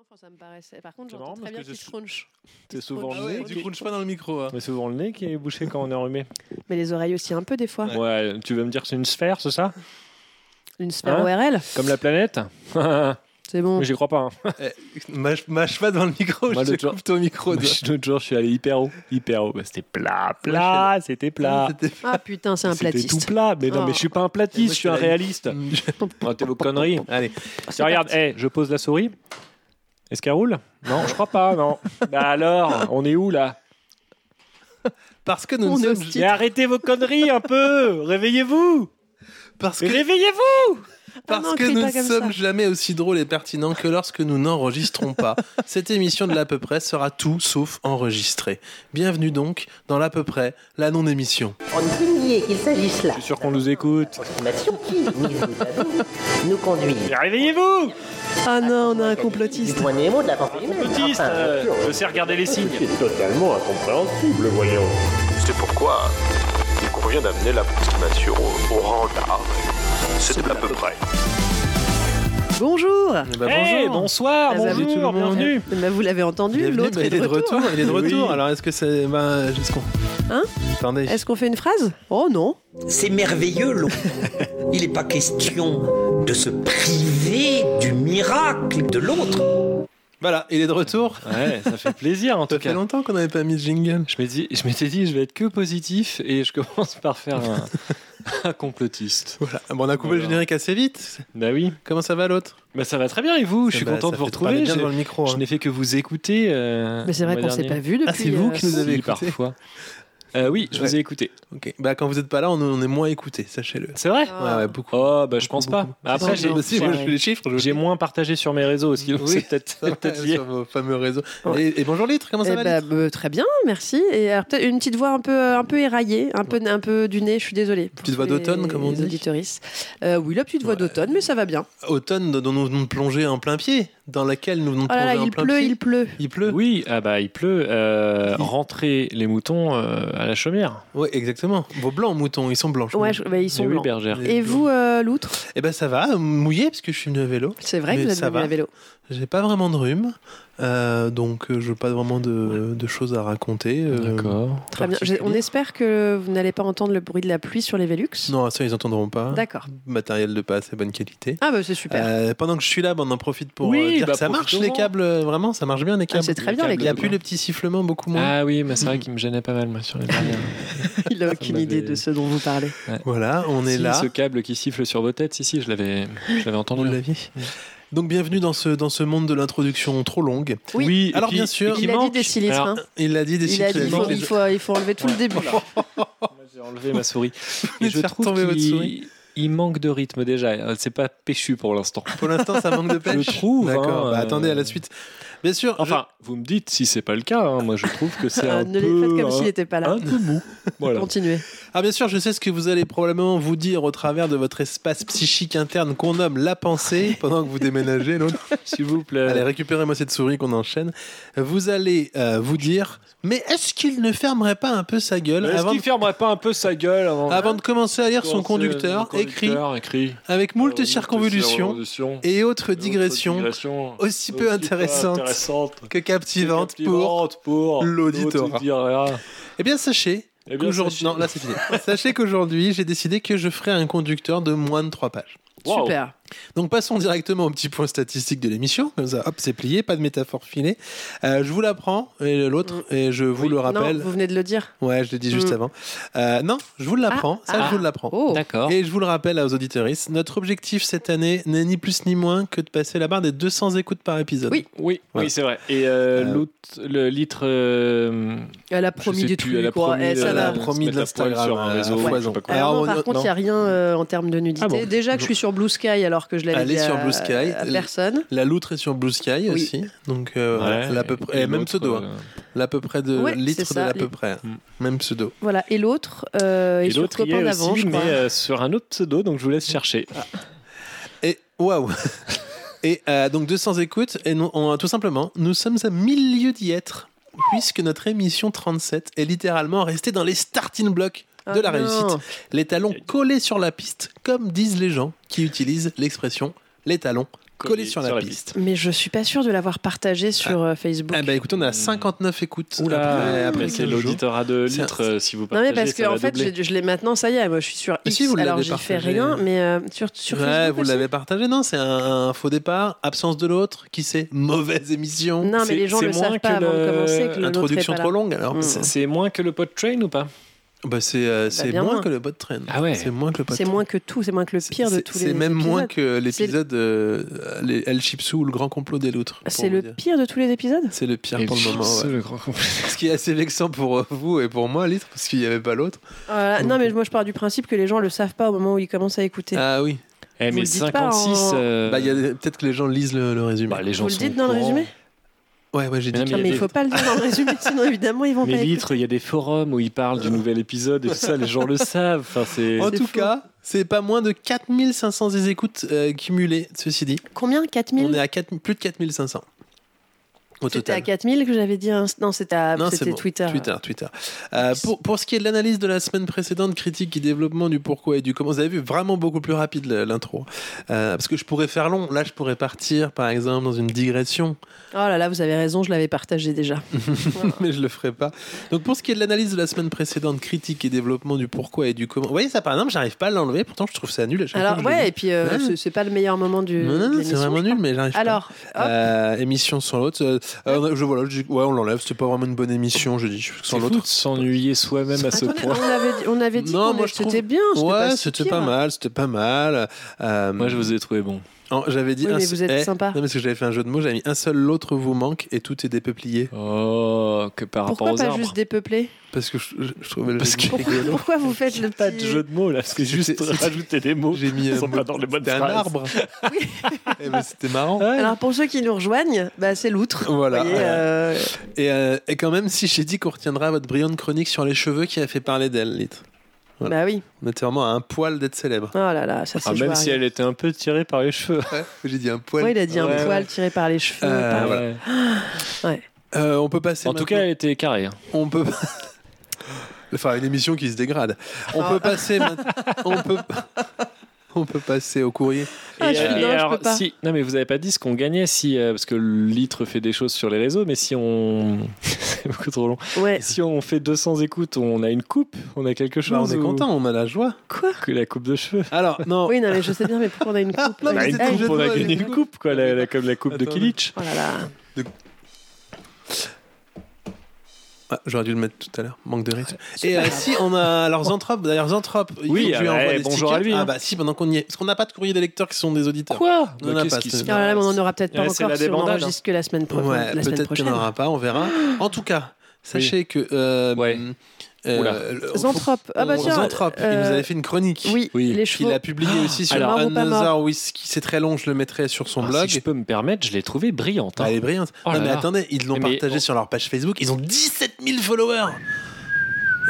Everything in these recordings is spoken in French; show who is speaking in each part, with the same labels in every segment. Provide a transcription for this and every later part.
Speaker 1: Enfin, ça me paraissait. Par contre,
Speaker 2: C'est
Speaker 1: j'entends
Speaker 2: marrant
Speaker 1: très bien
Speaker 2: parce que
Speaker 1: qu'il
Speaker 2: je-
Speaker 1: crunch.
Speaker 2: T'es souvent
Speaker 1: Ah
Speaker 2: le
Speaker 1: ouais,
Speaker 2: nez.
Speaker 1: on
Speaker 2: qui-
Speaker 1: dit-
Speaker 2: Tu crunches pas dans le micro. hein.
Speaker 3: Mais c'est souvent le nez qui est bouché quand on est enrhumé.
Speaker 1: Mais les oreilles aussi un peu des fois.
Speaker 3: Ouais. tu veux me dire que c'est une sphère, c'est ça
Speaker 1: Une sphère
Speaker 3: Hein
Speaker 2: Ah
Speaker 1: ORL,
Speaker 3: Comme la planète Mais
Speaker 1: c'est bon.
Speaker 3: j'y crois pas. hein.
Speaker 2: Mâche mâche pas dans le micro,
Speaker 3: Moi,
Speaker 2: je
Speaker 3: l'autre
Speaker 2: te
Speaker 3: jour-
Speaker 2: coupe ton micro.
Speaker 3: Moi,
Speaker 2: toi.
Speaker 3: je- L'autre jour, je suis allé hyper haut. Hyper haut. Bah, c'était plat, plat, c'était plat.
Speaker 2: C'était-
Speaker 1: Ah putain, c'est un
Speaker 3: C'était tout
Speaker 1: platiste.
Speaker 3: plat. Mais non,
Speaker 1: Oh.
Speaker 3: mais je suis pas un
Speaker 2: Et
Speaker 3: platiste,
Speaker 2: moi,
Speaker 3: je
Speaker 2: je
Speaker 3: suis un
Speaker 2: suis là-
Speaker 3: réaliste. Arrêtez vos conneries.
Speaker 2: Allez,
Speaker 1: C'est
Speaker 3: Tiens, regarde, hey, je pose la souris. Est-ce qu'elle roule Non, je crois pas, non. bah alors, on est où là
Speaker 2: parce que nous
Speaker 1: On
Speaker 2: ne
Speaker 1: est
Speaker 2: sommes,
Speaker 1: hostile.
Speaker 3: Mais arrêtez vos conneries un peu Réveillez-vous
Speaker 2: parce que,
Speaker 3: Réveillez-vous
Speaker 1: Ah non,
Speaker 2: parce que
Speaker 1: crie
Speaker 2: nous
Speaker 1: pas
Speaker 2: ne
Speaker 1: comme
Speaker 2: sommes
Speaker 1: ça.
Speaker 2: jamais aussi drôles et pertinents que lorsque nous n'enregistrons pas. Cette émission de l'à peu près sera tout sauf enregistrée. Bienvenue donc dans l'à peu près, la non-émission.
Speaker 4: On ne peut nier qu'il s'agisse là
Speaker 3: Je suis sûr qu'on nous écoute.
Speaker 4: d'animations qui, mise bout à bout, nous conduisent
Speaker 3: Mais réveillez-vous
Speaker 1: Ah non, on a un
Speaker 4: du
Speaker 1: complotiste.
Speaker 4: poignet mot de la pensée humaine.
Speaker 3: Autiste,
Speaker 2: Ah,
Speaker 4: Enfin,
Speaker 3: euh, je sais regarder les signes.
Speaker 5: est totalement incompréhensible, voyons.
Speaker 6: C'est pourquoi il convient d'amener l'approximation au, au rang d'art. C'est à peu près.
Speaker 1: Bonjour
Speaker 2: Eh ben,
Speaker 3: Hey, bonsoir,
Speaker 1: Ah bah,
Speaker 2: tout le
Speaker 3: bonjour,
Speaker 2: monde.
Speaker 3: bienvenue.
Speaker 1: Eh ben, Vous l'avez entendu,
Speaker 2: Bienvenue,
Speaker 1: l'autre
Speaker 2: bah,
Speaker 1: est
Speaker 2: il est de retour. Il est de
Speaker 3: Oui.
Speaker 2: retour. Alors, est-ce que c'est. Ben, est-ce qu'on.
Speaker 1: Hein
Speaker 2: Attendez.
Speaker 1: Est-ce qu'on fait une phrase Oh non
Speaker 3: euh,
Speaker 7: C'est merveilleux, l'eau. Il n'est pas question de se priver du miracle de l'autre.
Speaker 2: Voilà, il est de retour.
Speaker 3: Ouais, ça fait plaisir en
Speaker 2: Ça
Speaker 3: tout
Speaker 2: fait
Speaker 3: cas.
Speaker 2: longtemps qu'on n'avait pas mis de jingle.
Speaker 3: Je m'étais dit, je m'étais dit, je vais être que positif et je commence par faire un, un complotiste.
Speaker 2: Voilà. Ah, bon, on a coupé le
Speaker 3: Voilà.
Speaker 2: générique assez vite.
Speaker 3: Bah oui.
Speaker 2: Comment ça va l'autre
Speaker 3: Bah ça va très bien et vous Je suis
Speaker 2: Bah,
Speaker 3: content
Speaker 2: ça
Speaker 3: de vous
Speaker 2: fait parler
Speaker 3: retrouver.
Speaker 2: bien
Speaker 3: J'ai-
Speaker 2: dans le micro.
Speaker 3: Je
Speaker 2: hein.
Speaker 3: n'ai fait que vous écouter. euh,
Speaker 1: Mais c'est vrai
Speaker 3: le
Speaker 1: qu'on
Speaker 3: mois
Speaker 1: s'est pas
Speaker 3: dernier.
Speaker 1: vu depuis. euh,
Speaker 2: Ah, c'est vous qui nous
Speaker 3: Si,
Speaker 2: avez écouté.
Speaker 3: parfois. Euh, oui, je vous
Speaker 2: Ouais.
Speaker 3: ai écouté.
Speaker 2: Ok. Bah, quand vous n'êtes pas là, on, on est moins écouté, sachez-le.
Speaker 3: C'est vrai
Speaker 1: Ah.
Speaker 2: Ouais, ouais, beaucoup.
Speaker 3: Oh, bah je pense pas.
Speaker 2: beaucoup.
Speaker 3: Après,
Speaker 1: Si,
Speaker 3: j'ai
Speaker 1: si,
Speaker 2: Bah, si, moi, je fais les chiffres. je-
Speaker 3: j'ai moins partagé sur mes réseaux aussi, donc
Speaker 2: Oui.
Speaker 3: c'est peut-être
Speaker 2: Ça va,
Speaker 3: c'est peut-être lié.
Speaker 2: Sur vos fameux réseaux.
Speaker 1: Ouais.
Speaker 2: Et, et bonjour Litre, comment ça
Speaker 1: Eh
Speaker 2: va
Speaker 1: ben,
Speaker 2: Litre
Speaker 1: euh, très bien, merci. Et alors, peut-être une petite voix un peu, euh, un peu éraillée, un peu, un peu du nez, je suis désolée. pour
Speaker 2: Petite voix
Speaker 1: les-
Speaker 2: d'automne, comme on
Speaker 1: les
Speaker 2: dit.
Speaker 1: auditorices. Euh, oui, la petite voix
Speaker 2: Ouais.
Speaker 1: d'automne, mais ça va bien.
Speaker 2: Automne dont nous venons de plonger en plein pied, dans laquelle nous venons de
Speaker 1: Oh là
Speaker 2: plonger
Speaker 1: là,
Speaker 2: en
Speaker 1: il
Speaker 2: plein
Speaker 1: pleut,
Speaker 2: pied.
Speaker 1: il pleut.
Speaker 2: Il pleut
Speaker 3: Oui, ah bah il pleut. euh,
Speaker 2: Si.
Speaker 3: rentrez les moutons euh, à la chaumière.
Speaker 2: Oui, exactement. Vos blancs moutons, ils sont blancs. je
Speaker 1: Ouais,
Speaker 2: me-
Speaker 1: je- bah, ils sont
Speaker 3: Eh oui,
Speaker 1: blancs.
Speaker 3: bergère.
Speaker 2: Les
Speaker 1: Et
Speaker 2: blancs.
Speaker 1: vous, euh, l'outre
Speaker 2: Eh ben ça va, mouillé parce que je suis venu à vélo.
Speaker 1: C'est vrai
Speaker 2: Mais
Speaker 1: que vous êtes
Speaker 2: ça
Speaker 1: venu
Speaker 2: va.
Speaker 1: à vélo.
Speaker 2: J'ai pas vraiment de rhume, euh, donc je n'ai pas vraiment de, de choses à raconter. euh,
Speaker 3: D'accord.
Speaker 1: Très bien. J'ai- On espère que vous n'allez pas entendre le bruit de la pluie sur les Velux.
Speaker 2: Non, ça ils entendront pas.
Speaker 1: D'accord.
Speaker 2: Matériel de pas assez bonne qualité.
Speaker 1: Ah bah c'est super.
Speaker 2: Euh, pendant que je suis là, bon, on en profite pour
Speaker 3: Oui,
Speaker 2: euh, dire
Speaker 3: bah,
Speaker 2: que ça marche les
Speaker 3: profitons-en.
Speaker 2: câbles, euh, vraiment, ça marche bien les
Speaker 1: Ah,
Speaker 2: câbles.
Speaker 1: c'est très bien les
Speaker 2: Il n'y a
Speaker 1: câbles.
Speaker 2: plus le petit sifflement, beaucoup moins.
Speaker 3: Ah oui, mais c'est vrai qu'il me gênait pas mal moi, sur les dernières.
Speaker 1: Il n'a
Speaker 3: aucune idée de
Speaker 1: ce dont vous parlez.
Speaker 2: Voilà, on est
Speaker 3: Si,
Speaker 2: là.
Speaker 3: Ce câble qui siffle sur vos têtes, si si, je l'avais, je l'avais
Speaker 2: Vous
Speaker 3: entendu.
Speaker 2: l'aviez
Speaker 3: Oui.
Speaker 2: Donc bienvenue dans ce, dans ce monde de l'introduction trop longue.
Speaker 1: Oui.
Speaker 3: et
Speaker 2: Alors,
Speaker 3: puis-
Speaker 2: bien
Speaker 3: et
Speaker 2: sûr,
Speaker 3: qui
Speaker 1: Il a dit
Speaker 3: manque-
Speaker 1: des cylindres.
Speaker 3: Alors,
Speaker 1: hein.
Speaker 2: Il l'a dit des
Speaker 1: Il a dit
Speaker 2: sifflets.
Speaker 1: il faut,
Speaker 2: Donc,
Speaker 1: il faut, il faut enlever tout le début.
Speaker 3: Moi, J'ai enlevé ma souris.
Speaker 2: venez
Speaker 3: Et
Speaker 2: de
Speaker 3: je
Speaker 2: faire
Speaker 3: trouve
Speaker 2: tomber votre
Speaker 3: qu'il-
Speaker 2: souris.
Speaker 3: Il manque de rythme déjà. Euh, C'est pas péchu pour l'instant.
Speaker 2: Pour l'instant, ça manque de pêche.
Speaker 3: trouve,
Speaker 2: D'accord.
Speaker 3: hein,
Speaker 2: bah,
Speaker 3: euh,
Speaker 2: Attendez à la suite. Bien sûr.
Speaker 3: Enfin, vous me dites si c'est pas le cas. hein. Moi, je trouve que c'est
Speaker 1: Euh,
Speaker 3: un
Speaker 1: ne les
Speaker 3: peu
Speaker 1: faites comme
Speaker 3: un-
Speaker 1: s'il n'était pas là.
Speaker 3: un peu mou. Voilà.
Speaker 1: Continuez.
Speaker 2: je- Ah bien sûr, je sais ce que vous allez probablement vous dire au travers de votre espace psychique interne qu'on nomme la pensée pendant que vous déménagez. l'autre.
Speaker 3: S'il vous plaît.
Speaker 2: Allez, récupérez-moi cette souris qu'on enchaîne. Vous allez euh, vous dire, mais est-ce qu'il ne fermerait pas un peu sa gueule
Speaker 3: Est-ce
Speaker 2: avant de,
Speaker 3: qu'il fermerait pas un peu sa gueule avant,
Speaker 2: avant de commencer à lire son
Speaker 3: Commencer,
Speaker 2: conducteur,
Speaker 3: mon conducteur écrit Euh,
Speaker 2: avec moult circonvolutions
Speaker 3: circonvolutions
Speaker 2: et autres digressions
Speaker 3: digressions
Speaker 2: aussi peu intéressantes
Speaker 3: intéressantes
Speaker 2: que captivantes pour...
Speaker 3: pour
Speaker 2: l'auditorat.
Speaker 3: l'auditorat.
Speaker 2: Eh bien, sachez
Speaker 3: Eh bien,
Speaker 2: qu'aujourd'hui...
Speaker 3: sachez-
Speaker 2: Non, là, c'est fini. sachez qu'aujourd'hui, j'ai décidé que je ferai un conducteur de moins de 3 pages.
Speaker 3: Wow.
Speaker 1: Super.
Speaker 2: Donc passons directement au petit point statistique de l'émission, comme ça, hop, c'est plié, pas de métaphore filée. Euh, je vous l'apprends, et l'autre, et je vous
Speaker 3: Oui.
Speaker 2: le
Speaker 1: Non,
Speaker 2: rappelle.
Speaker 1: vous venez de le dire.
Speaker 2: Ouais, je l'ai dit juste
Speaker 1: Mm.
Speaker 2: avant. Euh, non, je vous l'apprends, ça
Speaker 3: ah,
Speaker 2: je vous l'apprends.
Speaker 1: Oh.
Speaker 3: D'accord.
Speaker 2: Et je vous le rappelle aux auditeuristes, notre objectif cette année n'est ni plus ni moins que de passer la barre des 200 écoutes par épisode.
Speaker 1: Oui.
Speaker 3: Oui,
Speaker 2: Voilà.
Speaker 3: oui c'est vrai. Et euh,
Speaker 2: Euh,
Speaker 3: l'autre- le litre. euh,
Speaker 1: Elle a
Speaker 3: je
Speaker 1: promis
Speaker 3: sais
Speaker 1: des
Speaker 3: plus,
Speaker 1: trucs.
Speaker 3: elle a
Speaker 1: quoi.
Speaker 3: promis
Speaker 1: Eh,
Speaker 3: de-
Speaker 1: ça
Speaker 2: elle
Speaker 1: va.
Speaker 2: a promis
Speaker 3: se
Speaker 2: de
Speaker 3: mettre la poêle
Speaker 2: l'Instagram,
Speaker 3: sur un
Speaker 2: euh,
Speaker 3: réseau.
Speaker 2: à
Speaker 3: je sais
Speaker 2: foison.
Speaker 3: pas quoi.
Speaker 1: Alors,
Speaker 2: Alors,
Speaker 1: non,
Speaker 2: on-
Speaker 1: par contre,
Speaker 2: non.
Speaker 1: il n'y a rien euh, en termes de nudité.
Speaker 3: Ah bon
Speaker 1: Déjà que je suis sur Blue Sky alors que je l'avais
Speaker 2: Allez
Speaker 1: dit
Speaker 2: sur
Speaker 1: à-
Speaker 2: Blue Sky.
Speaker 1: à personne.
Speaker 2: La loutre est sur Blue Sky
Speaker 1: Oui.
Speaker 2: aussi, donc euh,
Speaker 3: Ouais,
Speaker 2: l'à peu près,
Speaker 3: et
Speaker 2: et même
Speaker 3: l'autre,
Speaker 2: pseudo, hein.
Speaker 3: euh,
Speaker 2: l'à peu près de
Speaker 1: Ouais,
Speaker 2: litre
Speaker 1: c'est
Speaker 2: de
Speaker 1: ça,
Speaker 2: l'à peu
Speaker 1: les-
Speaker 2: près, hein.
Speaker 3: Mm.
Speaker 2: même pseudo.
Speaker 1: Voilà. Et l'autre euh, est
Speaker 3: Et
Speaker 1: sur
Speaker 3: l'autre y
Speaker 1: copain
Speaker 3: est
Speaker 1: d'avant,
Speaker 3: aussi,
Speaker 1: je
Speaker 3: mais
Speaker 1: crois.
Speaker 3: euh, sur un autre pseudo, donc je vous laisse chercher.
Speaker 2: Et waouh Et euh, donc 200 écoutes, et nous, on- tout simplement, nous sommes à mille lieues d'y être, puisque notre émission 37 est littéralement restée dans les starting blocks de
Speaker 1: Ah
Speaker 2: la
Speaker 1: non.
Speaker 2: réussite. Les talons collés sur la piste, comme disent les gens qui utilisent l'expression les talons collé sur la piste.
Speaker 1: Mais je suis pas sûre de l'avoir partagé sur euh, Facebook.
Speaker 2: Eh ben écoute, on a 59 écoutes. après,
Speaker 3: Oula,
Speaker 2: après
Speaker 3: après c'est
Speaker 2: quelques jours.
Speaker 3: l'auditeur à deux
Speaker 2: ah, C'est un-
Speaker 3: litres euh, si vous
Speaker 1: non
Speaker 3: partagez.
Speaker 1: mais parce que
Speaker 3: ça va
Speaker 1: en fait,
Speaker 3: doubler.
Speaker 1: j'ai- je l'ai maintenant, ça y est, moi je suis sur
Speaker 2: Mais
Speaker 1: X.
Speaker 2: Ah, si, vous l'avez
Speaker 1: alors j'y fais
Speaker 2: partagé.
Speaker 1: rien, mais euh, sur sur
Speaker 2: Ouais,
Speaker 1: Facebook
Speaker 2: vous
Speaker 1: aussi.
Speaker 2: l'avez partagé, non C'est un, un faux départ, absence de l'autre, qui sait Mauvaise émission,
Speaker 1: Non
Speaker 3: C'est-
Speaker 1: mais les gens
Speaker 3: c'est
Speaker 1: le
Speaker 3: moins
Speaker 1: savent pas
Speaker 3: que
Speaker 1: avant de
Speaker 3: le-
Speaker 1: commencer que le nôtre est
Speaker 2: introduction
Speaker 1: pas là.
Speaker 2: trop longue. Alors,
Speaker 1: Mm.
Speaker 2: c'est-
Speaker 3: C'est- C'est moins que le pot train ou pas
Speaker 2: bah, c'est euh, c'est
Speaker 1: bien
Speaker 2: moins,
Speaker 1: moins.
Speaker 2: que le bot train.
Speaker 3: Ah ouais.
Speaker 2: C'est moins que le bot
Speaker 1: C'est
Speaker 2: train.
Speaker 1: moins que tout, c'est moins que le
Speaker 2: C'est-
Speaker 1: pire de
Speaker 2: c'est-
Speaker 1: tous les
Speaker 2: C'est même
Speaker 1: épisodes.
Speaker 2: moins que l'épisode euh, les- El Chipsou ou le grand complot des loutres. pour
Speaker 1: C'est
Speaker 2: vous
Speaker 1: le
Speaker 2: dire.
Speaker 1: pire de tous les épisodes
Speaker 2: C'est le pire pour le moment. ouais.
Speaker 3: le grand
Speaker 2: Ce qui est assez vexant pour euh, vous et pour moi, Litre, parce qu'il n'y avait pas l'autre. Ah,
Speaker 1: Euh, Non mais moi je pars du principe que les gens le savent pas au moment où ils commencent à écouter.
Speaker 2: Ah oui.
Speaker 3: Eh,
Speaker 1: Vous
Speaker 3: mais
Speaker 1: le dites pas
Speaker 3: 56.
Speaker 1: en-
Speaker 3: euh,
Speaker 2: Bah, il y a des- Peut-être que les gens lisent le, le résumé.
Speaker 3: bah, les gens
Speaker 1: Vous le
Speaker 3: sont
Speaker 1: dites
Speaker 3: au
Speaker 1: dans le
Speaker 3: courant.
Speaker 1: résumé
Speaker 2: Ouais, ouais, j'ai
Speaker 3: Mais
Speaker 2: dit.
Speaker 3: non,
Speaker 1: Non,
Speaker 3: il y a
Speaker 1: mais il
Speaker 3: des-
Speaker 1: faut pas le dire dans le résumé, sinon évidemment ils vont pas
Speaker 3: Mais
Speaker 1: écouter.
Speaker 3: litres, il y a des forums où ils parlent du nouvel épisode et tout ça, les gens le savent. Enfin, c'est.
Speaker 2: Ah. En
Speaker 1: C'est
Speaker 2: tout
Speaker 1: fou.
Speaker 2: cas, c'est pas moins de 4500 des écoutes euh, cumulées, ceci dit.
Speaker 1: Combien
Speaker 2: On
Speaker 1: 4000
Speaker 2: est à 4 plus de 4500 au
Speaker 1: C'était à
Speaker 2: total.
Speaker 1: 4000 que j'avais dit. inst- Non, c'était à-
Speaker 2: Non, c'est
Speaker 1: c'était
Speaker 2: bon.
Speaker 1: Twitter.
Speaker 2: Twitter, Twitter. Euh, pour, pour ce qui est de l'analyse de la semaine précédente, critique et développement du pourquoi et du comment, vous avez vu vraiment beaucoup plus rapide le- l'intro. Euh, parce que je pourrais faire long. Là, je pourrais partir, par exemple, dans une digression,
Speaker 1: Oh là là, vous avez raison, je l'avais partagé déjà.
Speaker 2: mais je le ferai pas. Donc, pour ce qui est de l'analyse de la semaine précédente, critique et développement du pourquoi et du comment. Vous voyez, ça, par exemple, j'arrive pas à l'enlever. Pourtant, je trouve ça nul. à chaque fois
Speaker 1: Alors
Speaker 2: que je le
Speaker 1: ouais,
Speaker 2: dis.
Speaker 1: et euh, puis euh,
Speaker 2: Ouais.
Speaker 1: c'est- c'est pas le meilleur moment du.
Speaker 2: Non, non,
Speaker 1: de
Speaker 2: non, c'est
Speaker 1: l'émission,
Speaker 2: vraiment
Speaker 1: je
Speaker 2: nul,
Speaker 1: crois.
Speaker 2: mais j'arrive pas.
Speaker 1: Alors, hop,
Speaker 2: Euh, émission sans l'autre. euh, euh, je voilà, je dis- ouais, on l'enlève. C'était pas vraiment une bonne émission, je dis. Sans
Speaker 3: C'est fou
Speaker 2: l'autre.
Speaker 3: de s'ennuyer soi-même à ce
Speaker 1: attendez,
Speaker 3: point.
Speaker 1: on avait dit, on avait dit
Speaker 2: Non,
Speaker 1: qu'on-
Speaker 2: moi, je
Speaker 1: c'était
Speaker 2: trouve-
Speaker 1: bien.
Speaker 2: Ouais,
Speaker 1: si
Speaker 2: c'était
Speaker 1: pire.
Speaker 2: pas mal, c'était pas mal. Euh,
Speaker 3: Moi, je vous ai trouvé bon.
Speaker 2: en- j'avais dit
Speaker 1: Oui,
Speaker 2: un
Speaker 1: mais
Speaker 2: se-
Speaker 1: vous êtes
Speaker 2: eh,
Speaker 1: sympa.
Speaker 2: Non, parce que j'avais fait un jeu de mots, j'avais mis un seul, l'autre vous manque et tout est dépeuplié.
Speaker 3: Oh, que par
Speaker 1: Pourquoi
Speaker 3: rapport aux
Speaker 1: pas
Speaker 3: arbres.
Speaker 1: juste dépeupler
Speaker 2: Parce que je, je- je trouvais le
Speaker 3: Parce
Speaker 2: jeu de
Speaker 3: que-
Speaker 2: mots
Speaker 1: pourquoi,
Speaker 2: rigolo.
Speaker 1: pourquoi vous faites le
Speaker 3: Pas de
Speaker 1: petit-
Speaker 3: jeu de mots là, c'est juste
Speaker 2: C'était-
Speaker 3: rajouter des mots.
Speaker 2: J'ai mis.
Speaker 3: Ils
Speaker 2: euh,
Speaker 3: sont pas dans les bonnes
Speaker 2: c'était un
Speaker 3: phrases.
Speaker 2: arbre. Eh ben, c'était marrant.
Speaker 1: Alors pour ceux qui nous rejoignent, bah, c'est l'outre.
Speaker 2: Voilà.
Speaker 1: Vous voyez, euh,
Speaker 2: Et, euh, et quand même, si j'ai dit qu'on retiendra votre brillante chronique sur les cheveux qui a fait parler d'elle, Lit. Voilà.
Speaker 1: Bah oui.
Speaker 2: On était vraiment à un poil d'être célèbre.
Speaker 1: Oh là là, ça c'est.
Speaker 3: Ah, même si elle était un peu tirée par les cheveux.
Speaker 2: J'ai dit un poil.
Speaker 1: il a dit
Speaker 3: Ouais,
Speaker 1: un poil
Speaker 3: ouais.
Speaker 1: tiré par les cheveux.
Speaker 2: Euh,
Speaker 1: par-
Speaker 2: Ah, voilà.
Speaker 3: Ouais.
Speaker 2: Euh, on peut passer.
Speaker 3: En tout
Speaker 2: maintenant-
Speaker 3: cas, elle était carrée. hein.
Speaker 2: On peut. enfin, une émission qui se dégrade. On
Speaker 1: Ah.
Speaker 2: peut passer. maint- on peut. On peut passer au courrier.
Speaker 1: Ah, je suis- non, je
Speaker 3: euh, alors,
Speaker 1: peux pas.
Speaker 3: si, non, mais vous avez pas dit ce qu'on gagnait si, euh, parce que le litre fait des choses sur les réseaux, mais si on, c'est beaucoup trop long.
Speaker 1: Ouais.
Speaker 3: Si on fait 200 écoutes, on a une coupe, on a quelque chose.
Speaker 2: Bah, on est
Speaker 3: ou-
Speaker 2: content, on a la joie.
Speaker 1: Quoi
Speaker 3: Que la coupe de cheveux.
Speaker 2: Alors, non.
Speaker 1: Oui, non, mais je sais bien, mais pourquoi on a une coupe
Speaker 2: Non,
Speaker 3: On a
Speaker 1: Eh,
Speaker 2: mais
Speaker 3: Bah, une
Speaker 2: c'était
Speaker 1: eh,
Speaker 2: un jeu
Speaker 3: coupe,
Speaker 2: de
Speaker 3: on a
Speaker 2: mots,
Speaker 3: gagné
Speaker 2: une
Speaker 3: une coupe, quoi, la- la- comme la coupe de
Speaker 2: Attendez.
Speaker 3: Kilich.
Speaker 1: Oh là là.
Speaker 2: Ah, J'aurais dû le mettre tout à l'heure. Manque de rythme.
Speaker 1: Ah,
Speaker 2: Et euh, si on a. Alors, Zantrop, d'ailleurs, Zantrop. il
Speaker 3: Oui,
Speaker 2: faut que je lui
Speaker 3: ah,
Speaker 2: envoie
Speaker 3: eh,
Speaker 2: des
Speaker 3: bonjour
Speaker 2: stickers.
Speaker 3: à lui, hein.
Speaker 2: Ah, bah si, pendant qu'on y est. Parce qu'on n'a pas de courrier des lecteurs qui sont des auditeurs.
Speaker 3: Quoi
Speaker 2: On en a pas, ce-
Speaker 1: Oh
Speaker 3: Ah,
Speaker 1: là là, mais on n'en aura peut-être pas
Speaker 3: Ouais, c'est
Speaker 1: encore
Speaker 3: la
Speaker 1: si on
Speaker 3: débandade,
Speaker 1: enregistre que la semaine, pro-
Speaker 2: Ouais,
Speaker 1: la semaine
Speaker 2: peut-être qu'il
Speaker 1: prochaine.
Speaker 2: n'y en aura pas, on verra. En tout cas, sachez que. euh,
Speaker 3: Ouais.
Speaker 2: euh,
Speaker 3: Oula.
Speaker 2: le- faut-
Speaker 1: Zantrop. Ah bah
Speaker 2: on-
Speaker 1: tiens.
Speaker 2: Zantrop, il
Speaker 1: euh,
Speaker 2: nous avait fait une chronique.
Speaker 1: Oui,
Speaker 3: Oui,
Speaker 1: les
Speaker 2: qu'il
Speaker 1: chevaux.
Speaker 2: a publié aussi sur
Speaker 1: alors- Mort ou pas
Speaker 2: Another Whisky. C'est très long, je le mettrai sur son
Speaker 3: Ah,
Speaker 2: blog.
Speaker 3: Si je peux me permettre, je l'ai trouvée brillante. hein.
Speaker 2: Elle est brillante.
Speaker 3: Oh
Speaker 2: non,
Speaker 3: là
Speaker 2: mais
Speaker 3: là.
Speaker 2: attendez, ils l'ont
Speaker 3: Mais-
Speaker 2: partagé
Speaker 3: oh.
Speaker 2: sur leur page Facebook. Ils ont 17 000 followers.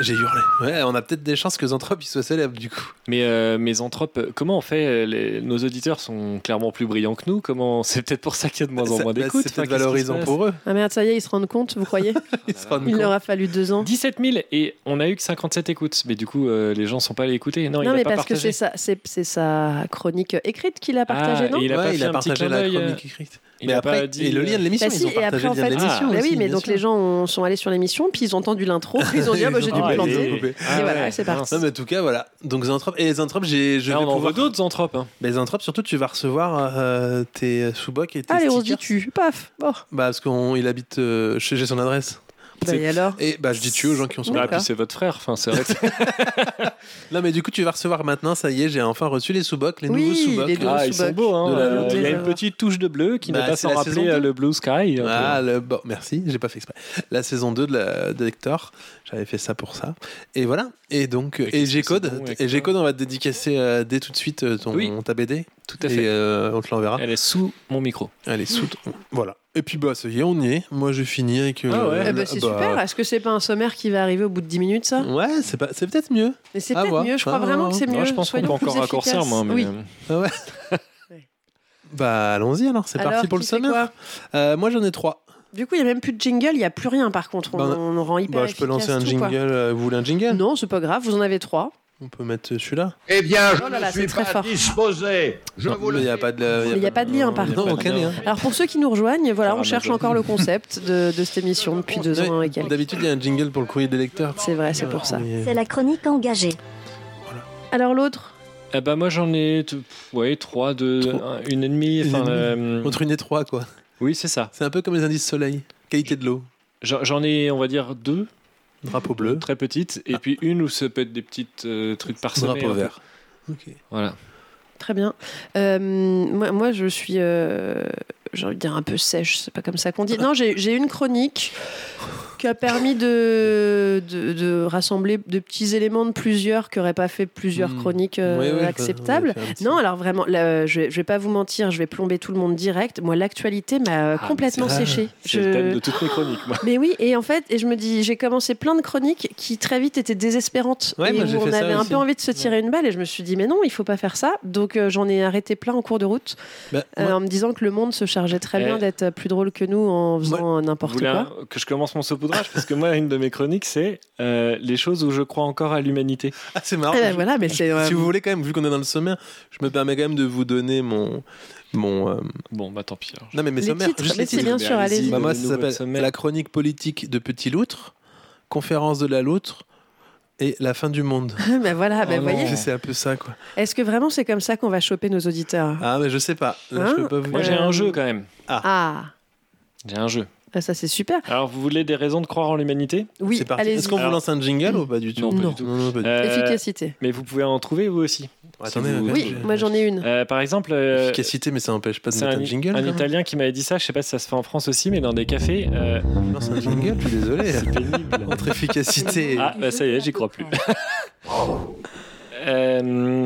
Speaker 2: J'ai hurlé. Ouais, on a peut-être des chances que Zantrop il soit célèbre du coup.
Speaker 3: Mais euh, mes anthropes, euh, comment on fait euh, les- Nos auditeurs sont clairement plus brillants que nous. Comment C'est peut-être pour ça qu'il y a de moins en
Speaker 2: Ça-
Speaker 3: moins
Speaker 2: bah,
Speaker 3: d'écoute.
Speaker 2: C'est
Speaker 3: Enfin,
Speaker 2: peut-être
Speaker 3: qu'est-ce qui se
Speaker 2: valorisant
Speaker 3: passe
Speaker 2: pour eux.
Speaker 1: Ah merde, ça y est, ils se rendent compte, vous croyez
Speaker 2: Ils se rendent
Speaker 1: Il
Speaker 2: compte.
Speaker 1: leur a fallu deux ans.
Speaker 3: 17 000 et on a eu que 57 écoutes. Mais du coup, euh, les gens sont pas allés écouter. Non, il
Speaker 1: non,
Speaker 3: n'a
Speaker 1: mais
Speaker 3: pas
Speaker 1: parce que
Speaker 3: partagé.
Speaker 1: c'est sa, c'est, c'est sa chronique écrite qu'il a
Speaker 3: Ah,
Speaker 1: partagée, non
Speaker 3: et il a
Speaker 2: Ouais,
Speaker 3: pas
Speaker 2: il
Speaker 3: fait
Speaker 2: a
Speaker 3: un petit
Speaker 2: partagé
Speaker 3: clin
Speaker 2: la
Speaker 3: d'œil, euh,
Speaker 2: chronique écrite.
Speaker 3: il
Speaker 2: mais
Speaker 3: a
Speaker 2: après,
Speaker 3: pas dit, euh,
Speaker 2: et le lien de l'émission,
Speaker 1: Bah si,
Speaker 2: ils ont
Speaker 1: et
Speaker 2: partagé
Speaker 1: après,
Speaker 2: le
Speaker 1: en
Speaker 2: lien de
Speaker 1: fait-
Speaker 2: l'émission.
Speaker 1: Bah
Speaker 2: aussi,
Speaker 1: oui, mais
Speaker 2: bien
Speaker 1: donc
Speaker 2: sûr.
Speaker 1: les gens ont- sont allés sur l'émission, puis ils ont entendu l'intro, puis ils ont dit Ah bah j'ai
Speaker 2: Ils
Speaker 1: dû
Speaker 2: ont
Speaker 1: me
Speaker 2: dit,
Speaker 3: planter.
Speaker 1: planter.
Speaker 2: allez. coupé.
Speaker 3: Ah
Speaker 1: Et
Speaker 3: ouais,
Speaker 1: voilà, c'est parti.
Speaker 3: mince.
Speaker 2: Non, mais en tout cas, voilà. Donc Zantrop. Et Zantrop, j'ai. Je
Speaker 3: Ah,
Speaker 2: vais
Speaker 3: on en
Speaker 2: pouvoir-
Speaker 3: veut d'autres anthropes. hein.
Speaker 2: Mais Zantrop, surtout, tu vas recevoir euh, tes sous-bocs et tes
Speaker 1: Allez, on se dit
Speaker 2: stickers.
Speaker 1: tu. Paf. oh. Bon.
Speaker 2: Bah, parce qu'il habite. euh, chez- J'ai son adresse.
Speaker 1: Bah, et alors
Speaker 2: Et bah, je dis tu aux gens qui ont son
Speaker 1: Oui.
Speaker 3: Ah,
Speaker 1: D'accord.
Speaker 3: puis c'est votre frère. Enfin, c'est vrai que-
Speaker 2: Non, mais du coup, tu vas recevoir maintenant, ça y est, j'ai enfin reçu les sous-bocs, les
Speaker 1: Oui,
Speaker 2: nouveaux sous-bocs.
Speaker 1: les deux
Speaker 3: ah, ils
Speaker 1: sous-bocs.
Speaker 3: sont beaux. hein.
Speaker 2: De la-
Speaker 3: Euh,
Speaker 2: de
Speaker 3: Il y
Speaker 1: la-
Speaker 3: a une petite touche de bleu qui
Speaker 2: Bah,
Speaker 3: n'est pas
Speaker 2: c'est
Speaker 3: sans
Speaker 2: la saison
Speaker 3: rappeler euh,
Speaker 2: deux.
Speaker 3: le Blue Sky. un peu.
Speaker 2: Ah, le, bon, merci, j'ai pas fait exprès. La saison 2 de, la, de Hector, j'avais fait ça pour ça. Et voilà, et donc, euh,
Speaker 3: Mais
Speaker 2: et
Speaker 3: qu'est-ce que c'est
Speaker 2: G-Code,
Speaker 3: bon, Hector.
Speaker 2: et G-Code, on va te dédicacer euh, dès tout de suite euh, ton,
Speaker 3: Oui.
Speaker 2: ta BD.
Speaker 3: Tout à
Speaker 2: Et
Speaker 3: fait.
Speaker 2: euh, on te l'enverra.
Speaker 3: Elle est sous mon micro.
Speaker 2: Elle
Speaker 1: Mm.
Speaker 2: est sous ton- Voilà. Et puis, bah, ça y est, on y est. Moi, je finis avec. euh,
Speaker 3: Ah ouais.
Speaker 1: Eh bah, c'est super. Est-ce que c'est pas un sommaire qui va arriver au bout de 10 minutes, ça
Speaker 2: Ouais, c'est pas- c'est peut-être mieux.
Speaker 1: Mais c'est
Speaker 2: Mm. À
Speaker 1: peut-être
Speaker 2: voir.
Speaker 1: mieux, je crois
Speaker 2: Ah,
Speaker 1: vraiment
Speaker 2: ouais.
Speaker 1: que c'est mieux.
Speaker 3: Moi, je pense qu'on
Speaker 1: Soyons
Speaker 3: peut
Speaker 1: plus
Speaker 3: encore raccourcir,
Speaker 1: efficaces.
Speaker 3: moi. mais- euh,
Speaker 1: Oui.
Speaker 2: Bah, allons-y alors, c'est
Speaker 1: Alors,
Speaker 2: parti pour le
Speaker 1: qui fait
Speaker 2: sommaire. Euh, moi, j'en ai trois.
Speaker 1: Du coup, il n'y a même plus de jingle, il n'y a plus rien par contre. On,
Speaker 2: Bah,
Speaker 1: on rend hyper
Speaker 2: Bah, je peux
Speaker 1: efficace
Speaker 2: lancer un
Speaker 1: tout, quoi.
Speaker 2: jingle. euh, Vous voulez un jingle
Speaker 1: Non, c'est pas grave, vous en avez trois.
Speaker 2: On peut mettre celui-là
Speaker 8: Eh bien, je
Speaker 1: Oh là là,
Speaker 8: ne
Speaker 1: c'est
Speaker 8: suis
Speaker 1: très
Speaker 8: pas
Speaker 1: fort.
Speaker 8: disposé. Je
Speaker 2: Non,
Speaker 8: vous
Speaker 2: mais
Speaker 8: le
Speaker 2: il n'y a pas de.
Speaker 1: Mais Oh il n'y a pas de lien, par
Speaker 2: Non, hein.
Speaker 1: contre.
Speaker 2: aucun lien.
Speaker 1: Alors, pour ceux qui nous rejoignent, voilà, on
Speaker 3: Amazon.
Speaker 1: cherche encore le concept de, de cette émission depuis deux ans et quelques.
Speaker 2: D'habitude, il y a un jingle pour le courrier des lecteurs.
Speaker 1: C'est vrai, c'est pour ça.
Speaker 2: Mais-
Speaker 9: C'est la chronique engagée.
Speaker 1: Alors, l'autre
Speaker 3: Eh ben moi j'en ai t- ouais, trois, deux, un- une et demie.
Speaker 2: Une
Speaker 3: enfin,
Speaker 2: et demie.
Speaker 3: euh,
Speaker 2: Entre une et trois, quoi.
Speaker 3: oui, c'est ça.
Speaker 2: C'est un peu comme les indices soleil. Qualité de l'eau,
Speaker 3: J'en j'en ai, on va dire, deux,
Speaker 2: drapeau bleu, Ah.
Speaker 3: très petites, et puis une où ça peut être des petites euh, trucs parsemés.
Speaker 2: drapeau
Speaker 3: un peu.
Speaker 2: vert.
Speaker 1: Euh,
Speaker 2: Ok.
Speaker 3: Voilà.
Speaker 1: Très bien. Euh, moi, moi, je suis, euh, j'ai envie de dire un peu sèche, c'est pas comme ça qu'on dit. Non, j'ai j'ai une chronique qui a permis de, de, de rassembler de petits éléments de plusieurs qui n'auraient pas fait plusieurs
Speaker 2: Hmm.
Speaker 1: chroniques euh,
Speaker 2: Ouais, ouais, je-
Speaker 1: acceptables.
Speaker 2: on va faire un petit-
Speaker 1: Non, alors vraiment, là, euh, je, vais- je vais pas vous mentir, je vais plomber tout le monde direct. Moi, l'actualité m'a euh,
Speaker 3: mais
Speaker 1: complètement
Speaker 2: c'est- ah,
Speaker 1: séché.
Speaker 3: C'est le thème
Speaker 1: Je-
Speaker 3: de toutes mes chroniques. Moi.
Speaker 1: mais oui, et en fait, et je me dis, j'ai commencé plein de chroniques qui très vite étaient désespérantes.
Speaker 2: Ouais,
Speaker 1: et
Speaker 2: moi,
Speaker 1: où
Speaker 2: j'ai
Speaker 1: on
Speaker 2: fait ça
Speaker 1: avait un
Speaker 2: aussi.
Speaker 1: peu envie de se tirer une balle, et je me suis dit, mais non, il faut pas faire ça. Donc euh, j'en ai arrêté plein en cours de route,
Speaker 2: Bah,
Speaker 1: euh,
Speaker 2: moi-
Speaker 1: en me disant que le monde se chargeait très
Speaker 3: Eh.
Speaker 1: bien d'être plus drôle que nous en faisant
Speaker 3: Vous
Speaker 1: n'importe
Speaker 3: voulez
Speaker 1: quoi.
Speaker 3: un- que je commence mon saupoudrage Parce que moi, une de mes chroniques, c'est euh, les choses où je crois encore à l'humanité.
Speaker 2: Ah, c'est marrant.
Speaker 1: Eh ben voilà, mais c'est. euh,
Speaker 2: Si vous voulez, quand même, vu qu'on est dans le sommaire, je me permets quand même de vous donner mon. mon euh,
Speaker 3: Bon, bah tant pis. alors.
Speaker 2: Non, mais mes
Speaker 1: Les
Speaker 2: sommaires.
Speaker 1: titres,
Speaker 2: juste
Speaker 1: les
Speaker 2: les
Speaker 1: titres,
Speaker 2: titres.
Speaker 1: bien sûr, allez-y.
Speaker 2: Bah, moi,
Speaker 3: Donnez-nous
Speaker 2: ça
Speaker 3: votre
Speaker 2: s'appelle
Speaker 3: sommaire.
Speaker 2: La chronique politique de Petit Loutre, Conférence de la Loutre et La fin du monde.
Speaker 1: ben voilà, ben
Speaker 2: Oh non,
Speaker 1: voyez.
Speaker 2: C'est un peu ça, quoi.
Speaker 1: Est-ce que vraiment c'est comme ça qu'on va choper nos auditeurs
Speaker 2: Ah, mais je sais pas. Là,
Speaker 1: Hein
Speaker 2: je peux pas vous
Speaker 3: Moi,
Speaker 1: Euh,
Speaker 3: j'ai un jeu quand même.
Speaker 1: Ah,
Speaker 3: J'ai un jeu.
Speaker 1: Ah, ça c'est super.
Speaker 3: Alors, vous voulez des raisons de croire en l'humanité
Speaker 1: Oui,
Speaker 2: C'est parti. Est-ce
Speaker 1: allez-y.
Speaker 2: qu'on vous
Speaker 3: Alors-
Speaker 2: lance un jingle ou pas du tout
Speaker 3: Non, pas
Speaker 1: Non.
Speaker 3: du tout.
Speaker 2: pas du tout.
Speaker 3: Euh,
Speaker 1: Efficacité.
Speaker 3: Mais vous pouvez en trouver vous aussi.
Speaker 2: Attendez,
Speaker 3: si vous-
Speaker 2: attendez,
Speaker 1: Oui,
Speaker 2: j'ai-
Speaker 1: moi j'en ai une.
Speaker 3: Euh, par exemple, euh,
Speaker 2: Efficacité, mais ça n'empêche pas de
Speaker 3: c'est
Speaker 2: mettre
Speaker 3: un,
Speaker 2: un, jingle.
Speaker 3: un
Speaker 2: quand même.
Speaker 3: Italien qui m'avait dit ça. Je sais pas si ça se fait en France aussi, mais dans des cafés, euh,
Speaker 2: Je lance un jingle, je suis désolé.
Speaker 3: c'est pénible.
Speaker 2: Entre efficacité. et-
Speaker 3: Ah, bah ça y est, j'y crois plus. Euh,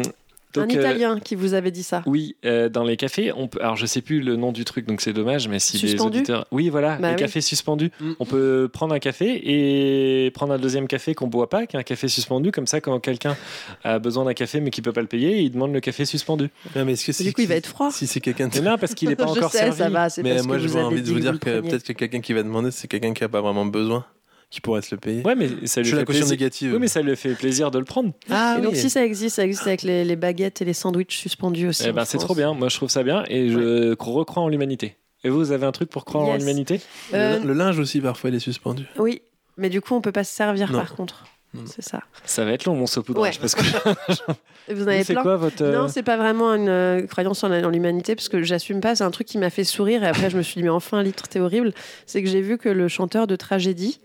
Speaker 1: un
Speaker 3: donc, euh,
Speaker 1: Italien qui vous avait dit ça.
Speaker 3: Oui, euh, dans les cafés, on peut. Alors, je sais plus le nom du truc, donc c'est dommage, mais si les
Speaker 1: Suspendu
Speaker 3: auditeurs. Oui, voilà,
Speaker 1: Bah
Speaker 3: les
Speaker 1: oui.
Speaker 3: cafés suspendus.
Speaker 2: Mm.
Speaker 3: On peut prendre un café et prendre un deuxième café qu'on boit pas, qui est un café suspendu. Comme ça, quand quelqu'un a besoin d'un café mais qui peut pas le payer, il demande le café suspendu.
Speaker 2: Non, mais est-ce que
Speaker 1: Du coup, il va être froid.
Speaker 2: Si c'est quelqu'un de
Speaker 3: Mais non, parce qu'il n'est pas
Speaker 1: je
Speaker 3: encore
Speaker 1: sais,
Speaker 3: servi.
Speaker 1: ça va, c'est
Speaker 2: Mais
Speaker 1: parce
Speaker 2: moi,
Speaker 1: que
Speaker 2: je
Speaker 1: vous
Speaker 2: vois
Speaker 1: avez
Speaker 2: envie de
Speaker 1: dit
Speaker 2: vous dire
Speaker 1: le
Speaker 2: que
Speaker 1: preniez.
Speaker 2: peut-être que quelqu'un qui va demander, c'est quelqu'un qui n'a pas vraiment besoin, qui pourrait se le payer.
Speaker 3: Ouais, mais ça
Speaker 2: je
Speaker 3: lui
Speaker 2: suis
Speaker 3: fait
Speaker 2: la caution
Speaker 3: plaisir.
Speaker 2: négative.
Speaker 3: Oui, mais ça lui fait plaisir de le prendre.
Speaker 2: Ah,
Speaker 1: et donc
Speaker 2: oui.
Speaker 1: si ça existe, ça existe avec les, les baguettes et les sandwichs suspendus aussi.
Speaker 3: Eh
Speaker 1: en
Speaker 3: ben, c'est
Speaker 1: France.
Speaker 3: trop bien. Moi, je trouve ça bien et je recrois en l'humanité. Et vous, vous avez un truc pour croire en
Speaker 1: Yes.
Speaker 3: l'humanité
Speaker 1: Euh,
Speaker 2: Le, le linge aussi, parfois, il est suspendu.
Speaker 1: Oui, mais du coup, on peut pas se servir
Speaker 2: Non.
Speaker 1: par contre.
Speaker 2: Non, non.
Speaker 1: C'est ça.
Speaker 3: Ça va être long, mon saupoudrage,
Speaker 1: Ouais.
Speaker 3: parce que
Speaker 1: Et Vous en avez
Speaker 3: c'est
Speaker 1: plein
Speaker 3: quoi votre euh,
Speaker 1: Non, c'est pas vraiment une euh, croyance en, la- en l'humanité parce que j'assume pas. C'est un truc qui m'a fait sourire et après je me suis dit mais enfin litre t'es horrible. C'est que j'ai vu que le chanteur de Tragédie,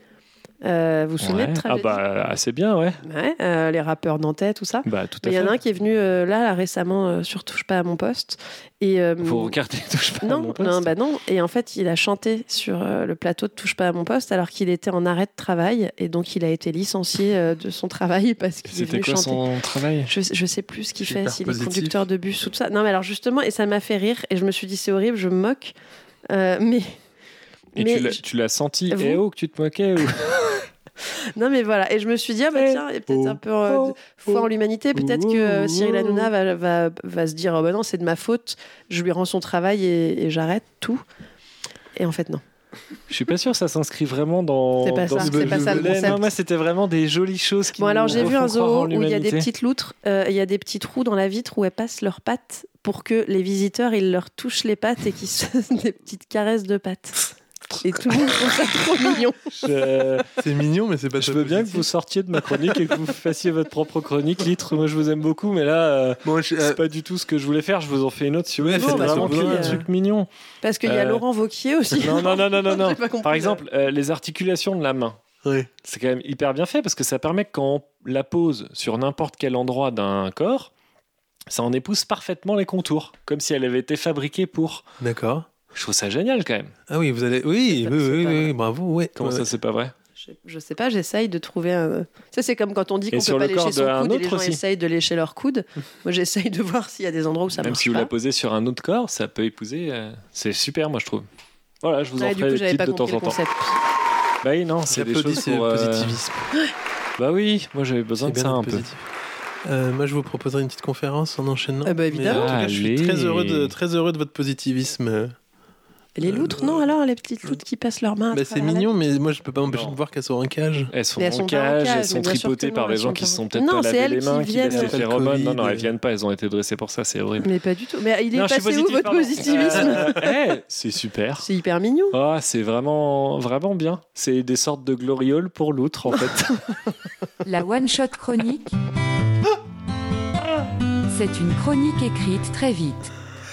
Speaker 1: euh, vous vous souvenez
Speaker 3: Ouais.
Speaker 1: de
Speaker 3: Ah
Speaker 1: Tragédie
Speaker 3: bah assez bien, ouais.
Speaker 1: Ouais, euh, les rappeurs nantais tout ça.
Speaker 3: Bah tout à
Speaker 1: Mais Il y
Speaker 3: fait.
Speaker 1: en a un qui est venu euh, là, là, récemment euh, sur Touche pas à mon poste et euh,
Speaker 3: Faut regarder, touche pas à
Speaker 1: Non,
Speaker 3: mon poste.
Speaker 1: non, bah non. Et en fait, il a chanté sur euh, le plateau de Touche pas à mon poste alors qu'il était en arrêt de travail et donc il a été licencié euh, de son travail parce qu'il est
Speaker 3: C'était
Speaker 1: venu
Speaker 3: quoi
Speaker 1: chanter.
Speaker 3: son travail
Speaker 1: Je, je sais plus ce qu'il fait,
Speaker 2: Hyper
Speaker 1: s'il est
Speaker 2: positif.
Speaker 1: conducteur de bus ou tout ça. Non, mais alors justement, et ça m'a fait rire et je me suis dit c'est horrible, je me moque. Euh, mais
Speaker 3: Et
Speaker 1: Mais
Speaker 3: tu l'as-
Speaker 1: je- Ah,
Speaker 3: tu l'as senti
Speaker 1: Vous
Speaker 3: Eh oh, que tu te moquais ou...
Speaker 1: non, mais voilà. Et je me suis dit ah bah
Speaker 3: Eh,
Speaker 1: tiens, il y a peut-être
Speaker 3: oh,
Speaker 1: un peu euh,
Speaker 3: oh,
Speaker 1: de foi
Speaker 3: oh,
Speaker 1: en l'humanité. Peut-être
Speaker 3: oh,
Speaker 1: que euh,
Speaker 3: oh,
Speaker 1: Cyril Hanouna
Speaker 3: oh.
Speaker 1: va, va, va se dire oh bah non, c'est de ma faute. Je lui rends son travail et, et j'arrête tout. Et en fait non.
Speaker 3: Je suis pas sûr, ça s'inscrit vraiment dans.
Speaker 1: C'est pas
Speaker 3: dans
Speaker 1: ça,
Speaker 3: ce
Speaker 1: c'est
Speaker 3: que
Speaker 1: pas
Speaker 3: je
Speaker 1: ça le
Speaker 3: voulais.
Speaker 1: concept.
Speaker 3: Non, moi, c'était vraiment des jolies choses qui.
Speaker 1: Bon, alors
Speaker 3: nous
Speaker 1: j'ai vu
Speaker 3: refont
Speaker 1: un
Speaker 3: croire en
Speaker 1: zoo où il y a des
Speaker 3: l'humanité.
Speaker 1: petites loutres, euh, il y a des petits trous dans la vitre où elles passent leurs pattes pour que les visiteurs, ils leur touchent les pattes et qu'ils se des petites caresses de pattes. Et tout le monde trouve ça trop mignon.
Speaker 3: Je,
Speaker 2: C'est mignon, mais c'est pas
Speaker 3: je
Speaker 2: très
Speaker 3: veux bien que
Speaker 2: positif.
Speaker 3: vous sortiez de ma chronique et que vous fassiez votre propre chronique. Litre, moi, je vous aime beaucoup, mais là, euh,
Speaker 2: Bon, je- euh,
Speaker 3: c'est pas du tout ce que je voulais faire. Je vous en fais une autre si vous
Speaker 2: Ouais,
Speaker 3: voulez.
Speaker 2: faites
Speaker 3: C'est
Speaker 2: la
Speaker 3: vraiment que
Speaker 1: seconde.
Speaker 3: des trucs mignons.
Speaker 1: Parce qu'il y a
Speaker 3: Euh,
Speaker 1: Laurent Vauquier aussi.
Speaker 3: Non, non, non, non, non. non.
Speaker 1: J'ai pas compris.
Speaker 3: Par exemple, euh, les articulations de la main.
Speaker 2: ouais.
Speaker 3: C'est quand même hyper bien fait parce que ça permet que quand on la pose sur n'importe quel endroit d'un corps, ça en épouse parfaitement les contours, comme si elle avait été fabriquée pour.
Speaker 2: D'accord.
Speaker 3: Je trouve ça génial quand même.
Speaker 2: Ah oui, vous allez. Oui,
Speaker 1: C'est pas-
Speaker 2: oui,
Speaker 1: c'est
Speaker 2: oui,
Speaker 1: pas
Speaker 2: oui,
Speaker 1: vrai.
Speaker 2: bravo. Ouais.
Speaker 3: Comment
Speaker 2: Ouais.
Speaker 3: ça, c'est pas vrai
Speaker 1: Je, je sais pas, j'essaye de trouver un. Ça, c'est comme quand on dit
Speaker 3: Et
Speaker 1: qu'on
Speaker 3: sur
Speaker 1: peut pas
Speaker 3: le corps
Speaker 1: lécher son
Speaker 3: d'un
Speaker 1: coude et les
Speaker 3: autre
Speaker 1: gens
Speaker 3: aussi.
Speaker 1: essayent de lécher leur coude. Moi, j'essaye de voir s'il y a des endroits où ça
Speaker 3: Même
Speaker 1: marche
Speaker 3: si vous
Speaker 1: pas.
Speaker 3: la posez sur un autre corps, ça peut épouser. euh, C'est super, moi je trouve. Voilà, je vous en
Speaker 1: Ouais, du
Speaker 3: ferai
Speaker 1: coup,
Speaker 3: des
Speaker 1: j'avais
Speaker 3: petites
Speaker 1: pas
Speaker 3: de temps
Speaker 1: compris le
Speaker 3: en temps.
Speaker 1: concept.
Speaker 3: Bah oui, non, c'est des
Speaker 2: J'applaudis
Speaker 3: choses
Speaker 2: ce
Speaker 3: pour. euh,
Speaker 2: positivisme.
Speaker 3: Bah oui, moi j'avais
Speaker 2: C'est
Speaker 3: besoin de
Speaker 2: bien
Speaker 3: ça
Speaker 2: d'être
Speaker 3: un peu.
Speaker 2: positif. Euh, moi, je vous proposerai une petite conférence en enchaînant.
Speaker 1: Ah bah,
Speaker 2: Mais
Speaker 1: évidemment.
Speaker 2: en tout cas, je suis
Speaker 3: Allez.
Speaker 2: très heureux de, très heureux de votre positivisme. euh,
Speaker 1: Les loutres, non, alors, les petites loutres qui passent leurs mains. à
Speaker 2: Bah, c'est
Speaker 1: travers Ah, la-
Speaker 2: mignon, mais moi je peux pas m'empêcher
Speaker 3: Non.
Speaker 2: de voir qu'elles sont en cage.
Speaker 3: Elles sont
Speaker 1: Mais elles
Speaker 3: en
Speaker 1: sont pas en
Speaker 3: cage,
Speaker 1: cage,
Speaker 3: elles sont
Speaker 1: mais bien sûr
Speaker 3: tripotées
Speaker 1: que
Speaker 3: par
Speaker 1: non,
Speaker 3: des
Speaker 1: elles
Speaker 3: gens
Speaker 1: sont
Speaker 3: qui se
Speaker 1: pas-
Speaker 3: sont peut-être
Speaker 1: Non,
Speaker 3: pas
Speaker 1: c'est
Speaker 3: lavées
Speaker 1: elles
Speaker 3: les
Speaker 1: qui
Speaker 3: mains, qui
Speaker 1: viennent.
Speaker 3: laissent les
Speaker 2: C'est pas le
Speaker 3: phéromones. Non, non,
Speaker 2: Covid.
Speaker 3: elles viennent pas, elles ont été dressées pour ça, c'est horrible.
Speaker 1: Mais pas du tout. Mais il est
Speaker 3: Non, je
Speaker 1: passé
Speaker 3: suis positif,
Speaker 1: où votre
Speaker 3: pardon.
Speaker 1: positivisme
Speaker 3: Euh, eh, C'est super.
Speaker 1: C'est hyper mignon.
Speaker 2: euh,
Speaker 3: Ah, c'est vraiment, vraiment bien. C'est des sortes de glorioles pour l'outre, en fait.
Speaker 8: La One Shot Chronique. C'est une chronique écrite très vite.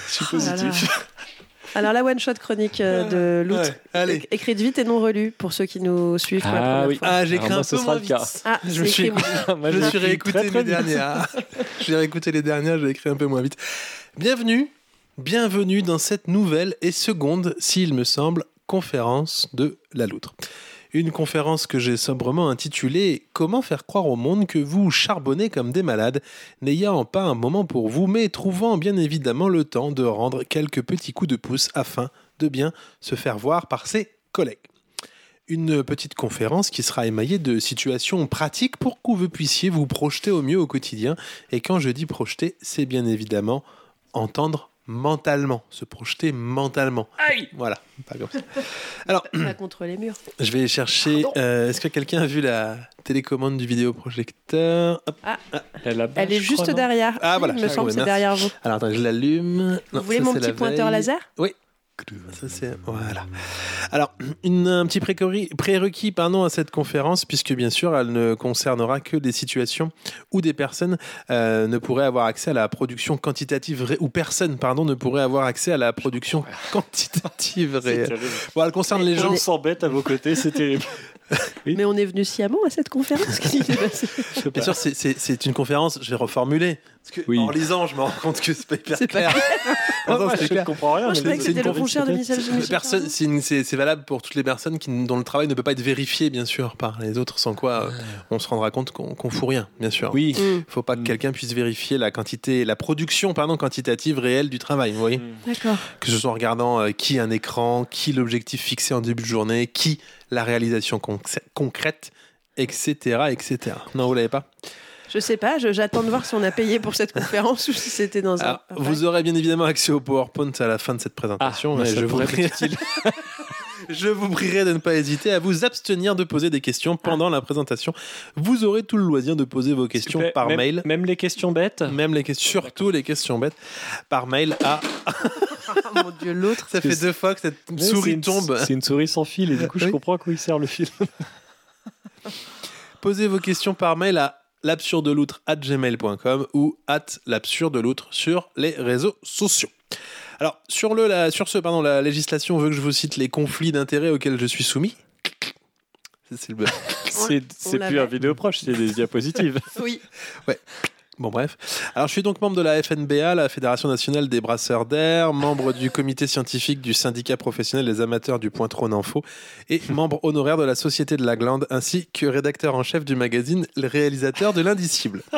Speaker 3: Je suis
Speaker 1: Oh là là.
Speaker 3: positif.
Speaker 1: Alors la one shot chronique euh, de Loutre,
Speaker 2: Ouais, allez.
Speaker 1: é- écrite vite et non relue pour ceux qui nous suivent pour la
Speaker 3: Ah
Speaker 1: première
Speaker 3: oui.
Speaker 1: fois.
Speaker 2: Ah, j'ai
Speaker 3: Alors,
Speaker 2: écrit
Speaker 3: moi,
Speaker 2: un
Speaker 3: ce
Speaker 2: peu
Speaker 3: sera
Speaker 2: moins
Speaker 3: le cas.
Speaker 2: vite.
Speaker 1: Ah,
Speaker 2: Je
Speaker 1: c'est
Speaker 2: me suis
Speaker 1: écrit-
Speaker 2: Je me suis réécouté
Speaker 3: les
Speaker 2: les dernières. J'ai réécouté les dernières, j'ai écrit un peu moins vite. Bienvenue, bienvenue dans cette nouvelle et seconde, s'il me semble, conférence de la loutre. Une conférence que j'ai sobrement intitulée Comment faire croire au monde que vous charbonnez comme des malades, n'ayant pas un moment pour vous, mais trouvant bien évidemment le temps de rendre quelques petits coups de pouce afin de bien se faire voir par ses collègues une petite conférence qui sera émaillée de situations pratiques pour que vous puissiez vous projeter au mieux au quotidien. Et quand je dis projeter, c'est bien évidemment entendre mentalement, se projeter mentalement. Voilà, pas comme ça. Alors,
Speaker 1: Pas contre les murs.
Speaker 2: je vais chercher. euh, Est-ce que quelqu'un a vu la télécommande du vidéoprojecteur Hop. Bah,
Speaker 1: Elle est
Speaker 3: hein.
Speaker 1: juste derrière.
Speaker 2: Ah,
Speaker 1: Oui,
Speaker 2: voilà,
Speaker 1: il me
Speaker 2: j'arrive,
Speaker 1: semble que c'est
Speaker 2: merci.
Speaker 1: derrière vous.
Speaker 2: Alors, attends, je l'allume.
Speaker 1: Vous
Speaker 2: Non,
Speaker 1: voulez
Speaker 2: ça,
Speaker 1: mon
Speaker 2: c'est
Speaker 1: petit
Speaker 2: la
Speaker 1: pointeur
Speaker 2: veille.
Speaker 1: laser
Speaker 2: Ça, c'est- Voilà. Alors, une- un petit précori- prérequis pardon, à cette conférence, puisque bien sûr, elle ne concernera que des situations où des personnes euh, ne pourraient avoir accès à la production quantitative ré- ou personne pardon, ne pourrait avoir accès à la production quantitative réelle. Bon, elle concerne les
Speaker 3: Les
Speaker 2: gens.
Speaker 3: gens s'embêtent à vos côtés, c'est terrible. Oui.
Speaker 1: Mais on est venu sciemment à cette
Speaker 2: Ah,
Speaker 1: conférence. Qu'est-ce qui s'est passé
Speaker 2: Bien sûr, c'est- c'est c'est une conférence, je vais reformuler. Parce que
Speaker 3: Oui.
Speaker 2: en lisant, je me rends compte que c'est pas hyper
Speaker 1: C'est pas
Speaker 2: clair. Non, non, c'était
Speaker 3: je
Speaker 2: clair.
Speaker 3: comprends rien.
Speaker 1: Moi, je
Speaker 2: mais
Speaker 1: croyais que
Speaker 2: c'est
Speaker 1: c'était
Speaker 2: une
Speaker 1: le concert de Michel Michel
Speaker 2: Personne,
Speaker 1: Sardou.
Speaker 2: c'est une- c'est c'est valable pour toutes les personnes qui, dont le travail ne peut pas être vérifié, bien sûr, par les autres, sans quoi euh, on se rendra compte qu'on qu'on fout rien, bien sûr.
Speaker 3: Oui.
Speaker 1: Mm.
Speaker 2: Il faut pas que
Speaker 3: Mm.
Speaker 2: quelqu'un puisse vérifier la quantité, la production pardon, quantitative réelle du travail, vous voyez
Speaker 3: Mm.
Speaker 1: D'accord.
Speaker 2: Que ce soit en regardant euh, qui a un écran, qui l'objectif fixé en début de journée, qui la réalisation concr- concrète, etc., etc. Non, vous l'avez pas
Speaker 1: Je sais pas, je- j'attends de voir si on a payé pour cette conférence ou si c'était dans un. Ah,
Speaker 2: Alors, Ah, vous aurez bien évidemment accès au PowerPoint à la fin de cette présentation.
Speaker 3: Ah,
Speaker 2: mais
Speaker 3: ça
Speaker 2: je, vous
Speaker 3: pourrait
Speaker 2: prierai... je vous prierai de ne pas hésiter à vous abstenir de poser des questions pendant la présentation. Vous aurez tout le loisir de poser vos questions
Speaker 3: Super.
Speaker 2: par
Speaker 3: Même- Ah.
Speaker 2: mail.
Speaker 3: Même les questions bêtes.
Speaker 2: Même les questions, surtout les questions bêtes, par mail à.
Speaker 1: Ah, mon dieu, l'autre.
Speaker 2: Ça fait deux fois que cette
Speaker 3: Mais c'est
Speaker 2: souris
Speaker 3: une-
Speaker 2: tombe.
Speaker 3: C'est une souris sans fil et du coup je
Speaker 2: Oui.
Speaker 3: comprends à quoi il sert le fil.
Speaker 2: Posez vos questions par mail à l'absurdeloutre at gmail.com ou at l'absurdeloutre sur les réseaux sociaux. Alors, sur, le, la, sur ce, pardon, la législation veut que je vous cite les conflits d'intérêts auxquels je suis soumis. Ça, C'est le buzz.
Speaker 3: C'est c'est plus
Speaker 1: l'avait.
Speaker 3: un vidéo proche, c'est des diapositives.
Speaker 1: Oui.
Speaker 2: Bon, bref. Alors, je suis donc membre de la FNBA, la Fédération nationale des brasseurs d'air, membre du comité scientifique du syndicat professionnel des amateurs du point Trône Info et membre honoraire de la Société de la Glande, ainsi que rédacteur en chef du magazine Le Réalisateur de l'Indicible.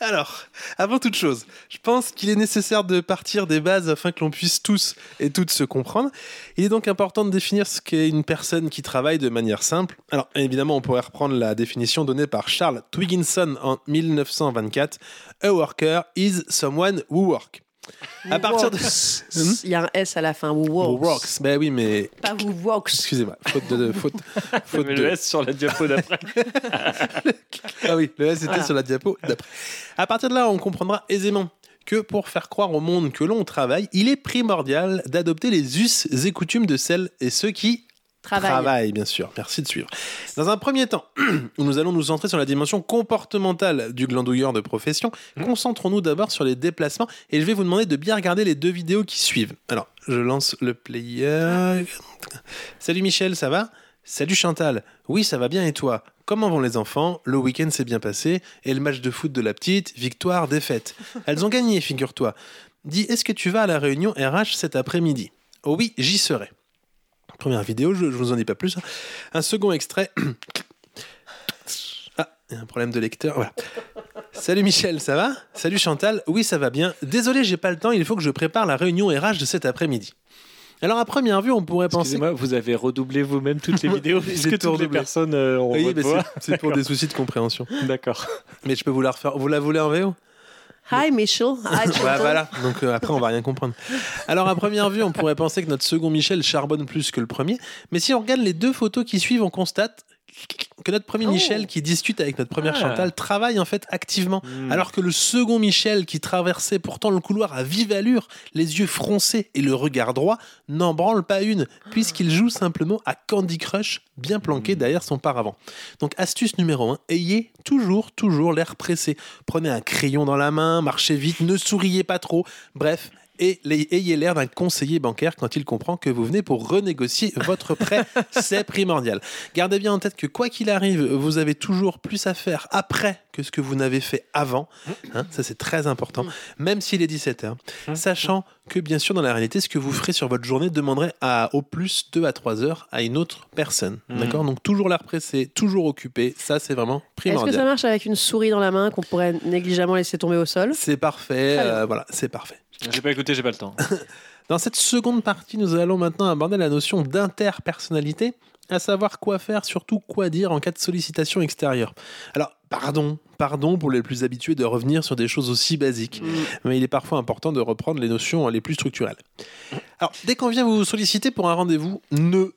Speaker 2: Alors, avant toute chose, je pense qu'il est nécessaire de partir des bases afin que l'on puisse tous et toutes se comprendre. Il est donc important de définir ce qu'est une personne qui travaille de manière simple. Alors, évidemment, on pourrait reprendre la définition donnée par Charles Twigginson en 1924. A worker is someone who works. À partir de... Hmm?
Speaker 1: Il y a un S à la fin. Walks.
Speaker 2: Who works. Ben oui, mais...
Speaker 1: Pas vous walks.
Speaker 2: Excusez-moi, faute de... de- faute, faute
Speaker 3: Mais
Speaker 2: de-
Speaker 3: le S sur la diapo d'après.
Speaker 2: Ah oui, le S était sur la diapo d'après. À partir de là, on comprendra aisément que pour faire croire au monde que l'on travaille, il est primordial d'adopter les us et coutumes de celles et ceux qui
Speaker 1: Travail.
Speaker 2: bien sûr. Merci de suivre. Dans un premier temps, nous allons nous centrer sur la dimension comportementale du glandouilleur de profession. Concentrons-nous d'abord sur les déplacements et je vais vous demander de bien regarder les deux vidéos qui suivent. Alors, je lance le player. Salut Michel, ça va Salut Chantal. Oui, ça va bien et toi Comment vont les enfants Le week-end s'est bien passé et le match de foot de la petite, victoire, défaite. Elles ont gagné, figure-toi. Dis, est-ce que tu vas à la réunion RH cet après-midi Oh oui, j'y serai. Première vidéo, je, je vous en dis pas plus. hein. Un second extrait. Ah, il y a un problème de lecteur, voilà. Salut Michel, ça va Salut Chantal, oui ça va bien. Désolé, j'ai pas le temps, il faut que je prépare la réunion RH de cet après-midi. Alors à première vue, on pourrait penser...
Speaker 3: Excusez-moi, vous avez redoublé vous-même toutes les vidéos
Speaker 2: J'ai
Speaker 3: puisque
Speaker 2: tout
Speaker 3: toutes les
Speaker 2: redoublé.
Speaker 3: personnes euh, ont
Speaker 2: Oui, mais
Speaker 3: votre voix.
Speaker 2: c'est- c'est pour des soucis de compréhension.
Speaker 3: D'accord.
Speaker 2: Mais je peux vous la refaire. Vous la voulez en VO
Speaker 1: Hi, Michel. Hi,
Speaker 2: Bah,
Speaker 1: Chantal.
Speaker 2: voilà, donc euh, après on va rien comprendre. Alors à première vue, on pourrait penser que notre second Michel charbonne plus que le premier, mais si on regarde les deux photos qui suivent, on constate que notre premier
Speaker 1: Oh.
Speaker 2: Michel qui discute avec notre première
Speaker 3: Ah.
Speaker 2: Chantal travaille en fait activement,
Speaker 3: Hmm.
Speaker 2: alors que le second Michel qui traversait pourtant le couloir à vive allure, les yeux froncés et le regard droit, n'en branle pas une, puisqu'il joue simplement à Candy Crush, bien planqué derrière son paravent. Donc astuce numéro 1, ayez toujours, toujours l'air pressé. Prenez un crayon dans la main, marchez vite, ne souriez pas trop, bref. Et les- ayez l'air d'un conseiller bancaire quand il comprend que vous venez pour renégocier votre prêt, c'est primordial. Gardez bien en tête que quoi qu'il arrive, vous avez toujours plus à faire après que ce que vous n'avez fait avant.
Speaker 1: Mmh.
Speaker 2: Hein, ça c'est très important, même s'il est 17h.
Speaker 1: Mmh.
Speaker 2: Sachant que bien sûr dans la réalité, ce que vous ferez sur votre journée demanderait à au plus 2 à 3 heures à une autre personne.
Speaker 3: Mhm.
Speaker 2: D'accord Donc toujours l'air pressé, toujours occupé, ça c'est vraiment
Speaker 1: Mmh. Est-ce que ça
Speaker 2: primordial.
Speaker 1: marche avec une souris dans la main qu'on pourrait négligemment laisser tomber au sol
Speaker 2: C'est parfait,
Speaker 1: Très bien.
Speaker 2: euh, voilà, c'est parfait.
Speaker 3: J'ai pas écouté, j'ai pas le temps.
Speaker 2: Dans cette seconde partie, nous allons maintenant aborder la notion d'interpersonnalité, à savoir quoi faire, surtout quoi dire en cas de sollicitation extérieure. Alors, pardon, pardon pour les plus habitués de revenir sur des choses aussi basiques, mais il est parfois important de reprendre les notions les plus structurelles. Alors, dès qu'on vient vous solliciter pour un rendez-vous, ne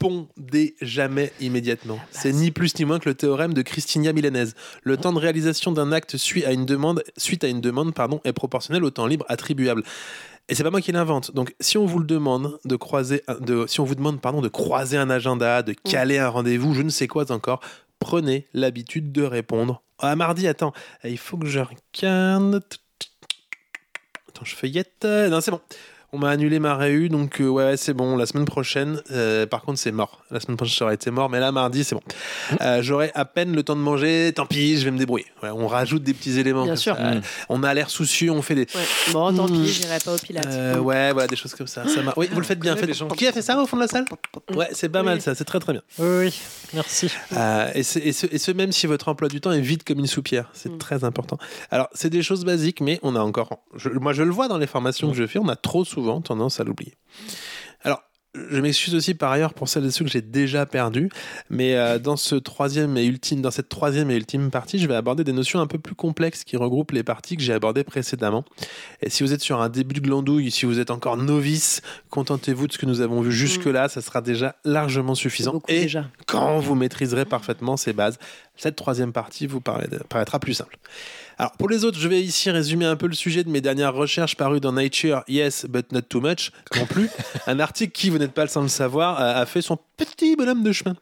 Speaker 2: répondez jamais immédiatement. C'est ni plus ni moins que le théorème de Christinia Milanese. Le temps de réalisation d'un acte suit à une demande, suite à une demande pardon, est proportionnel au temps libre attribuable. Et c'est pas moi qui l'invente. Donc, si on vous le demande de croiser, un- de, si on vous demande pardon de croiser un agenda, de
Speaker 1: Mm.
Speaker 2: caler un rendez-vous, je ne sais quoi encore, prenez l'habitude de répondre. Ah mardi, attends, euh, il faut que je regarde. Attends, je feuillette. Euh, Non, c'est bon. On m'a annulé ma réu, donc euh, ouais, c'est bon. La semaine prochaine, euh, par contre, c'est mort. La semaine prochaine, ça aurait été mort, mais là, mardi, c'est bon.
Speaker 1: Mm.
Speaker 2: Euh, J'aurai à peine le temps de manger. Tant pis, je vais me débrouiller. Ouais, on rajoute des petits éléments.
Speaker 1: Bien
Speaker 2: comme
Speaker 1: sûr.
Speaker 2: ça.
Speaker 3: Mm.
Speaker 2: On a l'air soucieux, on fait des.
Speaker 1: Ouais. Bon, tant
Speaker 2: Mm.
Speaker 1: pis, j'irai pas au Pilates. Mm.
Speaker 2: Euh, ouais, voilà, des choses comme ça. ça m'a- oui, vous le faites bien.
Speaker 3: connaît
Speaker 2: Faites-
Speaker 3: les gens
Speaker 2: Qui a fait ça au fond de la salle Ouais, c'est pas mal ça, c'est très très bien.
Speaker 3: Oui, merci.
Speaker 2: Euh, et, c'est- et ce, et ce, même si votre emploi du temps est vide comme une soupière, c'est
Speaker 1: Mm.
Speaker 2: très important. Alors, c'est des choses basiques, mais on a encore. je- moi, je le vois dans les formations que je fais, on a trop souvent tendance à l'oublier. Alors, je m'excuse aussi par ailleurs pour celles et ceux que j'ai déjà perdus, mais euh, dans, ce troisième et ultime, dans cette troisième et ultime partie, je vais aborder des notions un peu plus complexes qui regroupent les parties que j'ai abordées précédemment. Et si vous êtes sur un début de glandouille, si vous êtes encore novice, contentez-vous de ce que nous avons vu jusque-là, ça sera déjà largement
Speaker 1: Mm. C'est
Speaker 2: suffisant.
Speaker 1: beaucoup
Speaker 2: Et
Speaker 1: déjà.
Speaker 2: quand vous maîtriserez parfaitement ces bases, cette troisième partie vous paraît- paraîtra plus simple. Alors, pour les autres, je vais ici résumer un peu le sujet de mes dernières recherches parues dans Nature, Yes, but not too much, non plus. un article qui, vous n'êtes pas sans le savoir, euh, a a fait son petit bonhomme de chemin.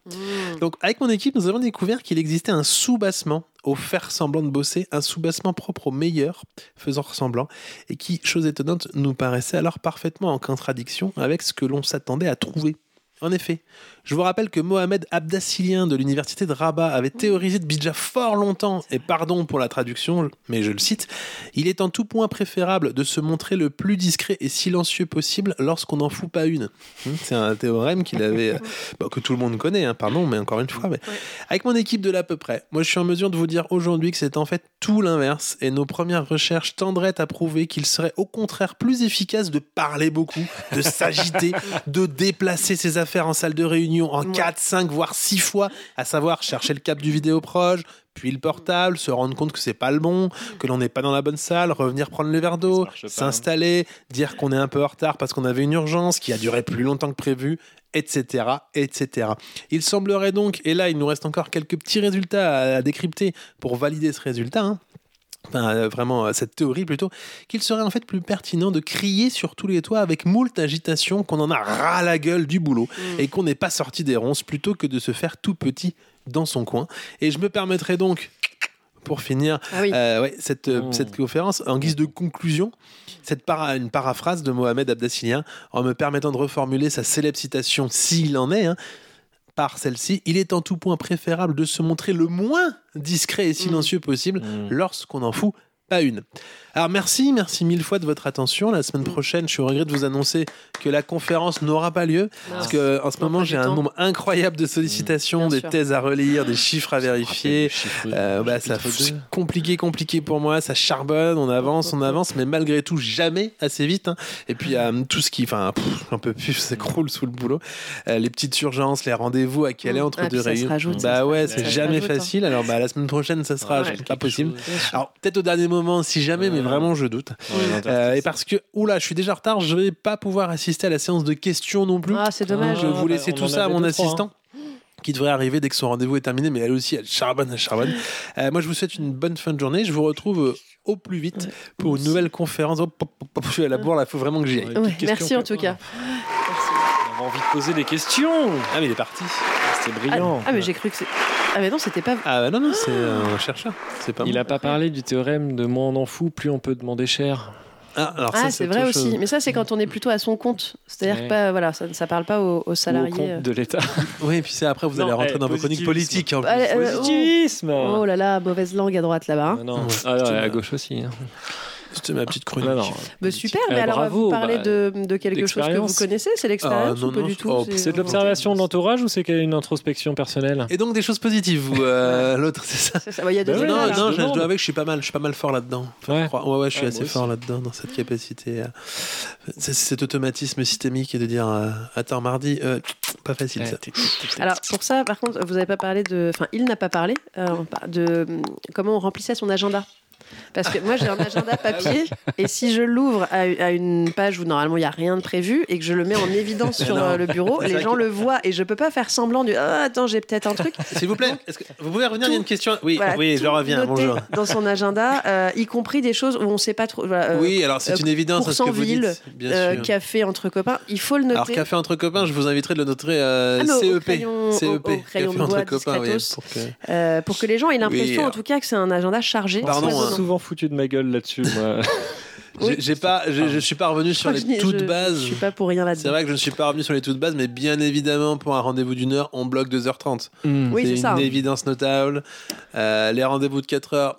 Speaker 2: Donc, avec mon équipe, nous avons découvert qu'il existait un soubassement au faire semblant de bosser, un soubassement propre au meilleur, faisant ressemblant, et qui, chose étonnante, nous paraissait alors parfaitement en contradiction avec ce que l'on s'attendait à trouver. En effet, je vous rappelle que Mohamed Abdassilien de l'université de Rabat avait théorisé de Bidja fort longtemps, et pardon pour la traduction, mais je le cite, il est en tout point préférable de se montrer le plus discret et silencieux possible lorsqu'on n'en fout pas une. Hmm, C'est un théorème qu'il avait, euh, bah, que tout le monde connaît, hein, pardon, mais encore une fois. mais- Avec mon équipe de l'à peu près, moi je suis en mesure de vous dire aujourd'hui que c'est en fait tout l'inverse, et nos premières recherches tendraient à prouver qu'il serait au contraire plus efficace de parler beaucoup, de s'agiter, de déplacer ses affaires en salle de réunion en 4, 5, voire 6 fois, à savoir chercher le cap du vidéo proche, puis le portable, se rendre compte que c'est pas le bon, que l'on n'est pas dans la bonne salle, revenir prendre le verre
Speaker 3: Ça
Speaker 2: d'eau,
Speaker 3: marche pas. hein.
Speaker 2: s'installer, dire qu'on est un peu en retard parce qu'on avait une urgence qui a duré plus longtemps que prévu, etc., etc. Il semblerait donc, et là il nous reste encore quelques petits résultats à- à décrypter pour valider ce résultat, hein, enfin, euh, vraiment euh, cette théorie plutôt, qu'il serait en fait plus pertinent de crier sur tous les toits avec moult agitation qu'on en a ras la gueule du boulot et qu'on n'est pas sorti des ronces plutôt que de se faire tout petit dans son coin. Et je me permettrai donc, pour finir,
Speaker 1: Ah oui.
Speaker 2: euh, ouais, cette, euh,
Speaker 3: Mm.
Speaker 2: cette conférence, en guise de conclusion, cette para- une paraphrase de Mohamed Abdassilien, en me permettant de reformuler sa célèbre citation, s'il en est, hein, par celle-ci, il est en tout point préférable de se montrer le moins discret et silencieux
Speaker 3: Hmm.
Speaker 2: possible lorsqu'on en fout pas une. Alors merci, merci mille fois de votre attention. La semaine prochaine, je suis au regret de vous annoncer que la conférence n'aura pas lieu parce que en ce
Speaker 1: Non,
Speaker 2: moment
Speaker 1: Ah, pas
Speaker 2: j'ai
Speaker 1: du
Speaker 2: un
Speaker 1: temps.
Speaker 2: nombre incroyable de sollicitations,
Speaker 1: Bien
Speaker 2: des
Speaker 1: sûr.
Speaker 2: thèses à relire, des chiffres à vérifier. Euh, bah, ça, c'est
Speaker 3: fait
Speaker 2: compliqué, compliqué pour moi. Ça charbonne, on avance, on avance, mais malgré tout, jamais assez vite. hein. Et puis, euh, tout ce qui, enfin, pff, un peu plus, s'écroule sous le boulot. Euh, les petites urgences, les rendez-vous à caler
Speaker 1: Mm.
Speaker 2: entre
Speaker 1: Ah, puis
Speaker 2: deux
Speaker 1: ça se
Speaker 2: réunions.
Speaker 1: rajoute, ça
Speaker 2: bah
Speaker 1: se
Speaker 2: ouais,
Speaker 1: rajoute,
Speaker 2: c'est
Speaker 1: ça se
Speaker 2: jamais
Speaker 1: rajoute, hein.
Speaker 2: facile. Alors, bah, la semaine prochaine, ça sera
Speaker 1: Ouais.
Speaker 2: pas possible.
Speaker 1: Bien sûr.
Speaker 2: Alors, peut-être au dernier moment, moment, si jamais, mais
Speaker 3: Ouais.
Speaker 2: vraiment, je doute. Euh, et parce que, oula, je suis déjà en retard, je vais pas pouvoir assister à la séance de questions non plus.
Speaker 1: Ah, c'est dommage.
Speaker 2: je
Speaker 3: Ah,
Speaker 2: vous
Speaker 3: bah,
Speaker 2: laisser
Speaker 3: on
Speaker 2: tout
Speaker 3: en
Speaker 2: ça à
Speaker 3: avait
Speaker 2: mon
Speaker 3: deux, trois, hein.
Speaker 2: assistant. Qui devrait arriver dès que son rendez-vous est terminé, mais elle aussi, elle charbonne, elle charbonne. Euh, moi, je vous souhaite une bonne fin de journée. Je vous retrouve euh, au plus vite pour une nouvelle conférence. Oh, pop, pop, pop, je suis à la bourre, là, faut vraiment que j'y aille.
Speaker 3: Ouais.
Speaker 1: Ouais,
Speaker 3: Petite question
Speaker 1: merci en
Speaker 3: que-
Speaker 1: tout cas.
Speaker 3: On avait envie de poser des questions.
Speaker 2: Ah, mais il est parti.
Speaker 3: C'était
Speaker 1: Ah,
Speaker 3: brillant.
Speaker 1: ah, mais j'ai cru que c'est. Ah mais non, c'était pas.
Speaker 2: Ah, bah non, non, c'est euh, un chercheur. C'est pas
Speaker 3: Il
Speaker 2: moi.
Speaker 3: n'a pas parlé du théorème de moins on en fout, plus on peut demander cher.
Speaker 2: Ah, alors ça,
Speaker 1: Ah, c'est vrai
Speaker 2: autre chose.
Speaker 1: aussi. Mais ça, c'est quand on est plutôt à son compte. C'est-à-dire
Speaker 3: Ouais.
Speaker 1: que pas, euh, voilà, ça ne ça parle pas aux, aux
Speaker 3: Ou au
Speaker 1: salariés. euh,
Speaker 3: compte de l'État.
Speaker 2: Oui, et puis c'est après, vous
Speaker 3: Non,
Speaker 2: allez rentrer
Speaker 3: eh,
Speaker 2: dans vos chroniques
Speaker 3: positivisme.
Speaker 2: politiques. en plus.
Speaker 1: Allez, euh, oh.
Speaker 3: Positivisme
Speaker 1: Oh là là, mauvaise langue à droite là-bas. hein.
Speaker 3: Ah non,
Speaker 2: Ouais.
Speaker 3: Ah, ouais, à gauche aussi. hein.
Speaker 2: C'était ma petite chronique.
Speaker 3: Non, non.
Speaker 1: Bah, super,
Speaker 3: Eh,
Speaker 1: mais alors
Speaker 3: bravo,
Speaker 1: vous parlez
Speaker 3: bah,
Speaker 1: de, de quelque chose que vous
Speaker 3: l'expérience.
Speaker 1: connaissez, c'est l'expérience
Speaker 2: Ah, non,
Speaker 1: ou pas
Speaker 2: non,
Speaker 1: du
Speaker 2: je-
Speaker 1: tout
Speaker 2: oh,
Speaker 3: C'est de l'observation de l'entourage ou c'est qu'il y a une introspection personnelle
Speaker 2: Et donc des choses positives, vous, euh, l'autre, c'est ça
Speaker 1: C'est ça. Bah, Il y a deux
Speaker 3: Bah ouais,
Speaker 1: écoles,
Speaker 2: Non,
Speaker 1: hein.
Speaker 2: non,
Speaker 3: je
Speaker 2: je, je
Speaker 3: demande.
Speaker 2: dois avouer que je suis pas mal, je suis pas mal fort là-dedans.
Speaker 3: Ouais.
Speaker 2: Je crois- Ouais, ouais, je suis
Speaker 3: Ouais,
Speaker 2: assez
Speaker 3: Ah, moi
Speaker 2: fort là-dedans, dans cette capacité. à- c'est- cet automatisme systémique et de dire euh, Attends, mardi, euh, pas facile
Speaker 3: Ouais.
Speaker 2: ça.
Speaker 1: Alors pour ça, par contre, vous n'avez pas parlé de, enfin, il n'a pas parlé euh, de hum, comment on remplissait son agenda. Parce que moi j'ai un
Speaker 2: Ah
Speaker 1: agenda papier et si je l'ouvre à, à une page où normalement il n'y a rien de prévu et que je le mets en évidence sur
Speaker 2: Ah Non.
Speaker 1: euh, le bureau,
Speaker 2: C'est
Speaker 1: les
Speaker 2: vrai
Speaker 1: gens
Speaker 2: que-
Speaker 1: le voient et je peux pas faire semblant du ah, attends j'ai peut-être un truc.
Speaker 2: S'il vous plaît, est-ce que vous pouvez revenir Il y a une question. Oui,
Speaker 1: Voilà,
Speaker 2: oui, je
Speaker 1: tout
Speaker 2: reviens.
Speaker 1: noter
Speaker 2: Bonjour.
Speaker 1: Dans son agenda, euh, y compris des choses où on ne sait pas trop. voilà, euh,
Speaker 2: oui, alors c'est
Speaker 1: euh,
Speaker 2: une évidence à ce que vous
Speaker 1: Coursanville,
Speaker 2: dites. Bien
Speaker 1: euh,
Speaker 2: sûr.
Speaker 1: café entre copains, il faut le noter.
Speaker 2: Alors café entre copains, je vous inviterai de le noter euh,
Speaker 1: Ah, mais au- au
Speaker 2: CEP,
Speaker 1: crayon- au-
Speaker 2: CEP,
Speaker 1: au crayon
Speaker 2: E
Speaker 1: de
Speaker 2: café
Speaker 1: bois,
Speaker 2: entre copains, oui,
Speaker 1: discretos.
Speaker 2: pour que-
Speaker 1: Euh, pour que les gens aient l'impression, en
Speaker 2: alors-
Speaker 1: tout cas, que c'est un agenda chargé.
Speaker 2: Pardon,
Speaker 1: C'est
Speaker 3: On
Speaker 2: hein.
Speaker 3: s'est
Speaker 1: étonnant.
Speaker 3: souvent foutu de ma gueule là-dessus. moi.
Speaker 1: Oui.
Speaker 2: J'ai- J'ai pas, je, je suis pas revenu sur
Speaker 1: Je crois que je
Speaker 2: les
Speaker 1: n'ai-
Speaker 2: toutes
Speaker 1: je-
Speaker 2: bases.
Speaker 1: Je suis pas pour rien
Speaker 2: C'est
Speaker 1: là-dedans.
Speaker 2: vrai que je ne suis pas revenu sur les toutes bases, mais bien évidemment, pour un rendez-vous d'une heure, on bloque 2h30.
Speaker 3: Mm.
Speaker 1: Oui,
Speaker 2: c'est
Speaker 1: c'est ça.
Speaker 2: une évidence notable. Euh, les rendez-vous de 4 heures,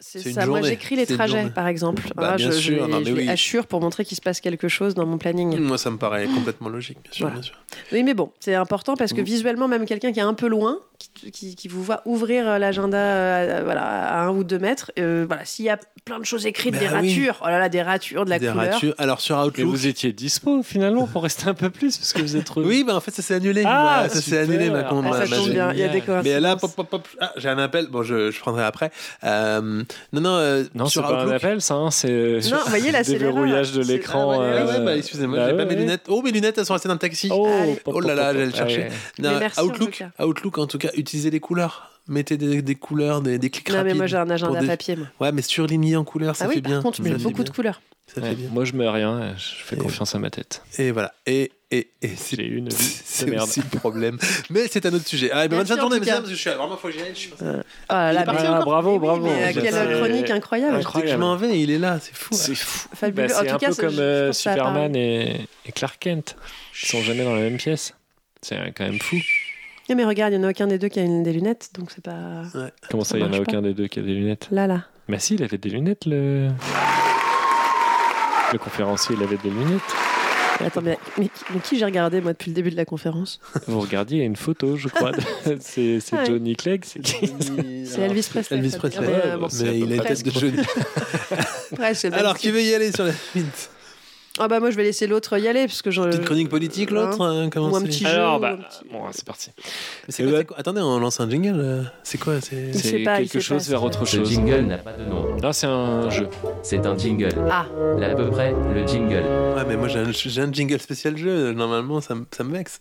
Speaker 1: C'est
Speaker 2: c'est une
Speaker 1: ça. Moi,
Speaker 2: journée.
Speaker 1: j'écris les
Speaker 2: C'est une
Speaker 1: trajets,
Speaker 2: journée.
Speaker 1: par exemple. Hein,
Speaker 2: Bah, bien
Speaker 1: je,
Speaker 2: sûr,
Speaker 1: je,
Speaker 2: non,
Speaker 1: les-
Speaker 2: mais
Speaker 1: je les
Speaker 2: oui. Mm.
Speaker 1: assure pour montrer qu'il se passe quelque chose dans mon planning.
Speaker 2: moi, ça me paraît complètement logique, bien sûr.
Speaker 1: Voilà.
Speaker 2: bien sûr.
Speaker 1: Oui, mais bon, c'est important parce
Speaker 2: Mm.
Speaker 1: que visuellement, même quelqu'un qui est un peu loin, qui, qui- qui vous voit ouvrir euh, l'agenda euh, voilà, à un ou deux mètres, euh, voilà, s'il y a plein de choses écrites,
Speaker 2: Bah
Speaker 1: des
Speaker 2: oui.
Speaker 1: ratures, oh là là, des ratures, de la
Speaker 2: Des
Speaker 1: couleur.
Speaker 2: ratures. Alors, sur
Speaker 3: Mais
Speaker 2: Outlook.
Speaker 3: vous étiez dispo finalement pour rester un peu plus parce que vous êtes revenu.
Speaker 2: Oui, bah, en fait, ça s'est annulé.
Speaker 3: Ah,
Speaker 2: Ouais, ça s'est
Speaker 3: super.
Speaker 2: annulé maintenant.
Speaker 1: Ah,
Speaker 2: ma-
Speaker 1: ça
Speaker 2: ma-
Speaker 1: tombe bien, il y a des coïncidences.
Speaker 2: Mais là, pop, pop, pop. Ah, j'ai un appel. Bon, je, je prendrai après. Euh, non, non, euh,
Speaker 3: Non, c'est
Speaker 2: sur
Speaker 3: pas un
Speaker 2: Outlook.
Speaker 3: appel, ça. hein, c'est
Speaker 1: Non, vous voyez, là, c'est
Speaker 3: déverrouillage de
Speaker 1: l'erreur. C'est-
Speaker 3: l'écran.
Speaker 1: Ah, ouais,
Speaker 2: Ah
Speaker 3: euh,
Speaker 2: ouais, bah, excusez-moi,
Speaker 3: bah
Speaker 2: j'ai pas
Speaker 3: ouais,
Speaker 2: mes
Speaker 3: ouais.
Speaker 2: lunettes. Oh, mes lunettes, elles sont restées dans le taxi.
Speaker 3: Oh,
Speaker 1: Allez.
Speaker 3: pop, pop,
Speaker 2: Oh là là,
Speaker 3: pop,
Speaker 2: j'allais le
Speaker 3: pop.
Speaker 2: chercher.
Speaker 3: Ah ouais.
Speaker 2: Non,
Speaker 1: Mais merci, en
Speaker 2: Outlook,
Speaker 1: tout
Speaker 2: Outlook, en tout cas, utilisez les couleurs. Mettez des, des couleurs, des, des clics
Speaker 1: Non, mais
Speaker 2: rapides
Speaker 1: moi, j'ai un agenda
Speaker 2: pour des-
Speaker 1: papier. Moi.
Speaker 2: Ouais, mais surligné en couleur, ça
Speaker 1: ah
Speaker 2: fait
Speaker 1: oui,
Speaker 2: bien.
Speaker 1: par contre, je
Speaker 2: Ça
Speaker 1: mets
Speaker 2: fait
Speaker 1: beaucoup de
Speaker 2: bien.
Speaker 1: couleurs.
Speaker 2: Ça
Speaker 3: Ouais,
Speaker 2: fait bien.
Speaker 3: Moi, je mets rien. Je fais
Speaker 2: Et-
Speaker 3: confiance à ma tête.
Speaker 2: Et voilà. Et, et, et c'est
Speaker 3: J'ai une vie
Speaker 2: c'est
Speaker 3: de merde.
Speaker 2: aussi le problème. Mais c'est un autre sujet. Ah, et ben, bonne
Speaker 1: Merci
Speaker 2: fin de
Speaker 1: en
Speaker 2: journée,
Speaker 1: tout cas.
Speaker 2: mesdames, parce que je suis vraiment faut que j'y aille, je suis-
Speaker 1: Oh là
Speaker 2: Il
Speaker 1: là,
Speaker 2: est parti
Speaker 1: mais-
Speaker 2: encore
Speaker 3: bravo,
Speaker 1: Oui,
Speaker 3: bravo.
Speaker 1: mais, euh,
Speaker 2: C'est-
Speaker 1: quelle chronique incroyable.
Speaker 2: Dès que je m'en vais, il est là, c'est fou.
Speaker 3: Ah,
Speaker 2: hein.
Speaker 3: C'est fou.
Speaker 1: Fabuleux.
Speaker 3: Bah,
Speaker 1: En
Speaker 3: c'est
Speaker 1: tout
Speaker 3: un
Speaker 1: cas,
Speaker 3: peu
Speaker 1: ça-
Speaker 3: comme
Speaker 1: je- je
Speaker 3: euh,
Speaker 1: pense que ça a
Speaker 3: Superman et, et Clark Kent. Ils sont jamais dans la même pièce. C'est euh, quand même fou.
Speaker 1: Non, Ah, mais regarde, il n'y en a aucun des deux qui a une des lunettes, donc c'est pas.
Speaker 3: Comment
Speaker 1: Ça
Speaker 3: ça, il y en a
Speaker 1: marche pas.
Speaker 3: aucun des deux qui a des lunettes
Speaker 1: Là, là.
Speaker 3: Mais si, il avait des lunettes, le. Le conférencier, il avait des lunettes.
Speaker 1: Mais Attends, mais, mais qui- mais qui j'ai regardé, moi, depuis le début de la conférence
Speaker 3: Vous regardiez une photo, je crois. de- c'est c'est
Speaker 1: Ouais.
Speaker 3: Johnny Clegg. c'est qui
Speaker 1: C'est Elvis Presley.
Speaker 2: Elvis
Speaker 1: ça.
Speaker 2: Presley.
Speaker 1: Ah, mais, euh, bon,
Speaker 3: Ouais,
Speaker 2: Mais il a la tête de Johnny.
Speaker 1: presque, le même
Speaker 2: Alors, qui
Speaker 1: style.
Speaker 2: veut y aller sur la suite
Speaker 1: Ah, bah, moi, je vais laisser l'autre y aller, parce que j'en.
Speaker 2: Petite chronique politique, l'autre hein, Comment
Speaker 1: Ou Euh, un
Speaker 2: c'est
Speaker 1: petit jeu.
Speaker 3: Alors,
Speaker 1: ou
Speaker 3: bah,
Speaker 1: un petit-
Speaker 3: bon, c'est parti.
Speaker 2: C'est
Speaker 3: Eh ben-
Speaker 2: quoi, c'est quoi Attendez, on lance un jingle. euh, C'est quoi c'est-
Speaker 1: Il sait
Speaker 3: C'est
Speaker 1: pas, il
Speaker 3: quelque
Speaker 1: sait
Speaker 3: chose
Speaker 1: pas.
Speaker 3: vers autre
Speaker 9: Ce
Speaker 3: chose.
Speaker 9: jingle n'a pas de nom.
Speaker 3: Là, c'est un jeu.
Speaker 9: C'est un jingle.
Speaker 1: Ah.
Speaker 9: Là, à peu près, le jingle.
Speaker 2: Ouais, mais moi j'ai un, j'ai un jingle spécial jeu. Normalement, ça, me- ça me vexe.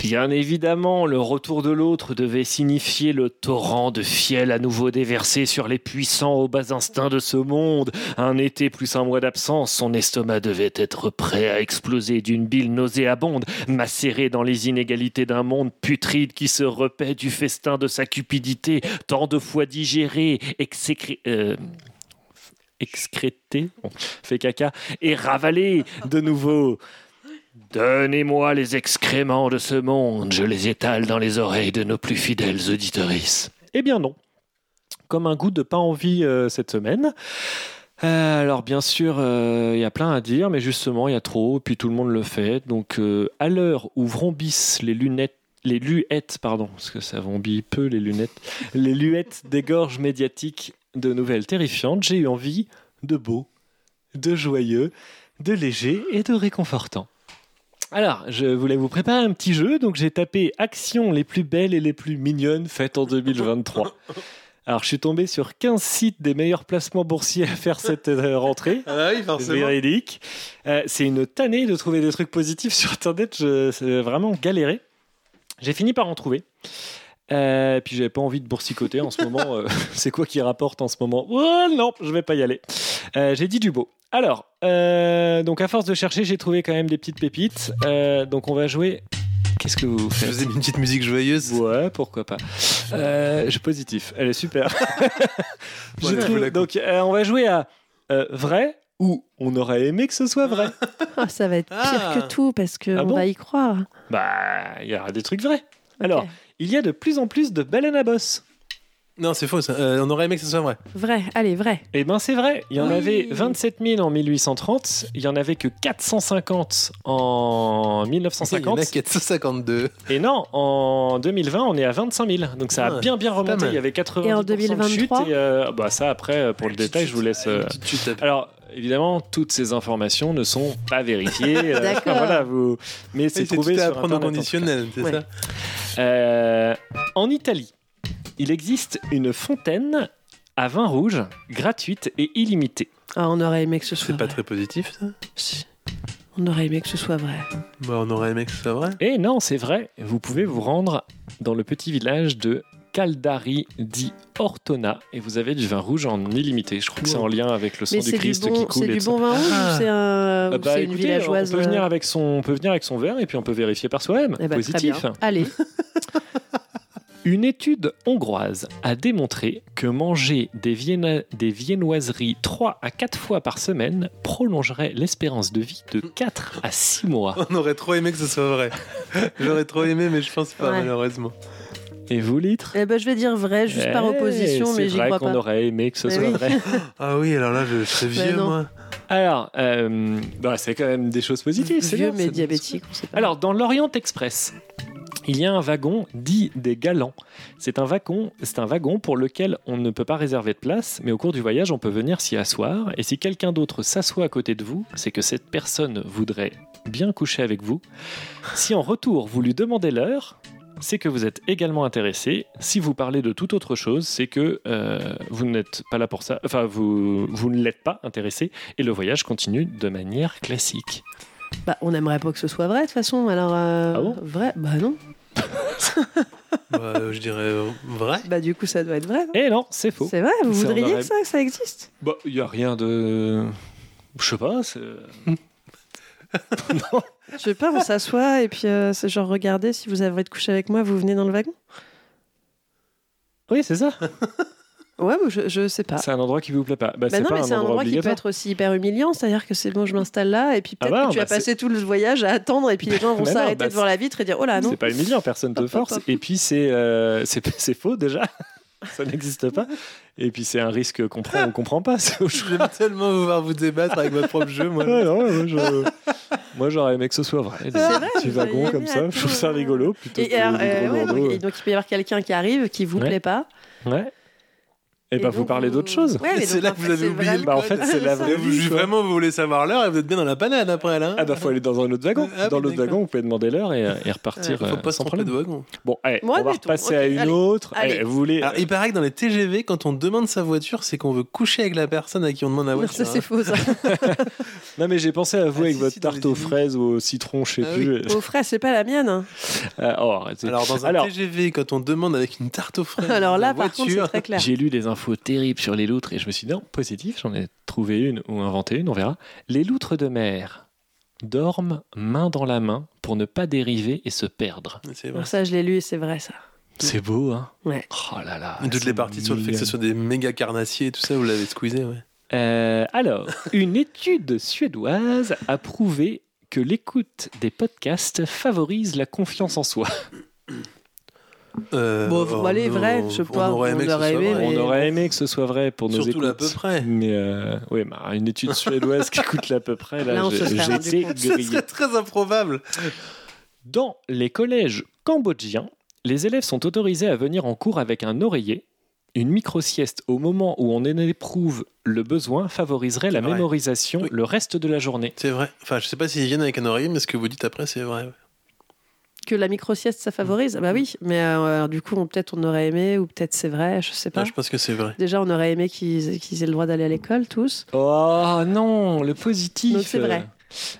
Speaker 3: Bien évidemment, le retour de l'autre devait signifier le torrent de fiel à nouveau déversé sur les puissants aux bas instincts de ce monde. Un été plus un mois d'absence, son estomac devait être prêt à exploser d'une bile nauséabonde, macérée dans les inégalités d'un monde putride qui se repaît du festin de sa cupidité, tant de fois digéré, exécré... euh, excrété, on fait caca, et ravalé de nouveau. Donnez-moi les excréments de ce monde, je les étale dans les oreilles de nos plus fidèles auditorices. Eh bien non. Comme un goût de pas envie euh, cette semaine. Euh, alors bien sûr, euh, il y a plein à dire, mais justement, il y a trop, puis tout le monde le fait. Donc euh, à l'heure où vrombissent les lunettes, les luettes, pardon, parce que ça vrombit peu les lunettes, les luettes des gorges médiatiques de nouvelles terrifiantes, j'ai eu envie de beau, de joyeux, de léger et de réconfortant. Alors, je voulais vous préparer un petit jeu, donc j'ai tapé Actions les plus belles et les plus mignonnes faites en 2023. Alors, je suis tombé sur 15 sites des meilleurs placements boursiers à faire cette euh, rentrée.
Speaker 2: Ah bah oui,
Speaker 3: C'est
Speaker 2: forcément.
Speaker 3: véridique. Euh, c'est une tannée de trouver des trucs positifs sur Internet. Je, c'est vraiment galéré. J'ai fini par en trouver. Euh, puis j'avais pas envie de boursicoter en ce moment. euh, c'est quoi qui rapporte en ce moment Oh non, je vais pas y aller. Euh, j'ai dit du beau. Alors, euh, donc à force de chercher, j'ai trouvé quand même des petites pépites. Euh, donc on va jouer. Qu'est-ce que vous
Speaker 2: Je
Speaker 3: faites
Speaker 2: faisais une petite musique joyeuse.
Speaker 3: Ouais, pourquoi pas. Euh, je suis positif. Elle est super. Je
Speaker 2: Voilà, je vous
Speaker 3: trouve-
Speaker 2: la coupe.
Speaker 3: donc, euh, on va jouer à euh, vrai ou on aurait aimé que ce soit vrai.
Speaker 1: Ah, ça va être pire
Speaker 2: Ah.
Speaker 1: que tout parce qu'on
Speaker 3: Ah bon
Speaker 1: va y croire.
Speaker 3: bah, il y aura des trucs vrais. Alors,
Speaker 1: Ok.
Speaker 3: il y a de plus en plus de baleines à bosse.
Speaker 2: Non, c'est faux. ça. Euh, on aurait aimé que ce soit vrai.
Speaker 1: Vrai, allez, vrai.
Speaker 3: Eh ben, c'est vrai. Il y en
Speaker 1: Oui.
Speaker 3: avait 27 000 en 1830. Il y en avait que 450 en
Speaker 2: Il y en
Speaker 3: 1950.
Speaker 2: a 452.
Speaker 3: Et non, en 2020, on est à 25 000. Donc ça a
Speaker 2: Ah,
Speaker 3: bien bien remonté.
Speaker 2: mal.
Speaker 3: Il y avait 80
Speaker 1: Et en
Speaker 3: de chute.
Speaker 1: 2023?
Speaker 3: Et euh, bah ça après, euh, pour le détail, je vous laisse. euh,
Speaker 2: Tu- tu tapes.
Speaker 3: Alors, évidemment, toutes ces informations ne sont pas vérifiées. Euh,
Speaker 1: D'accord.
Speaker 3: voilà, vous... Mais c'est
Speaker 2: Oui, c'est
Speaker 3: trouvé
Speaker 2: tout à
Speaker 3: sur
Speaker 2: apprendre
Speaker 3: Internet,
Speaker 2: au
Speaker 3: en tout
Speaker 2: conditionnel, c'est
Speaker 1: Ouais.
Speaker 2: ça
Speaker 3: cas. Euh, en Italie, il existe une fontaine à vin rouge gratuite et illimitée.
Speaker 1: Ah, on aurait aimé que ce soit
Speaker 2: C'est pas
Speaker 1: vrai.
Speaker 2: très positif, ça
Speaker 1: Si. On aurait aimé que ce soit vrai.
Speaker 2: Bah, On aurait aimé que ce soit vrai.
Speaker 3: Et Eh non, c'est vrai, vous pouvez vous rendre dans le petit village de Caldari di Ortona et vous avez du vin rouge en illimité. Je crois que c'est en lien avec le sang
Speaker 1: Mais
Speaker 3: du
Speaker 1: c'est du
Speaker 3: Christ qui
Speaker 1: bon,
Speaker 3: coule
Speaker 1: c'est
Speaker 3: et
Speaker 1: du
Speaker 3: tout
Speaker 1: bon vin rouge
Speaker 2: Ah.
Speaker 1: ou c'est un,
Speaker 3: Ah
Speaker 1: ou
Speaker 3: bah,
Speaker 1: c'est une
Speaker 3: écoutez,
Speaker 1: villageoise
Speaker 3: on peut, venir
Speaker 1: euh,
Speaker 3: avec son, on peut venir avec son verre et puis on peut vérifier par soi-même.
Speaker 1: eh bah, très
Speaker 3: Positif. hein.
Speaker 1: bien. Allez,
Speaker 3: Une étude hongroise a démontré que manger des, vienna- des viennoiseries 3 à 4 fois par semaine prolongerait l'espérance de vie de 4 à 6 mois.
Speaker 2: On aurait trop aimé que ce soit vrai. J'aurais trop aimé, mais je pense pas,
Speaker 1: Ouais.
Speaker 2: malheureusement.
Speaker 3: Et vous, Litre
Speaker 1: eh ben, je vais dire vrai juste par
Speaker 3: Eh,
Speaker 1: opposition, mais
Speaker 3: C'est
Speaker 1: j'y
Speaker 3: vrai
Speaker 1: crois
Speaker 3: qu'on
Speaker 1: pas.
Speaker 3: aurait aimé que ce
Speaker 1: Mais
Speaker 3: soit
Speaker 1: oui.
Speaker 3: vrai.
Speaker 2: Ah oui, alors là, je serais
Speaker 1: Bah
Speaker 2: vieux,
Speaker 1: non.
Speaker 2: moi.
Speaker 3: Alors, euh, bah, c'est quand même des choses positives. c'est
Speaker 1: Vieux
Speaker 3: bien, ça
Speaker 1: mais
Speaker 3: donne-
Speaker 1: diabétique, on sait pas.
Speaker 3: Alors, dans l'Orient Express, il y a un wagon dit des galants. C'est un wagon, c'est un wagon pour lequel on ne peut pas réserver de place, mais au cours du voyage, on peut venir s'y asseoir. Et si quelqu'un d'autre s'assoit à côté de vous, c'est que cette personne voudrait bien coucher avec vous. Si en retour, vous lui demandez l'heure, c'est que vous êtes également intéressé. Si vous parlez de toute autre chose, c'est que euh, vous n'êtes pas là pour ça. Enfin, vous, vous ne l'êtes pas intéressé. Et le voyage continue de manière classique.
Speaker 1: Bah, on aimerait pas que ce soit vrai de toute façon. Alors euh,
Speaker 3: Ah bon
Speaker 1: vrai Bah non.
Speaker 2: Bah, euh, je dirais euh, vrai.
Speaker 1: Bah du coup ça doit être vrai. non
Speaker 3: Eh non, c'est faux.
Speaker 1: C'est vrai, vous
Speaker 3: C'est- on
Speaker 1: voudriez
Speaker 3: aurait-
Speaker 1: que ça, que ça existe
Speaker 3: Bah, il y a rien de. Je sais pas. c'est-
Speaker 1: Je sais pas, on s'assoit et puis euh, c'est genre regardez si vous avez envie de coucher avec moi, vous venez dans le wagon.
Speaker 3: Oui, c'est ça.
Speaker 1: Ouais, bah, je, je sais pas.
Speaker 3: C'est un endroit qui vous plaît pas. Bah,
Speaker 1: Bah
Speaker 3: c'est
Speaker 1: non,
Speaker 3: pas
Speaker 1: mais c'est un endroit qui peut
Speaker 3: obligatoire.
Speaker 1: être aussi hyper humiliant, c'est-à-dire que c'est bon, je m'installe là, et puis peut-être
Speaker 3: Ah bah,
Speaker 1: que tu
Speaker 3: bah,
Speaker 1: as passé tout le voyage à attendre, et puis les gens vont
Speaker 3: Mais non,
Speaker 1: s'arrêter
Speaker 3: bah,
Speaker 1: devant la vitre et dire oh là non.
Speaker 3: C'est pas humiliant, personne te
Speaker 1: Hop, hop,
Speaker 3: force.
Speaker 1: hop.
Speaker 3: Et puis c'est euh, c'est c'est faux déjà. Ça n'existe pas. Et puis c'est un risque qu'on prend ou qu'on comprend pas. C'est au choix.
Speaker 2: J'aime tellement vous voir vous débattre avec votre propre jeu, moi.
Speaker 3: Ouais, non, moi, je- moi, j'aurais aimé que ce soit vrai. Des
Speaker 1: vrai,
Speaker 3: petits
Speaker 1: vous auriez
Speaker 3: wagons
Speaker 1: aimé
Speaker 3: comme ça,
Speaker 1: attendre.
Speaker 3: je trouve ça rigolo. Plutôt
Speaker 1: Et,
Speaker 3: que
Speaker 1: alors,
Speaker 3: des
Speaker 1: euh,
Speaker 3: gros
Speaker 1: ouais,
Speaker 3: bandeaux.
Speaker 1: donc, et donc, il peut y avoir quelqu'un qui arrive qui vous
Speaker 3: Ouais.
Speaker 1: plaît pas.
Speaker 3: Ouais. Et, bah
Speaker 1: donc, euh,
Speaker 3: vous parlez d'autre chose.
Speaker 1: Ouais, mais
Speaker 2: C'est
Speaker 1: donc,
Speaker 2: là
Speaker 1: en
Speaker 2: que vous
Speaker 1: fait,
Speaker 2: avez
Speaker 1: c'est
Speaker 2: oublié
Speaker 1: vraiment-
Speaker 2: le Bah,
Speaker 3: en fait, c'est la
Speaker 1: c'est ça.
Speaker 3: vraie
Speaker 2: Mais vous,
Speaker 3: vie, quoi.
Speaker 2: vraiment, vous voulez savoir l'heure et vous êtes bien dans la panade après, là. hein.
Speaker 3: Ah bah faut aller dans un autre wagon.
Speaker 2: Ah oui,
Speaker 3: dans l'autre
Speaker 2: d'accord.
Speaker 3: wagon, vous pouvez demander l'heure et, et repartir.
Speaker 2: Faut
Speaker 3: euh,
Speaker 2: pas se
Speaker 3: sans
Speaker 2: tromper
Speaker 3: problème.
Speaker 2: de wagon.
Speaker 3: Bon, allez,
Speaker 1: Ouais,
Speaker 3: on va
Speaker 1: mettons.
Speaker 3: repasser
Speaker 1: Ok,
Speaker 3: à une
Speaker 1: allez.
Speaker 3: autre.
Speaker 1: Allez.
Speaker 3: Eh, vous voulez
Speaker 2: Alors, il paraît que dans les TGV, quand on demande sa voiture, c'est qu'on veut coucher avec la personne à qui on demande la
Speaker 3: Ah
Speaker 1: Non,
Speaker 2: voiture. hein.
Speaker 1: ça c'est faux, ça.
Speaker 3: Non, mais j'ai pensé à vous
Speaker 2: Ah,
Speaker 3: avec
Speaker 2: si,
Speaker 3: votre
Speaker 2: si, dans
Speaker 3: tarte
Speaker 2: les
Speaker 3: aux
Speaker 2: îles.
Speaker 3: fraises ou au citron, je sais
Speaker 2: Ah
Speaker 3: plus.
Speaker 1: Au frais, c'est pas la mienne. hein.
Speaker 3: Ah, oh, arrêtez.
Speaker 2: Alors, dans un
Speaker 3: Alors-
Speaker 2: TGV, quand on demande avec une tarte aux fraises,
Speaker 1: Alors là,
Speaker 2: la
Speaker 1: par contre, c'est
Speaker 2: voiture,
Speaker 1: très clair.
Speaker 3: J'ai lu des infos terribles sur les loutres et je me suis dit, non, positif, j'en ai trouvé une ou inventé une, on verra. Les loutres de mer dorment main dans la main pour ne pas dériver et se perdre.
Speaker 2: c'est vrai.
Speaker 1: Alors ça, je l'ai lu et c'est vrai, ça.
Speaker 3: C'est beau, hein
Speaker 1: Ouais.
Speaker 3: Oh là là.
Speaker 2: Toutes les
Speaker 3: c'est
Speaker 2: parties sur le fait que
Speaker 3: mignon.
Speaker 2: ce soit des méga carnassiers et tout ça, vous l'avez squeezé, ouais.
Speaker 3: Euh, alors, une étude suédoise a prouvé que l'écoute des podcasts favorise la confiance en soi.
Speaker 2: Euh,
Speaker 1: Bon, faut
Speaker 2: oh
Speaker 1: aller,
Speaker 2: non,
Speaker 1: vrai, je sais pas,
Speaker 2: On
Speaker 1: on
Speaker 2: aurait aimé, que ce
Speaker 1: aurait
Speaker 2: soit
Speaker 1: aimé,
Speaker 2: vrai.
Speaker 1: mais-
Speaker 3: On aurait aimé que ce soit vrai pour nos
Speaker 2: Surtout
Speaker 3: écoutes.
Speaker 2: là, à peu près.
Speaker 3: Mais euh, oui, bah, une étude suédoise qui coûte là à peu près. Là,
Speaker 1: Là, on
Speaker 3: j'ai-
Speaker 1: se serait rendu
Speaker 3: j'étais
Speaker 1: compte.
Speaker 2: Ça
Speaker 3: grillé.
Speaker 2: serait très improbable.
Speaker 3: Dans les collèges cambodgiens, les élèves sont autorisés à venir en cours avec un oreiller. Une micro-sieste au moment où on en éprouve le besoin favoriserait la
Speaker 2: C'est vrai.
Speaker 3: mémorisation
Speaker 2: Oui.
Speaker 3: le reste de la journée.
Speaker 2: C'est vrai. Enfin, je sais pas s'ils viennent avec un oreiller, mais ce que vous dites après, c'est vrai.
Speaker 1: que la micro-sieste, ça favorise Bah oui, mais euh, alors, du coup, on- peut-être on aurait aimé, ou peut-être c'est vrai, je sais pas.
Speaker 2: Ah, je pense que c'est vrai.
Speaker 1: Déjà, on aurait aimé qu'ils qu'ils aient le droit d'aller à l'école, tous.
Speaker 3: Oh non, le positif. Oh.
Speaker 1: Donc, c'est vrai.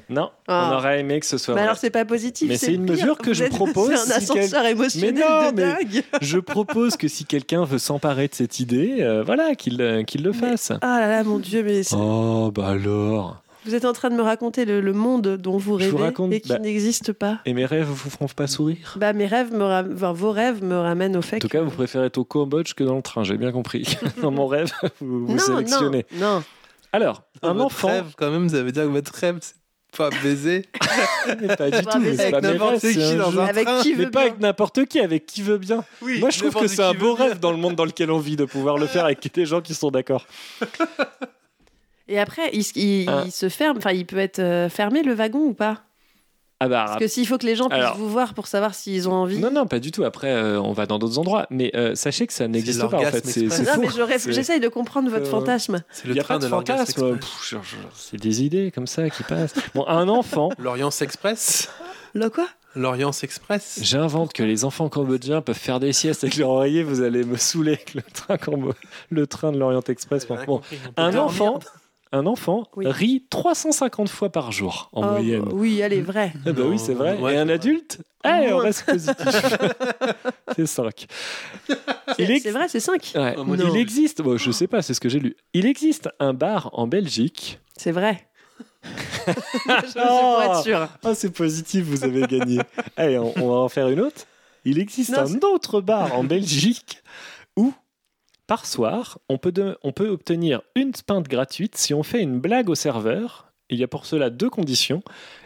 Speaker 3: Non,
Speaker 1: Ah.
Speaker 3: on aurait aimé que ce soit
Speaker 1: Bah
Speaker 3: vrai.
Speaker 1: alors, c'est pas positif.
Speaker 3: Mais c'est une
Speaker 1: pire.
Speaker 3: mesure que
Speaker 1: Vous
Speaker 3: je
Speaker 1: êtes-
Speaker 3: propose
Speaker 1: C'est un
Speaker 3: si quel-
Speaker 1: ascenseur émotionnel
Speaker 3: Mais non,
Speaker 1: de
Speaker 3: mais-
Speaker 1: dingue.
Speaker 3: Je propose que si quelqu'un veut s'emparer de cette idée, euh, voilà, qu'il euh, qu'il le fasse.
Speaker 1: Ah là là, mon Dieu, mais c'est-
Speaker 3: Oh, bah alors.
Speaker 1: vous êtes en train de me raconter le, le monde dont vous
Speaker 3: Je
Speaker 1: rêvez
Speaker 3: vous raconte-
Speaker 1: et qui
Speaker 3: bah-
Speaker 1: n'existe pas.
Speaker 3: Et mes rêves vous feront pas sourire
Speaker 1: Bah, mes rêves me ram- enfin, vos rêves me ramènent au fait
Speaker 3: En tout
Speaker 1: que-
Speaker 3: cas, vous préférez être au Cambodge que dans le train, j'ai bien compris. dans mon rêve, vous, vous
Speaker 1: non,
Speaker 3: sélectionnez.
Speaker 1: Non, non.
Speaker 3: Alors, un
Speaker 2: Votre
Speaker 3: enfant.
Speaker 2: rêve, quand même, vous avez dit que votre rêve, c'est pas baiser.
Speaker 3: Mais pas du
Speaker 1: Bah,
Speaker 3: tout,
Speaker 1: mais
Speaker 3: mais c'est
Speaker 1: avec
Speaker 3: pas mes
Speaker 2: n'importe
Speaker 3: rêves,
Speaker 2: qui
Speaker 3: c'est un
Speaker 2: dans
Speaker 3: jeu.
Speaker 2: un
Speaker 1: Avec
Speaker 2: train.
Speaker 1: qui
Speaker 3: Mais
Speaker 1: veut
Speaker 3: pas
Speaker 1: bien.
Speaker 3: avec n'importe qui, avec qui veut bien.
Speaker 2: Oui,
Speaker 3: Moi, je trouve que
Speaker 2: n'importe
Speaker 3: c'est un
Speaker 2: qui
Speaker 3: beau
Speaker 2: veut bien.
Speaker 3: rêve dans le monde dans lequel on vit de pouvoir le faire avec des gens qui sont d'accord.
Speaker 1: Et après, il, se- il-
Speaker 3: Ah.
Speaker 1: il se ferme. Enfin, il peut être euh, fermé le wagon ou pas
Speaker 3: Ah bah,
Speaker 1: Parce que s'il faut que les gens puissent
Speaker 3: Alors.
Speaker 1: vous voir pour savoir s'ils ont envie.
Speaker 3: non, non, pas du tout. Après, euh, on va dans d'autres endroits. Mais euh, sachez que ça n'existe pas, en
Speaker 2: l'orgasme
Speaker 3: fait. C'est
Speaker 2: express.
Speaker 3: c'est
Speaker 1: Non,
Speaker 3: faux.
Speaker 1: mais je rêve-
Speaker 3: C'est-
Speaker 1: j'essaye de comprendre votre
Speaker 3: Euh,
Speaker 1: fantasme.
Speaker 2: C'est
Speaker 3: Il
Speaker 2: le
Speaker 3: n'y a
Speaker 2: train
Speaker 3: pas de
Speaker 2: de l'Orient
Speaker 3: fantasme.
Speaker 2: Express.
Speaker 3: Pff, je- je- C'est des idées comme ça qui passent. Bon, un enfant,
Speaker 2: L'Orient Express
Speaker 1: Le quoi
Speaker 2: L'Orient Express
Speaker 3: j'invente que les enfants cambodgiens peuvent faire des siestes avec leur oreiller. Vous allez me saouler avec le train, cambo- le train de l'Orient Express. Bon, bon, un enfant, un enfant
Speaker 1: Oui.
Speaker 3: rit 350 fois par jour en
Speaker 1: Oh,
Speaker 3: moyenne.
Speaker 1: Oui, allez, vrai.
Speaker 3: Ah bah
Speaker 2: Non,
Speaker 3: oui, c'est vrai.
Speaker 2: ouais,
Speaker 3: Et un
Speaker 2: c'est vrai.
Speaker 3: adulte Eh, on
Speaker 1: Moins.
Speaker 3: reste positif. c'est 5. Il,
Speaker 1: C'est
Speaker 3: ex-
Speaker 1: c'est vrai, c'est 5.
Speaker 3: Ouais.
Speaker 2: Oh, moi,
Speaker 3: Il
Speaker 2: non.
Speaker 3: existe, bon, je sais pas, c'est ce que j'ai lu. Il existe un bar en Belgique.
Speaker 1: C'est vrai.
Speaker 3: Je Ah, c'est positif, vous avez gagné. Allez, on, on va en faire une autre. Il existe
Speaker 1: Non,
Speaker 3: un autre bar en Belgique où, par soir, on peut, de- on peut obtenir une pinte gratuite si on fait une blague au serveur. Il y a pour cela deux conditions.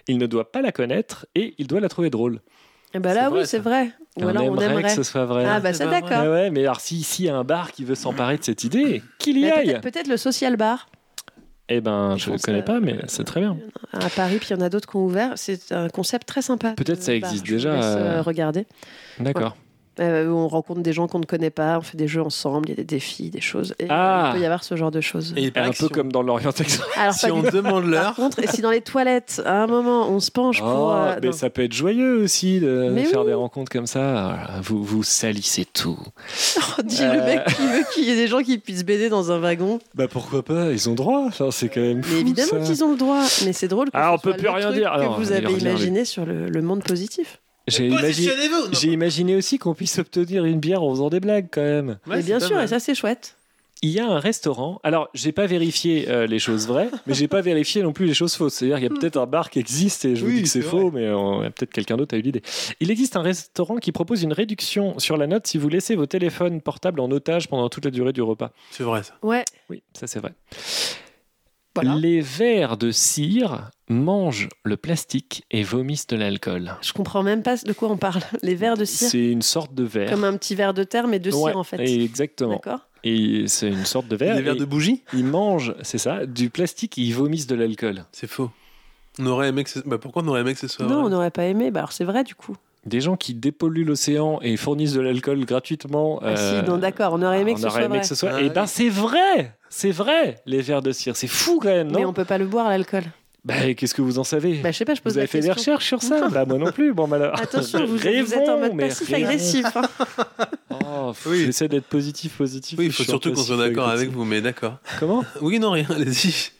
Speaker 3: Il ne doit pas la connaître et il doit la trouver drôle.
Speaker 1: Et bah
Speaker 2: C'est
Speaker 1: là,
Speaker 2: vrai,
Speaker 1: oui,
Speaker 2: ça.
Speaker 1: c'est vrai. Ou alors on
Speaker 3: que
Speaker 1: aimerait.
Speaker 3: ce soit vrai.
Speaker 1: Ah bah
Speaker 2: C'est
Speaker 1: ça,
Speaker 2: pas vrai.
Speaker 1: d'accord.
Speaker 3: Mais ouais, mais alors si ici y a un bar qui veut s'emparer de cette idée, qu'il y
Speaker 1: Mais
Speaker 3: aille.
Speaker 1: Bah, Peut-être peut-être le social bar.
Speaker 3: Eh ben, je
Speaker 1: Je
Speaker 3: ne
Speaker 1: pense
Speaker 3: connais
Speaker 1: que-
Speaker 3: pas, mais c'est très bien.
Speaker 1: à Paris, puis il y en a d'autres qui ont ouvert. C'est un concept très sympa.
Speaker 3: Peut-être
Speaker 1: de
Speaker 3: ça existe
Speaker 1: bar. Je vous
Speaker 3: déjà,
Speaker 1: laisse, euh,
Speaker 3: euh,
Speaker 1: regarder.
Speaker 3: D'accord.
Speaker 1: Euh, on rencontre des gens qu'on ne connaît pas, on fait des jeux ensemble, il y a des défis, des choses. Et
Speaker 3: Ah.
Speaker 1: euh, il peut y avoir ce genre de choses.
Speaker 2: Et il paraît
Speaker 3: Un
Speaker 2: que
Speaker 3: peu
Speaker 2: si on-
Speaker 3: comme dans l'Orient Express.
Speaker 1: Alors,
Speaker 2: Si
Speaker 1: pas
Speaker 2: on
Speaker 1: du-
Speaker 2: demande l'heure,
Speaker 1: Par contre, et si dans les toilettes, à un moment, on se penche pour.
Speaker 3: Oh,
Speaker 1: euh,
Speaker 3: mais
Speaker 1: non.
Speaker 3: ça peut être joyeux aussi de
Speaker 1: Mais
Speaker 3: faire
Speaker 1: oui.
Speaker 3: des rencontres comme ça. Voilà, Vous, vous salissez tout.
Speaker 1: On dit le
Speaker 3: Euh.
Speaker 1: mec qui veut qu'il y ait des gens qui puissent baiser dans un wagon.
Speaker 3: Bah pourquoi pas Ils ont droit. Enfin, c'est quand même
Speaker 1: Mais évidemment qu'ils ont le droit. Mais c'est drôle que
Speaker 3: Ah,
Speaker 1: ce
Speaker 3: on peut
Speaker 1: soit
Speaker 3: plus
Speaker 1: le
Speaker 3: rien
Speaker 1: truc
Speaker 3: dire.
Speaker 1: que
Speaker 3: Alors,
Speaker 1: vous
Speaker 3: allez,
Speaker 1: avez
Speaker 3: revenir, lui.
Speaker 1: imaginé sur le, le monde positif.
Speaker 3: J'ai imaginé.
Speaker 2: Positionnez-vous
Speaker 3: J'ai imaginé aussi qu'on puisse obtenir une bière en faisant des blagues quand même.
Speaker 1: mais bien sûr, et ça c'est chouette.
Speaker 3: Il y a un restaurant. Alors, j'ai pas vérifié euh, les choses vraies, mais j'ai pas vérifié non plus les choses fausses. C'est-à-dire qu'il y a peut-être un bar qui existe et je vous
Speaker 2: Oui,
Speaker 3: dis que c'est
Speaker 2: c'est
Speaker 3: faux, mais euh, il y a peut-être quelqu'un d'autre a eu l'idée. Il existe un restaurant qui propose une réduction sur la note si vous laissez vos téléphones portables en otage pendant toute la durée du repas.
Speaker 2: C'est vrai ça.
Speaker 1: Ouais.
Speaker 3: Oui, ça c'est vrai.
Speaker 1: Voilà.
Speaker 3: Les vers de cire mangent le plastique et vomissent de l'alcool.
Speaker 1: Je comprends même pas de quoi on parle. Les verres de cire,
Speaker 3: C'est une sorte de verre.
Speaker 1: comme un petit verre de terre, mais de cire
Speaker 3: Ouais,
Speaker 1: en fait.
Speaker 3: et Exactement.
Speaker 1: D'accord.
Speaker 3: Et c'est une sorte de verre.
Speaker 2: Des verres
Speaker 3: et
Speaker 2: de bougie
Speaker 3: Ils mangent, c'est ça, du plastique et ils vomissent de l'alcool.
Speaker 2: C'est faux. On aurait aimé que ce... bah, pourquoi on aurait aimé que ce soit
Speaker 1: Non, on
Speaker 2: vrai
Speaker 1: n'aurait pas aimé. Bah, alors c'est vrai du coup.
Speaker 3: Des gens qui dépolluent l'océan et fournissent de l'alcool gratuitement.
Speaker 1: Ah,
Speaker 3: euh,
Speaker 1: si, non, d'accord, on aurait aimé que
Speaker 3: on
Speaker 1: ce
Speaker 3: aurait
Speaker 1: soit vrai.
Speaker 3: que ce soit.
Speaker 2: Ah,
Speaker 3: et
Speaker 2: oui.
Speaker 3: ben c'est vrai C'est vrai, les vers de cire. C'est fou quand même, non
Speaker 1: Mais on peut pas le boire l'alcool.
Speaker 3: Bah, Qu'est-ce que vous en savez
Speaker 1: Bah, je sais pas, je pose
Speaker 3: Vous avez
Speaker 1: la
Speaker 3: fait des
Speaker 1: question.
Speaker 3: recherches sur ça Bah, moi non plus, bon malheur.
Speaker 1: Attention, vous, vous êtes en mode
Speaker 3: mais
Speaker 1: passif-agressif. hein.
Speaker 3: Oh, pff,
Speaker 2: Oui.
Speaker 3: J'essaie d'être positif, positif.
Speaker 2: Oui,
Speaker 3: mais
Speaker 2: il faut
Speaker 3: je suis
Speaker 2: surtout
Speaker 3: un peu
Speaker 2: qu'on soit
Speaker 3: si-
Speaker 2: d'accord avec vous, mais d'accord.
Speaker 3: Comment
Speaker 2: Oui, non, rien, allez-y.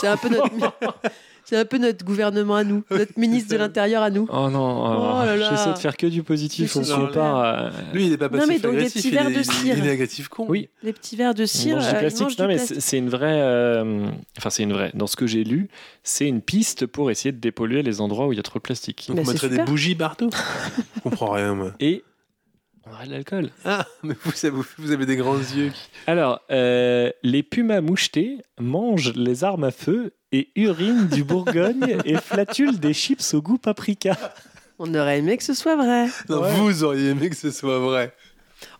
Speaker 1: C'est un peu notre. C'est un peu notre gouvernement à nous, notre ministre de l'Intérieur à nous.
Speaker 3: Oh non,
Speaker 1: Oh là là.
Speaker 3: j'essaie de faire que du positif.
Speaker 1: Mais
Speaker 3: On
Speaker 1: c'est
Speaker 3: se
Speaker 2: super.
Speaker 3: compare à-
Speaker 2: Lui, il est pas
Speaker 1: Non, mais
Speaker 2: passif
Speaker 1: donc des
Speaker 2: agressif,
Speaker 1: petits
Speaker 2: il
Speaker 1: verres
Speaker 2: est-
Speaker 1: de
Speaker 2: il est-
Speaker 1: cire.
Speaker 2: Il est négatif con.
Speaker 3: Oui.
Speaker 1: Les petits verres de cire,
Speaker 3: On mange du
Speaker 1: euh, ils
Speaker 3: plastique.
Speaker 1: mangent du
Speaker 3: non, mais
Speaker 1: plastique.
Speaker 3: c'est c'est une vraie. euh, Enfin, c'est une vraie. Dans ce que j'ai lu, c'est une piste pour essayer de dépolluer les endroits où il y a trop de plastique.
Speaker 2: Donc
Speaker 1: Mais
Speaker 2: on
Speaker 1: c'est
Speaker 2: mettrait des
Speaker 1: super.
Speaker 2: bougies partout. Je comprends rien, moi.
Speaker 3: Et on aurait de l'alcool.
Speaker 2: Ah, mais vous, ça vous, vous avez des grands yeux. qui-
Speaker 3: Alors, euh, les pumas mouchetés mangent les armes à feu et urinent du Bourgogne et flatulent des chips au goût paprika.
Speaker 1: On aurait aimé que ce soit vrai.
Speaker 2: Non,
Speaker 3: Ouais.
Speaker 2: vous auriez aimé que ce soit vrai.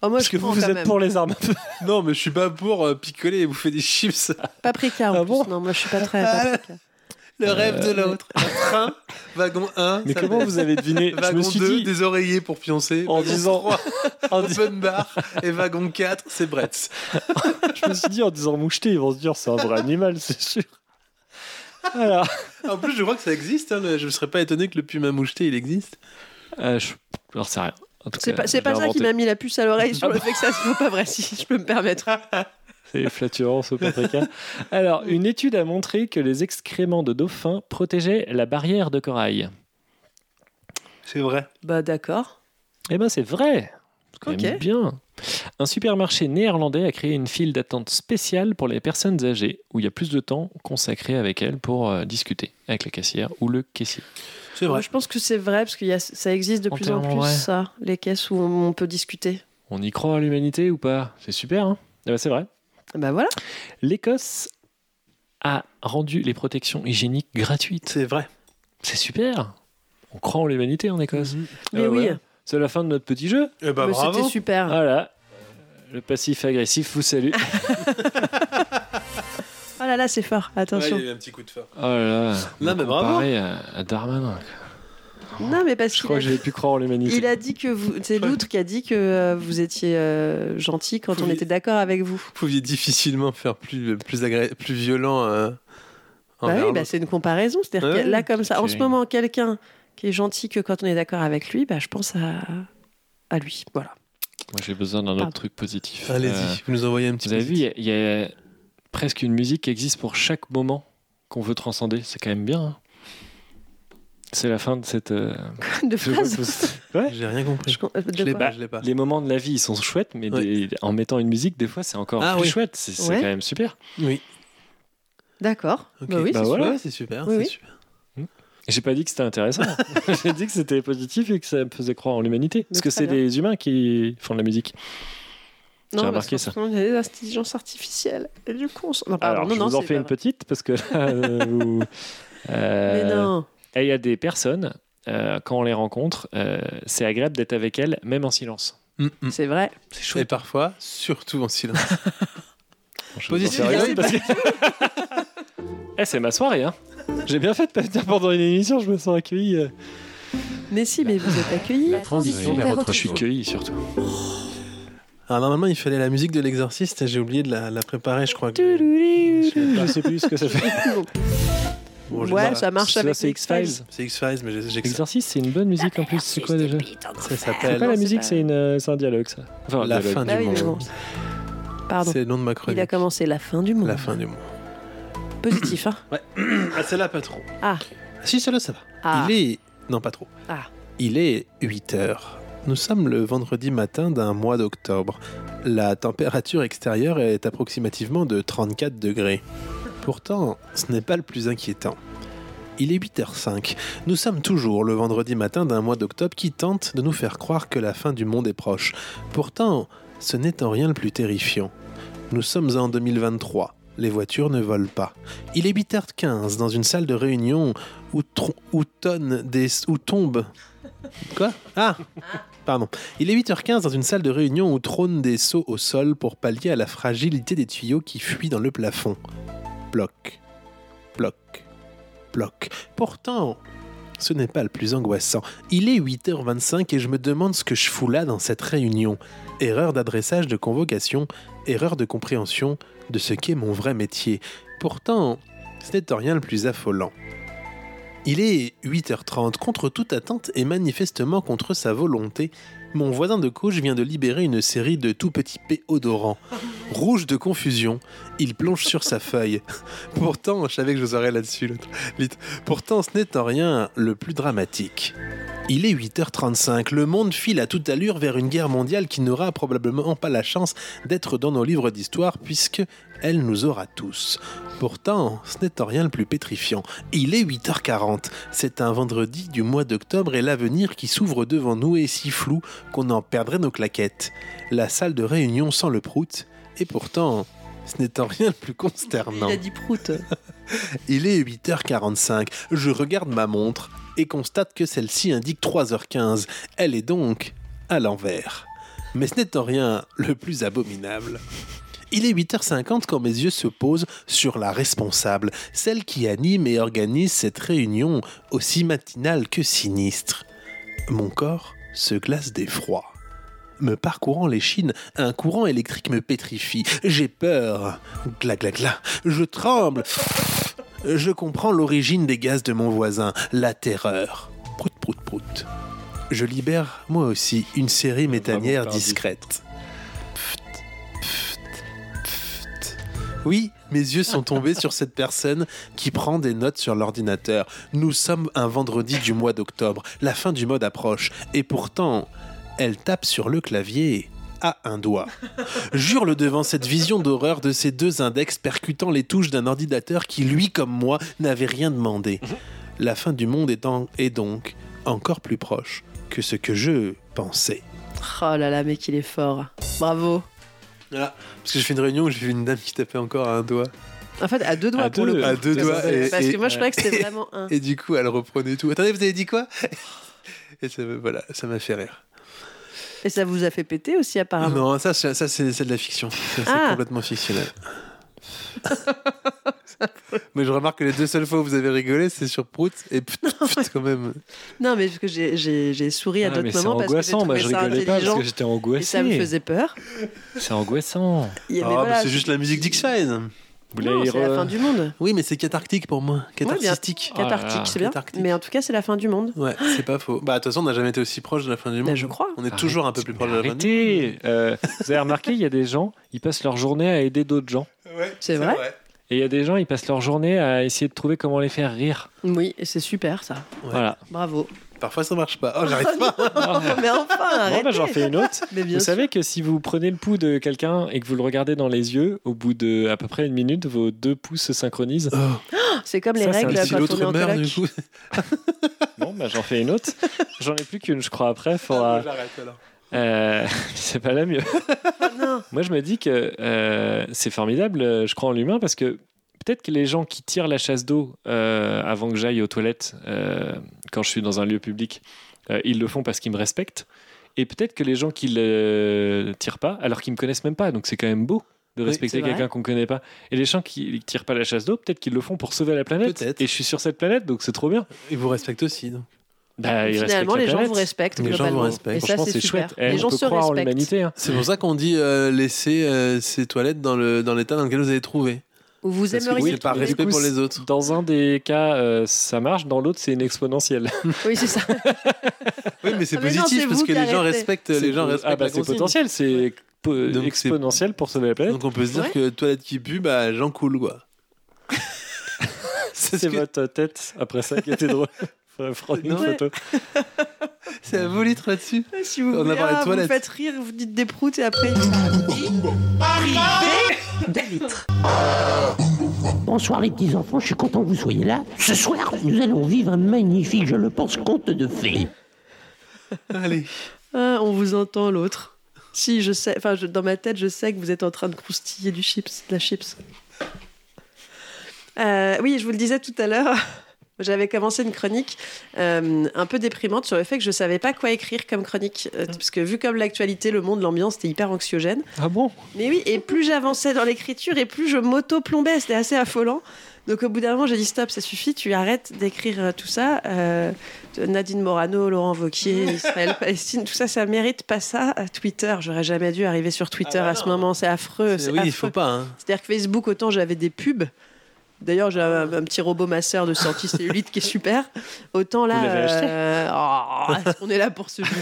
Speaker 1: Oh, moi,
Speaker 3: Parce
Speaker 1: je
Speaker 3: que vous,
Speaker 1: prends
Speaker 3: vous
Speaker 1: quand
Speaker 3: êtes
Speaker 1: même.
Speaker 3: pour les armes à feu.
Speaker 2: Non, mais je suis pas pour euh, picoler et bouffer des chips.
Speaker 1: Paprika, en
Speaker 3: Ah
Speaker 1: plus.
Speaker 3: bon
Speaker 1: Non, moi, je suis pas très
Speaker 2: Ah,
Speaker 1: paprika.
Speaker 2: Le rêve de l'autre. Un train, wagon 1.
Speaker 3: Mais
Speaker 2: ça
Speaker 3: comment
Speaker 2: va-
Speaker 3: vous avez deviné Je
Speaker 2: Wagon
Speaker 3: me suis
Speaker 2: 2,
Speaker 3: dit.
Speaker 2: des oreillers pour pioncer.
Speaker 3: En
Speaker 2: Wagon
Speaker 3: disant-
Speaker 2: 3,
Speaker 3: en dis-
Speaker 2: open bar. Et wagon 4, c'est Bretz.
Speaker 3: Je me suis dit en disant moucheté, ils vont se dire c'est un vrai animal, c'est sûr. Alors,
Speaker 2: En plus, je crois que ça existe. hein, le- Je ne serais pas étonné que le puma moucheté, il existe.
Speaker 3: Euh, je j'en sais rien. En tout
Speaker 1: C'est
Speaker 3: cas,
Speaker 1: pas, c'est
Speaker 3: je
Speaker 1: pas
Speaker 3: l'ai
Speaker 1: ça qui
Speaker 3: inventé.
Speaker 1: m'a mis la puce à l'oreille sur le fait que ça se vaut pas vrai, si je peux me permettre.
Speaker 3: C'est flatulent ce paprika. Alors, une étude a montré que les excréments de dauphins protégeaient la barrière de corail.
Speaker 2: C'est vrai.
Speaker 1: Bah d'accord.
Speaker 3: Eh ben, c'est vrai. C'est quand même
Speaker 1: Ok.
Speaker 3: bien. Un supermarché néerlandais a créé une file d'attente spéciale pour les personnes âgées, où il y a plus de temps consacré avec elles pour euh, discuter avec la caissière ou le caissier.
Speaker 2: C'est
Speaker 1: Moi, je pense que c'est vrai parce que y a- ça existe de plus en
Speaker 3: Entièrement
Speaker 1: plus,
Speaker 3: vrai.
Speaker 1: ça, les caisses où on peut discuter.
Speaker 3: On y croit à l'humanité ou pas C'est super, hein Eh ben, c'est vrai.
Speaker 1: Ah Bah voilà.
Speaker 3: L'Écosse a rendu les protections hygiéniques gratuites.
Speaker 2: C'est vrai.
Speaker 3: C'est super. On croit en l'humanité en
Speaker 2: Mhm.
Speaker 3: Écosse.
Speaker 1: Mais
Speaker 3: Ah, Bah,
Speaker 1: oui,
Speaker 3: voilà. C'est la fin de notre petit jeu.
Speaker 2: Eh ben,
Speaker 1: mais
Speaker 2: bravo.
Speaker 1: c'était super.
Speaker 3: Voilà. Le passif agressif vous salue.
Speaker 1: Ah là là, c'est fort, attention.
Speaker 2: Ouais, il y a eu un petit coup de feu.
Speaker 3: Oh là là.
Speaker 2: Non, mais bravo.
Speaker 3: Comparé à, à Darmanin.
Speaker 1: Non, mais parce
Speaker 3: Je
Speaker 1: qu'il
Speaker 3: crois
Speaker 1: a,
Speaker 3: que j'avais pu croire en l'humanité.
Speaker 1: il a dit que vous. C'est l'outre qui a dit que euh, vous étiez euh, gentil quand on
Speaker 2: Oui.
Speaker 1: était d'accord avec vous.
Speaker 2: Vous pouviez difficilement faire plus, plus, agré- plus violent. euh,
Speaker 3: Ah,
Speaker 1: Bah
Speaker 2: envers
Speaker 1: oui,
Speaker 2: nous.
Speaker 1: bah, c'est une comparaison. C'est-à-dire
Speaker 2: Ouais,
Speaker 1: que là, comme ça, en ce
Speaker 3: c'est-
Speaker 1: moment, quelqu'un qui est gentil que quand on est d'accord avec lui, bah, je pense à, à lui. Voilà.
Speaker 3: Moi, j'ai besoin d'un
Speaker 1: Pardon.
Speaker 3: autre truc positif.
Speaker 2: Allez-y,
Speaker 3: Euh,
Speaker 2: vous nous envoyez un petit
Speaker 3: vous avez vu,
Speaker 2: message.
Speaker 3: il y a- il y, a presque une musique qui existe pour chaque moment qu'on veut transcender. C'est quand même bien. hein. C'est la fin de cette. euh,
Speaker 1: De
Speaker 3: je-
Speaker 1: phrase.
Speaker 3: ouais.
Speaker 2: J'ai rien compris.
Speaker 1: Je com- euh, de
Speaker 2: Je l'ai
Speaker 1: quoi
Speaker 2: pas, je l'ai pas.
Speaker 3: Les moments de la vie, ils sont chouettes, mais des- en mettant une musique, des fois, c'est encore
Speaker 2: Ah
Speaker 3: plus
Speaker 2: oui.
Speaker 3: chouette. C'est c'est
Speaker 1: Ouais.
Speaker 3: quand même super.
Speaker 2: Oui,
Speaker 1: D'accord.
Speaker 2: ok.
Speaker 1: Bah oui,
Speaker 3: Bah
Speaker 1: c'est
Speaker 3: voilà.
Speaker 2: Ouais, c'est super.
Speaker 1: Oui,
Speaker 2: c'est
Speaker 1: oui.
Speaker 2: super.
Speaker 3: J'ai pas dit que c'était intéressant. J'ai dit que c'était positif et que ça me faisait croire en l'humanité. Parce
Speaker 1: Mais
Speaker 3: que
Speaker 1: très
Speaker 3: c'est
Speaker 1: bien.
Speaker 3: les humains qui font de la musique.
Speaker 1: Non,
Speaker 3: J'ai
Speaker 1: parce
Speaker 3: remarqué
Speaker 1: qu'en
Speaker 3: ça.
Speaker 1: ce moment, Il y a des intelligences artificielles. Et du coup, on s- Non, pardon,
Speaker 3: Alors,
Speaker 1: non,
Speaker 3: je
Speaker 1: non,
Speaker 3: vous en
Speaker 1: c'est
Speaker 3: fais
Speaker 1: pas
Speaker 3: une
Speaker 1: vrai.
Speaker 3: petite parce que là, euh, vous-
Speaker 1: Mais
Speaker 3: euh,
Speaker 1: non.
Speaker 3: et il y a des personnes, euh, quand on les rencontre, euh, c'est agréable d'être avec elles, même en silence.
Speaker 2: Mm, mm.
Speaker 1: C'est vrai.
Speaker 3: C'est
Speaker 2: Et
Speaker 3: chouette.
Speaker 2: parfois, surtout en silence.
Speaker 3: Je vous en
Speaker 2: Positif.
Speaker 3: fais rigoler parce que- Eh, c'est ma soirée, hein. J'ai bien fait de pas venir pendant une émission, je me sens accueilli. euh.
Speaker 1: Mais si, mais vous êtes accueillis.
Speaker 9: La transition
Speaker 3: Oui.
Speaker 9: vers
Speaker 3: Je
Speaker 9: autre
Speaker 3: suis
Speaker 9: chose.
Speaker 3: accueilli surtout.
Speaker 2: Alors normalement, il fallait la musique de l'exorciste et j'ai oublié de la, la préparer, je crois. Que...
Speaker 3: Je sais plus ce que ça fait.
Speaker 2: Bon, j'ai
Speaker 1: ouais,
Speaker 2: pas-
Speaker 1: ça marche
Speaker 3: Ça,
Speaker 1: avec
Speaker 3: c'est
Speaker 1: les
Speaker 3: X-Files.
Speaker 2: C'est X-Files, mais j'ai j'ai que ça.
Speaker 3: L'exorciste, c'est une bonne musique en plus. C'est quoi déjà
Speaker 2: Ça
Speaker 1: Ah
Speaker 3: C'est
Speaker 2: s'appelle
Speaker 3: pas
Speaker 1: non,
Speaker 3: la
Speaker 1: c'est
Speaker 3: musique,
Speaker 1: pas-
Speaker 3: c'est une, euh, c'est un dialogue ça. Enfin, un
Speaker 2: La
Speaker 3: dialogue.
Speaker 2: fin
Speaker 1: Bah
Speaker 2: du
Speaker 1: oui, mais bon.
Speaker 2: monde.
Speaker 1: Pardon.
Speaker 2: C'est le nom de ma
Speaker 1: Il a
Speaker 2: chronique.
Speaker 1: commencé la fin du monde.
Speaker 2: La fin du monde.
Speaker 1: Positif, hein
Speaker 2: Ah, celle-là, pas trop.
Speaker 1: Ah.
Speaker 2: Si, celle-là, ça va.
Speaker 1: Ah.
Speaker 2: Il est. Non, pas trop.
Speaker 1: Ah.
Speaker 2: Il est 8 heures. Nous sommes le vendredi matin d'un mois d'octobre. La température extérieure est approximativement de 34 degrés. Pourtant, ce n'est pas le plus inquiétant. Il est 8h05. Nous sommes toujours le vendredi matin d'un mois d'octobre qui tente de nous faire croire que la fin du monde est proche. Pourtant, ce n'est en rien le plus terrifiant. Nous sommes en 2023. Les voitures ne volent pas. Il est 8h15 dans une salle de réunion où, tron- où tonne des... où tombe... Quoi Ah Pardon. Il est 8h15 dans une salle de réunion où trônent des seaux au sol pour pallier à la fragilité des tuyaux qui fuient dans le plafond. Bloc. Bloc. Bloc. Pourtant, ce n'est pas le plus angoissant. Il est 8h25 et je me demande ce que je fous là dans cette réunion. Erreur d'adressage de convocation, erreur de compréhension de ce qu'est mon vrai métier. Pourtant, ce n'est en rien le plus affolant. Il est 8h30 contre toute attente et manifestement contre sa volonté. Mon voisin de gauche vient de libérer une série de tout petits P odorants. Rouge de confusion, il plonge sur sa feuille. Pourtant, je savais que je vous aurais là-dessus. l'autre. Vite. Pourtant, ce n'est en rien le plus dramatique. Il est 8h35. Le monde file à toute allure vers une guerre mondiale qui n'aura probablement pas la chance d'être dans nos livres d'histoire puisque elle nous aura tous. Pourtant, ce n'est en rien le plus pétrifiant. Il est 8h40. C'est un vendredi du mois d'octobre et l'avenir qui s'ouvre devant nous est si flou qu'on en perdrait nos claquettes. La salle de réunion sent le prout et pourtant, ce n'est en rien le plus consternant.
Speaker 1: Il a dit prout. Oh
Speaker 2: Il est 8h45. Je regarde ma montre et constate que celle-ci indique 3h15. Elle est donc à l'envers. Mais ce n'est en rien le plus abominable. Il est 8h50 quand mes yeux se posent sur la responsable, celle qui anime et organise cette réunion aussi matinale que sinistre. Mon corps se glace d'effroi. Me parcourant l'échine, un courant électrique me pétrifie. J'ai peur. Gla gla gla. Je tremble. Je comprends l'origine des gaz de mon voisin, la terreur. Prout prout prout. je libère moi aussi une série métanière
Speaker 3: perdu.
Speaker 2: discrète. Pft, pft, pft. Oui, mes yeux sont tombés sur cette personne qui prend des notes sur l'ordinateur. Nous sommes un vendredi du mois d'octobre, la fin du mode approche, et pourtant, elle tape sur le clavier à un doigt. Jure-le devant cette vision d'horreur de ces deux index percutant les touches d'un ordinateur qui, lui comme moi, n'avait rien demandé. La fin du monde est, en- est donc encore plus proche que ce que je pensais.
Speaker 1: Oh là là, mec, il est fort. Bravo.
Speaker 2: Parce que j'ai fait une réunion où j'ai vu une dame qui tapait encore à un doigt.
Speaker 1: En fait, à deux doigts
Speaker 3: À
Speaker 1: pour
Speaker 3: deux,
Speaker 1: le coup.
Speaker 2: à deux doigts et-
Speaker 1: Parce
Speaker 2: et-
Speaker 1: que moi, je croyais que c'était vraiment un.
Speaker 2: Et du coup, elle reprenait tout. Attendez, vous avez dit quoi Et ça, me- voilà, ça m'a fait rire.
Speaker 1: Et ça vous a fait péter aussi, apparemment.
Speaker 2: Non, ça, c'est- ça c'est c'est de la fiction. Ça, C'est
Speaker 1: Ah.
Speaker 2: complètement fictionnel. Mais je remarque que les deux seules fois où vous avez rigolé, c'est sur Prout et put, put, quand même.
Speaker 1: Non, mais parce que j'ai- j'ai j'ai souri à
Speaker 3: Ah, mais
Speaker 1: d'autres
Speaker 3: c'est
Speaker 1: moments parce que j'ai
Speaker 3: angoissant, moi
Speaker 1: trouvé
Speaker 3: je
Speaker 1: ça
Speaker 3: rigolais pas parce
Speaker 1: intelligent
Speaker 3: que j'étais
Speaker 1: et ça me
Speaker 3: angoissé.
Speaker 1: faisait peur.
Speaker 3: C'est angoissant.
Speaker 1: Il y
Speaker 2: Ah,
Speaker 1: avait,
Speaker 2: bah,
Speaker 1: voilà,
Speaker 2: c'est juste la musique d'X-Files.
Speaker 3: Vous
Speaker 1: Non,
Speaker 3: l'avez
Speaker 1: c'est la
Speaker 3: re-
Speaker 1: fin du monde.
Speaker 2: Oui, mais c'est cathartique pour moi.
Speaker 1: bien.
Speaker 2: Cathartique.
Speaker 3: euh. Ah là là,
Speaker 1: Cathartique, c'est bien.
Speaker 2: cathartique.
Speaker 1: Mais en tout cas, c'est la fin du monde.
Speaker 2: Ouais, c'est pas faux. Bah, de toute façon, on n'a jamais été aussi proche de la fin du monde.
Speaker 1: Bah, je crois.
Speaker 2: On est toujours un peu plus proche de la fin du monde.
Speaker 3: Arrêtez Euh, Vous avez remarqué, il y a des gens, ils passent leur journée à aider d'autres gens.
Speaker 1: C'est vrai.
Speaker 3: Et il y a des gens, ils passent leur journée à essayer de trouver comment les faire rire.
Speaker 1: Oui, et c'est super ça.
Speaker 2: Ouais.
Speaker 3: Voilà.
Speaker 1: Bravo.
Speaker 2: Parfois, ça marche pas. Oh,
Speaker 1: Ah,
Speaker 2: j'arrive pas.
Speaker 1: mais enfin,
Speaker 3: Bon,
Speaker 1: arrêtez.
Speaker 3: bah, j'en fais une autre.
Speaker 1: Mais bien
Speaker 3: Vous
Speaker 1: sûr.
Speaker 3: savez que si vous prenez le pouls de quelqu'un et que vous le regardez dans les yeux, au bout de à peu près une minute, vos deux pouces se synchronisent.
Speaker 1: C'est comme les
Speaker 3: Ça, c'est
Speaker 1: règles
Speaker 3: un
Speaker 2: Oh, si
Speaker 1: quand
Speaker 2: l'autre
Speaker 1: on est en
Speaker 2: meurt,
Speaker 1: coloc.
Speaker 2: du coup.
Speaker 3: Bon, bah, j'en fais une autre. J'en ai plus qu'une, je crois. Après, faudra.
Speaker 2: J'arrête alors.
Speaker 3: Euh, c'est pas la mieux.
Speaker 1: Ah,
Speaker 3: Moi, je me dis que euh, c'est formidable, euh, je crois en l'humain, parce que peut-être que les gens qui tirent la chasse d'eau euh, avant que j'aille aux toilettes, euh, quand je suis dans un lieu public, euh, ils le font parce qu'ils me respectent. Et peut-être que les gens qui le tirent pas, alors qu'ils me connaissent même pas, donc c'est quand même beau de
Speaker 2: Oui,
Speaker 3: respecter
Speaker 1: c'est vrai.
Speaker 3: quelqu'un qu'on connaît pas. Et les gens qui tirent pas la chasse d'eau, peut-être qu'ils le font pour sauver la planète.
Speaker 2: Peut-être.
Speaker 3: Et je suis sur cette planète, donc c'est trop bien.
Speaker 2: Ils vous respectent aussi, non
Speaker 3: Bah, ils
Speaker 1: Finalement,
Speaker 3: respectent la
Speaker 1: les gens
Speaker 3: planète.
Speaker 1: vous respectent
Speaker 2: Les gens vous
Speaker 1: globalement.
Speaker 2: respectent.
Speaker 1: Et ça,
Speaker 3: Franchement,
Speaker 1: c'est
Speaker 3: c'est
Speaker 1: super.
Speaker 3: chouette. Eh,
Speaker 1: les
Speaker 3: on
Speaker 1: gens
Speaker 3: peut
Speaker 1: se
Speaker 3: croire en
Speaker 1: respectent.
Speaker 3: l'humanité. hein.
Speaker 2: C'est pour ça qu'on dit euh, laisser euh, ses toilettes dans le dans l'état dans lequel vous avez trouvé.
Speaker 1: Ou vous
Speaker 2: Parce que
Speaker 1: aimeriez
Speaker 2: c'est par
Speaker 1: trouver-
Speaker 2: respect
Speaker 3: Du coup,
Speaker 2: pour les
Speaker 3: c'est-
Speaker 2: autres.
Speaker 3: Dans un des cas, euh, ça marche. Dans l'autre, c'est une exponentielle.
Speaker 1: Oui, c'est ça.
Speaker 2: Oui, mais c'est
Speaker 1: Ah, mais non,
Speaker 2: positif
Speaker 1: c'est
Speaker 2: parce
Speaker 1: vous
Speaker 2: que
Speaker 1: qui
Speaker 2: les gens
Speaker 1: arrêtez.
Speaker 2: respectent
Speaker 3: C'est-
Speaker 2: les gens respectent
Speaker 3: ah bah,
Speaker 2: la
Speaker 3: c'est
Speaker 2: consigne.
Speaker 3: potentiel, c'est po-
Speaker 2: Donc, c'est-
Speaker 3: exponentiel pour sauver la planète.
Speaker 2: Donc on peut se dire
Speaker 1: Ouais.
Speaker 2: que toilette qui pue, bah j'en coule quoi.
Speaker 3: C'est
Speaker 2: ce que-
Speaker 3: votre tête après ça qui était drôle. Faudrait prendre une
Speaker 2: Non.
Speaker 3: photo.
Speaker 2: C'est à vous litre là-dessus.
Speaker 1: Si vous
Speaker 2: On a
Speaker 1: voulez,
Speaker 2: parlé de
Speaker 1: ah, vous
Speaker 2: toilettes.
Speaker 1: faites rire, vous dites des proutes et après.
Speaker 4: Bonsoir les petits enfants, je suis content que vous soyez là. Ce soir, nous allons vivre un magnifique, je le pense, conte de fées.
Speaker 2: Allez.
Speaker 1: Ah, on vous entend l'autre. Si, je sais. Enfin, je- dans ma tête, je sais que vous êtes en train de croustiller du chips, de la chips. Euh, oui, je vous le disais tout à l'heure. J'avais commencé une chronique euh, un peu déprimante sur le fait que je savais pas quoi écrire comme chronique. euh, parce que vu comme l'actualité, le monde, l'ambiance, c'était hyper anxiogène.
Speaker 3: Ah bon
Speaker 1: Mais oui, et plus j'avançais dans l'écriture et plus je m'auto-plombais, c'était assez affolant. Donc au bout d'un moment, j'ai dit stop, ça suffit, tu arrêtes d'écrire euh, tout ça. Euh, Nadine Morano, Laurent Vauquier, Israël, Palestine, tout ça, ça mérite pas ça. Euh, Twitter, j'aurais jamais dû arriver sur Twitter
Speaker 2: Ah bah
Speaker 1: à ce
Speaker 2: non.
Speaker 1: moment, c'est affreux. c'est
Speaker 2: oui, il
Speaker 1: affreux.
Speaker 2: faut pas. Hein.
Speaker 1: C'est-à-dire que Facebook, autant j'avais des pubs. D'ailleurs, j'ai un,
Speaker 2: Ah.
Speaker 1: un petit robot masseur de centicellulite qui est super. Autant là,
Speaker 3: Vous l'avez acheté
Speaker 1: euh, oh, on est là pour se juger.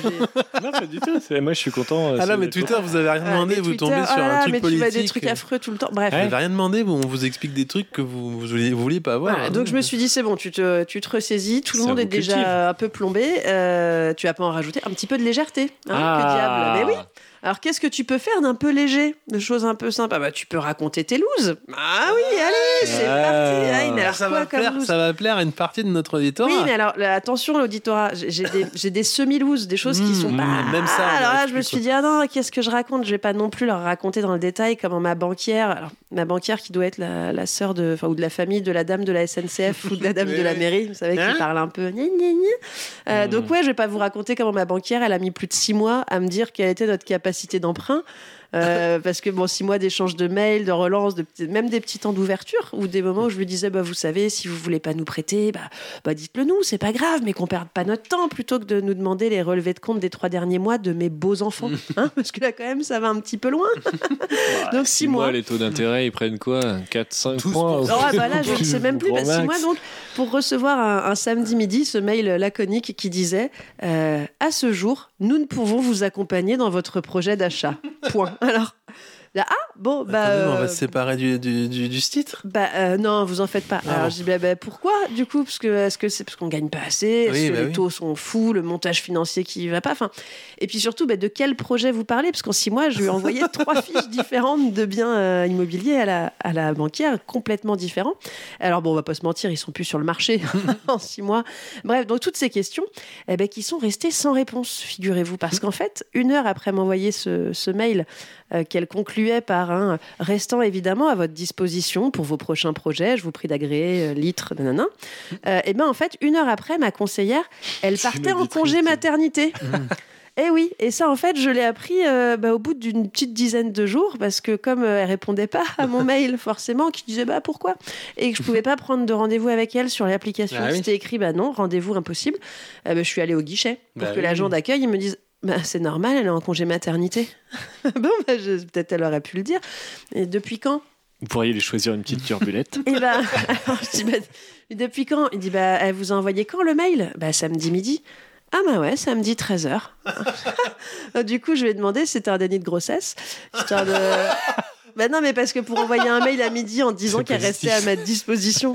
Speaker 3: Non, pas du tout. C'est- Moi, je suis content. euh,
Speaker 2: Ah là,
Speaker 3: c'est-
Speaker 2: mais Twitter, vous avez rien
Speaker 1: Ah,
Speaker 2: demandé,
Speaker 1: mais
Speaker 2: vous
Speaker 1: Twitter,
Speaker 2: tombez sur
Speaker 1: oh là
Speaker 2: un
Speaker 1: là,
Speaker 2: truc
Speaker 1: mais
Speaker 2: politique. euh.
Speaker 1: tu vois des trucs affreux tout le temps. Bref.
Speaker 2: Vous avez rien demandé, vous- on vous explique des trucs que vous vous vouliez, vous vouliez pas avoir.
Speaker 1: Voilà, donc je me suis dit, c'est bon, tu te, tu te ressaisis, tout le
Speaker 3: Ça
Speaker 1: monde est
Speaker 3: vous cultive.
Speaker 1: déjà un peu plombé, euh, tu vas pas en rajouter un petit peu de légèreté. hein,
Speaker 3: Ah.
Speaker 1: Que diable Mais oui Alors qu'est-ce que tu peux faire d'un peu léger De choses un peu sympas bah, Tu peux raconter tes looses. Ah oui, allez, c'est
Speaker 3: Ah.
Speaker 1: parti Ah, il a
Speaker 2: Alors,
Speaker 1: l'air
Speaker 2: ça
Speaker 1: quoi
Speaker 2: va
Speaker 1: comme
Speaker 2: plaire,
Speaker 1: loose
Speaker 2: ça va plaire à une partie de notre auditoire.
Speaker 1: oui, mais alors là, attention, l'auditorat, j'ai j'ai des, j'ai des semi-looses, des choses qui
Speaker 2: Mmh,
Speaker 1: sont
Speaker 2: mmh,
Speaker 1: pas.
Speaker 2: même ça, on
Speaker 1: Alors là,
Speaker 2: n'arrive
Speaker 1: je me
Speaker 2: plus,
Speaker 1: suis dit, ah non, qu'est-ce que je raconte Je vais pas non plus leur raconter dans le détail comment ma banquière, alors, ma banquière qui doit être la, la sœur de, enfin, ou de la famille de la dame de la SNCF ou de la dame de la
Speaker 2: Oui.
Speaker 1: mairie, vous savez,
Speaker 2: Hein Hmm.
Speaker 1: qui parle un peu. gna, gna, gna. Euh,
Speaker 3: Mmh.
Speaker 1: Donc ouais, je vais pas vous raconter comment ma banquière, elle a mis plus de six mois à me dire quelle était notre capacité d'emprunt. Euh, parce que bon, six mois d'échanges de mails, de relances, de, petits- même des petits temps d'ouverture, ou des
Speaker 2: Hmm.
Speaker 1: moments où je lui disais, bah, vous savez, si vous voulez pas nous prêter, bah, bah, dites-le nous, c'est pas grave, mais qu'on perde pas notre temps plutôt que de nous demander les relevés de compte des trois derniers mois de mes beaux enfants, hein, parce que là quand même ça va un petit peu loin. Donc six mois.
Speaker 10: Les taux d'intérêt, ils prennent quoi 4, 5 points
Speaker 1: Non, ah, bah là, je ne sais même plus. Bah, six mois, donc, pour recevoir un, un samedi midi ce mail laconique qui disait euh, À ce jour, nous ne pouvons vous accompagner dans votre projet d'achat. Point. Alors, là, ah, bon, bah.
Speaker 2: Attendez, mais on
Speaker 1: euh,
Speaker 2: va se séparer du, du, du- du ce titre
Speaker 1: bah euh, non, vous en faites
Speaker 2: Ah
Speaker 1: pas. Alors je dis bah, bah, pourquoi du coup parce que est-ce que c'est parce qu'on gagne pas assez, est-ce
Speaker 2: Oui,
Speaker 1: que
Speaker 2: bah
Speaker 1: les
Speaker 2: oui.
Speaker 1: taux sont fous, le montage financier qui va pas. Enfin, et puis surtout bah, de quel projet vous parlez parce qu'en six mois je lui ai envoyé trois fiches différentes de biens euh, immobiliers à la, à la banquière complètement différents. Alors bon, on va pas se mentir, ils sont plus sur le marché en six mois. Bref, donc toutes ces questions eh ben, qui sont restées sans réponse, figurez-vous, parce qu'en fait une heure après m'envoyer ce, ce mail euh, qu'elle concluait par un restant évidemment à votre disposition pour vos prochains projets. Je vous prie d'agréer euh, litre, nanana. Euh, et bien en fait, une heure après, ma conseillère, elle
Speaker 2: Mmh. Tu
Speaker 1: partait
Speaker 2: me
Speaker 1: en
Speaker 2: détruis, Mmh.
Speaker 1: congé
Speaker 2: ça.
Speaker 1: maternité. Et oui, et ça en fait, je l'ai appris euh, bah, au bout d'une petite dizaine de jours parce que comme euh, elle répondait pas à mon mail forcément, qui disait bah pourquoi et que je pouvais pas prendre de rendez-vous avec elle sur l'application,
Speaker 2: Ah oui.
Speaker 1: c'était écrit bah non, rendez-vous impossible. Euh, bah, je suis allée au guichet pour
Speaker 2: Bah
Speaker 1: que
Speaker 2: oui.
Speaker 1: l'agent d'accueil il me dise bah, c'est normal, elle est en congé maternité. bon, bah, je- peut-être elle aurait pu le dire. Et depuis quand
Speaker 10: Vous pourriez les choisir une petite turbulette.
Speaker 1: Et bah, alors, je dis, bah, depuis quand Il dit, bah, elle vous a envoyé quand le mail Bah, samedi midi. Ah bah ouais, samedi 13h. du coup, je lui ai demandé si c'était un déni de grossesse. Histoire de... Bah non, mais parce que pour envoyer un mail à midi en disant
Speaker 2: C'est
Speaker 1: qu'elle restait à
Speaker 2: positif.
Speaker 1: ma disposition,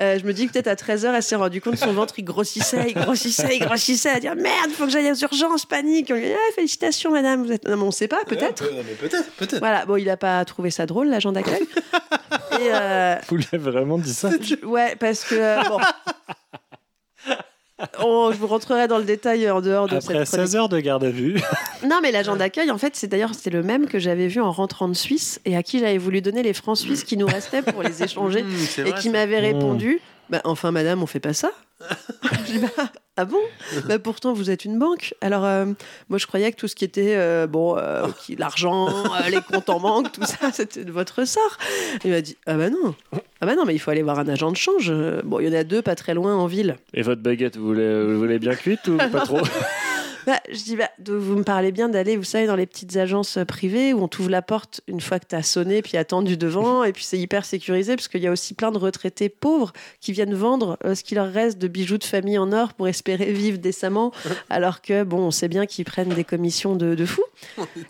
Speaker 1: euh, je me dis que peut-être à 13h, elle s'est rendue compte que son ventre, il grossissait, il grossissait, il grossissait. Elle dit, oh, merde, faut que j'aille aux urgences, panique. On lui dit, ah, félicitations, madame. Vous êtes... Non, mais on sait pas, peut-être.
Speaker 2: Non, mais peut-être, peut-être.
Speaker 1: Voilà, bon, il n'a pas trouvé ça drôle, l'agent d'accueil. Et, euh,
Speaker 10: Vous lui avez vraiment dit ça
Speaker 1: je- Ouais, parce que. euh, bon. On- je vous rentrerai dans le détail euh, en dehors de
Speaker 10: Après
Speaker 1: cette chronique.
Speaker 10: 16 heures de garde à vue.
Speaker 1: Non, mais l'agent d'accueil, en fait, c'est d'ailleurs c'est le même que j'avais vu en rentrant de Suisse et à qui j'avais voulu donner les francs suisses qui nous restaient pour les échanger
Speaker 2: Mmh, c'est
Speaker 1: et
Speaker 2: vrai,
Speaker 1: qui
Speaker 2: ça.
Speaker 1: m'avait
Speaker 10: Mmh.
Speaker 1: répondu bah, Enfin, madame, on fait pas ça. Je dis, bah, ah bon bah, Pourtant, vous êtes une banque. Alors, euh, moi, je croyais que tout ce qui était euh, bon, euh, qui- l'argent, euh, les comptes en banque, tout ça, c'était de votre sort. Il m'a dit Ah bah non. Ah bah non, mais il faut aller voir un agent de change. Euh, Bon, il y en a deux pas très loin en ville.
Speaker 3: Et votre baguette, vous voulez, vous voulez bien cuite ou pas trop
Speaker 1: Bah, je dis, bah, de- vous me parlez bien d'aller, vous savez, dans les petites agences euh, privées où on t'ouvre la porte une fois que t'as sonné, puis attendu devant, et puis c'est hyper sécurisé, parce qu'il y a aussi plein de retraités pauvres qui viennent vendre euh, ce qu'il leur reste de bijoux de famille en or pour espérer vivre décemment, alors que, bon, on sait bien qu'ils prennent des commissions de, de fou.